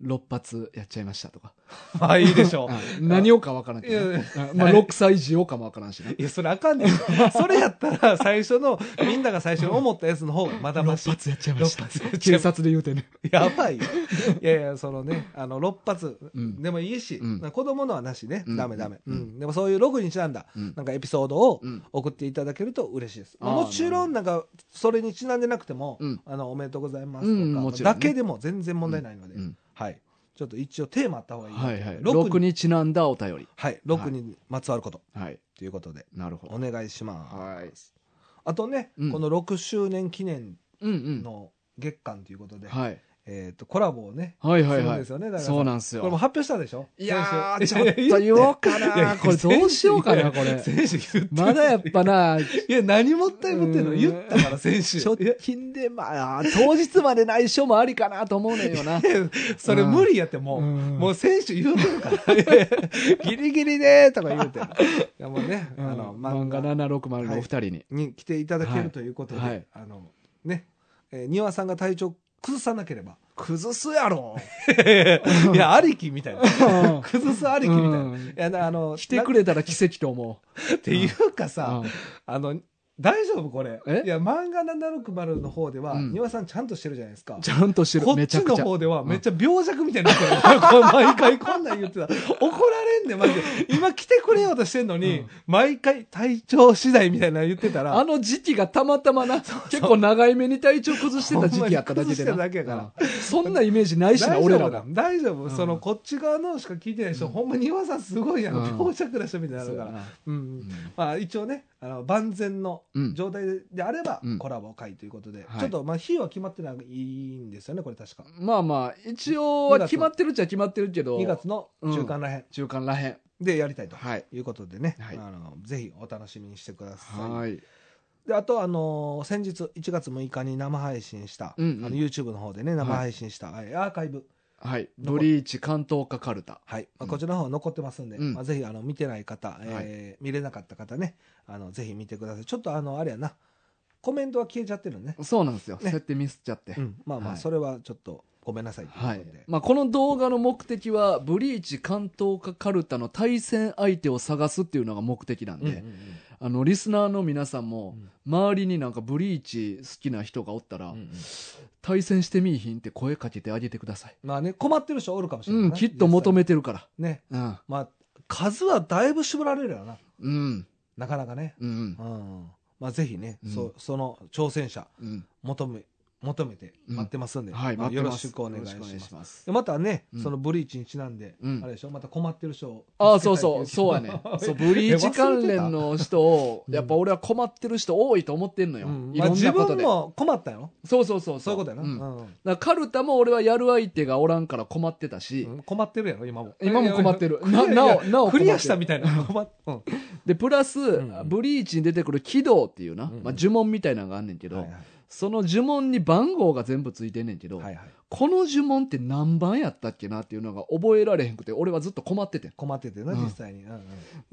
Speaker 2: 6発やっちゃいましたとか。
Speaker 3: まあいいでしょ
Speaker 2: うん何をかわからんけどね。うんまあ6歳児をかもわからんしね
Speaker 3: う。いやそれあかんねんそれやったら最初のみんなが最初に思ったやつの方がまだ
Speaker 2: (laughs)
Speaker 3: まし
Speaker 2: 6発やっちゃいまし
Speaker 3: 六発や
Speaker 2: た。
Speaker 3: っちゃい
Speaker 2: 警
Speaker 3: ました
Speaker 2: 察で言うてね。
Speaker 3: やばいよいやいやそのねあの6発
Speaker 2: うん
Speaker 3: でもいいし、
Speaker 2: うん
Speaker 3: 子供のはなしね、
Speaker 2: うん
Speaker 3: ダメダメ、
Speaker 2: うん
Speaker 3: うんでもそういう6にちなんだ、
Speaker 2: うん
Speaker 3: なんかエピソードを、
Speaker 2: うん
Speaker 3: 送っていただけると嬉しいです。まあ
Speaker 2: あー
Speaker 3: もちろん、なんか、それにちなんでなくても、
Speaker 2: うん
Speaker 3: あの、おめでとうございますと
Speaker 2: う
Speaker 3: か、
Speaker 2: んもちろんね
Speaker 3: だけでも全然問題ないので、
Speaker 2: うん
Speaker 3: はい。ちょっと一応テーマあった方がいいなと
Speaker 2: はいはい。
Speaker 3: 六
Speaker 2: 6
Speaker 3: に、
Speaker 2: にちなんだお便り。
Speaker 3: はい、六にまつわること
Speaker 2: はい。
Speaker 3: ということで、
Speaker 2: なるほ
Speaker 3: お
Speaker 2: ど。
Speaker 3: 願いします。
Speaker 2: はい。
Speaker 3: あとね、
Speaker 2: うん
Speaker 3: この6周年記念
Speaker 2: うんうん。
Speaker 3: の月間ということで、
Speaker 2: はい。
Speaker 3: えっと、コラボをね、
Speaker 2: はいはい
Speaker 3: するん
Speaker 2: は
Speaker 3: ですよねだか
Speaker 2: い。
Speaker 3: ら
Speaker 2: そうなんです
Speaker 3: こ
Speaker 2: よ。
Speaker 3: れも発表したでしょ
Speaker 2: いやー、
Speaker 3: 先
Speaker 2: ち
Speaker 3: 週
Speaker 2: ょっと言おうか
Speaker 3: (laughs) いや
Speaker 2: な。
Speaker 3: いや
Speaker 2: これどうしようかな、これ。
Speaker 3: 先週言って
Speaker 2: まだやっぱ
Speaker 3: (laughs)
Speaker 2: な、
Speaker 3: いや、何もったいぶってんの
Speaker 2: うん
Speaker 3: 言ったから、先週。
Speaker 2: 直近で、まあ、当日まで内緒もありかなと思うのよな。
Speaker 3: それ無理やってもう、
Speaker 2: うん
Speaker 3: もう選手言うてる
Speaker 2: (laughs)
Speaker 3: から、ギリギリでーとか言う (laughs) て。いや (laughs) もうね、
Speaker 2: うん
Speaker 3: あの、
Speaker 2: 漫
Speaker 3: 漫
Speaker 2: 画
Speaker 3: 画
Speaker 2: 760のお二人に。
Speaker 3: に来ていただけ
Speaker 2: は
Speaker 3: る
Speaker 2: い
Speaker 3: ということで、
Speaker 2: はい
Speaker 3: あの、ね、えー、庭さんが体調崩さなければ。
Speaker 2: 崩すやろ
Speaker 3: (laughs) いや、ありきみたいな。
Speaker 2: (laughs) うん
Speaker 3: 崩すありきみたいな。
Speaker 2: うん
Speaker 3: いや、なあの、
Speaker 2: 来てくれたら奇跡と思
Speaker 3: なっていうか
Speaker 2: う。
Speaker 3: さ
Speaker 2: うん、
Speaker 3: あの、大丈夫これ。
Speaker 2: え
Speaker 3: いや、漫画760の方では、
Speaker 2: うん
Speaker 3: 庭さんちゃんとしてるじゃないですか。
Speaker 2: ちゃんとしてる。
Speaker 3: こっ
Speaker 2: めちゃ
Speaker 3: ち
Speaker 2: く
Speaker 3: の
Speaker 2: ちゃ。
Speaker 3: 方ではめっちゃ病弱みたいになってる。 (laughs) これ毎回こんなん言ってた。怒られんで、マジで。今来てくれようとしてんのに、
Speaker 2: うん
Speaker 3: 毎回体調次第みたいなの言ってたら。
Speaker 2: あの時期がたまたまな、結構長い目に体調崩してた時期やっただけでな。
Speaker 3: ほんまに崩してただけや
Speaker 2: うんそんなイメージない
Speaker 3: 大
Speaker 2: し
Speaker 3: 丈
Speaker 2: な、
Speaker 3: 夫
Speaker 2: 俺ら
Speaker 3: だ
Speaker 2: が。
Speaker 3: 大丈夫、
Speaker 2: ん
Speaker 3: そのこっち側のしか聞いてない人、ほんまに岩さんすごいあの、
Speaker 2: うん
Speaker 3: 病弱な人みたいになるから、うんまあ、一応ねあの万全の
Speaker 2: うん
Speaker 3: 状態であれば、
Speaker 2: うん
Speaker 3: コラボ会ということで、
Speaker 2: はい
Speaker 3: ちょっとまあ日は決まってないんですよねこれ確か
Speaker 2: まあまあ、一応は決まってるっちゃ決まってるけど、
Speaker 3: 2月の中間らへん
Speaker 2: 中間らへん。
Speaker 3: でやりたいと
Speaker 2: はい。
Speaker 3: いうことでね、
Speaker 2: はい
Speaker 3: あのぜひお楽しみにしてください。
Speaker 2: はい。
Speaker 3: であと、あのー先日1月6日に生配信した、
Speaker 2: うんうん
Speaker 3: あの YouTube の方でね生配信した、はいアーカイブ、
Speaker 2: はい。ブリーチ関東かカルタ。
Speaker 3: はいまあ
Speaker 2: うん
Speaker 3: こちらの方残ってますんで、
Speaker 2: うん
Speaker 3: まあ、ぜひあの見てない方、えー見れなかった方ねあのぜひ見てくださいちょっとあのあれやなコメントは消えちゃってるね、
Speaker 2: そうなんですよ。
Speaker 3: ね
Speaker 2: そうやってミスっちゃって。
Speaker 3: うんまあま
Speaker 2: は
Speaker 3: あ
Speaker 2: い
Speaker 3: それはちょっとごめんなさいというこ
Speaker 2: は
Speaker 3: と
Speaker 2: い
Speaker 3: で、
Speaker 2: まあ、この動画の目的はブリーチ関東かカルタの対戦相手を探すっていうのが目的なんで、
Speaker 3: うんうんうん
Speaker 2: あのリスナーの皆さんも周りになんかブリーチ好きな人がおったら、
Speaker 3: うんうん
Speaker 2: 対戦してみいひんって声かけてあげてください、
Speaker 3: まあね困ってる人おるかもしれない
Speaker 2: うん、きっと求
Speaker 3: め
Speaker 2: めてるか
Speaker 3: ね
Speaker 2: ら
Speaker 3: まあ数はだいぶ絞られるよな
Speaker 2: うんうん
Speaker 3: なかなかね
Speaker 2: うん
Speaker 3: うんまあ、ぜひね、
Speaker 2: うん
Speaker 3: そその挑戦者
Speaker 2: うん、
Speaker 3: 求め求めて待ってますんで、
Speaker 2: はい、
Speaker 3: まあ
Speaker 2: 待っ
Speaker 3: よ
Speaker 2: て
Speaker 3: ろ
Speaker 2: ま
Speaker 3: し
Speaker 2: す
Speaker 3: くお願いしま
Speaker 2: よろ
Speaker 3: すで
Speaker 2: しく
Speaker 3: ま
Speaker 2: お願いします
Speaker 3: たね、
Speaker 2: うん
Speaker 3: そのブリーチにちなんで、
Speaker 2: うん
Speaker 3: あれでしょまた困ってる人を
Speaker 2: ああ、そ
Speaker 3: 助
Speaker 2: う
Speaker 3: けた
Speaker 2: そう、
Speaker 3: いってい
Speaker 2: そうや
Speaker 3: (laughs)
Speaker 2: ね。そう、ブリーチ関連の人を、
Speaker 3: え忘れてた
Speaker 2: やっぱ俺は困ってる人多いと思ってんの
Speaker 3: う
Speaker 2: よ。
Speaker 3: ん
Speaker 2: い
Speaker 3: まあ、
Speaker 2: ろん
Speaker 3: 自
Speaker 2: なこと
Speaker 3: 分
Speaker 2: で。
Speaker 3: も困ったよ
Speaker 2: そうそうそう。
Speaker 3: そういうことやな、
Speaker 2: ん
Speaker 3: うん
Speaker 2: だからカルタも俺はやる相手がおらんから困ってたし、
Speaker 3: うん困ってるやろ今も
Speaker 2: 今も困ってる
Speaker 3: いやいや
Speaker 2: ない
Speaker 3: や
Speaker 2: なおなお困って
Speaker 3: ク
Speaker 2: る
Speaker 3: リアしたみたいな困っ、うん
Speaker 2: でプラス、
Speaker 3: うんうん
Speaker 2: ブリーチに出てくる軌道っていうな、
Speaker 3: うんうん
Speaker 2: まあ、呪文みたいなのがあんねんけど、
Speaker 3: はいはい
Speaker 2: その呪文に番号が全部ついてんねんけど、
Speaker 3: はいはい
Speaker 2: この呪文って何番やったっけなっていうのが覚えられへんくて俺はずっと困っててん
Speaker 3: 困っててな
Speaker 2: うん
Speaker 3: 実際に、うんうん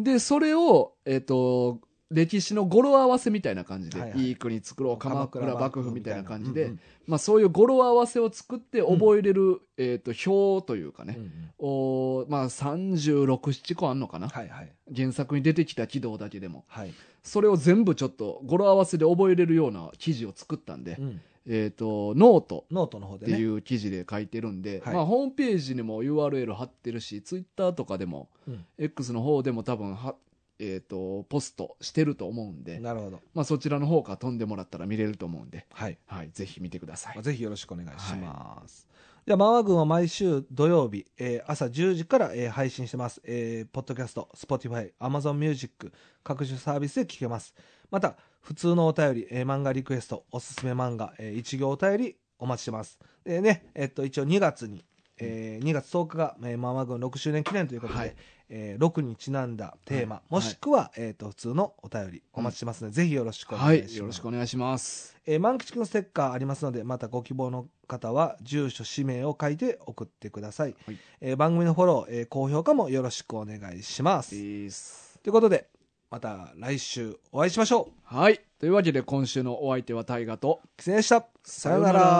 Speaker 2: でそれを、えっと歴史の語呂合わせみたいな感じで、
Speaker 3: はい
Speaker 2: い
Speaker 3: はい
Speaker 2: い、国作ろう鎌倉幕府みたいな感じで、
Speaker 3: うん
Speaker 2: まあ、そういう語呂合わせを作って覚えれる、えー、と表というかね、
Speaker 3: うんうん
Speaker 2: おーまあ、367個あんのかな、
Speaker 3: はいはい
Speaker 2: 原作に出てきた軌道だけでも
Speaker 3: はい、
Speaker 2: それを全部ちょっと語呂合わせで覚えれるような記事を作ったんで、
Speaker 3: うん
Speaker 2: えー、とノート
Speaker 3: ノートの方
Speaker 2: っ
Speaker 3: で
Speaker 2: て
Speaker 3: ね
Speaker 2: いう記事で書いてるんで、
Speaker 3: はい
Speaker 2: まあ、ホームページにも URL 貼ってるしツイッターとかでも、
Speaker 3: うん
Speaker 2: X の方でも多分は、えー、とポストしてると思うんで、
Speaker 3: なるほど
Speaker 2: まあ、そちらの方から飛んでもらったら見れると思うんで、
Speaker 3: はい
Speaker 2: はい、ぜひ見てください
Speaker 3: まあ。ぜひよろしくお願いします。じゃあ、マワ軍は毎週土曜日、えー朝10時から、えー配信してます。えーポッドキャスト、Spotify、Amazon Music、各種サービスで聞けます。また、普通のお便り、えー漫画リクエスト、おすすめ漫画、えー一行お便りお待ちしてます。でね、えっと、一応2月に、えー2月10日が、えーマワ軍6周年記念ということで、
Speaker 2: はい
Speaker 3: え6にちなんだテーマ、
Speaker 2: はい
Speaker 3: もしくは、えっと、普通のお便りお待ちしてますので、ぜひよろしくお願
Speaker 2: はい
Speaker 3: します。
Speaker 2: い、よろしくお願いします。
Speaker 3: えー、万吉くんステッカーありますので、またご希望の方は、住所、氏名を書いて送ってください。
Speaker 2: はい
Speaker 3: えー番組のフォロー、えー高評価もよろしくお願いします。
Speaker 2: です
Speaker 3: ということで、また来週お会いしましょう。
Speaker 2: はい、というわけで今週のお相手は大河と、
Speaker 3: キツネでした。さような
Speaker 2: さような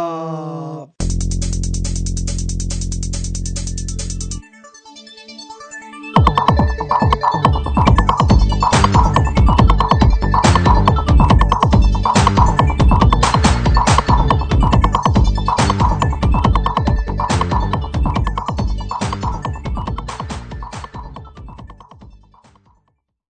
Speaker 3: ら。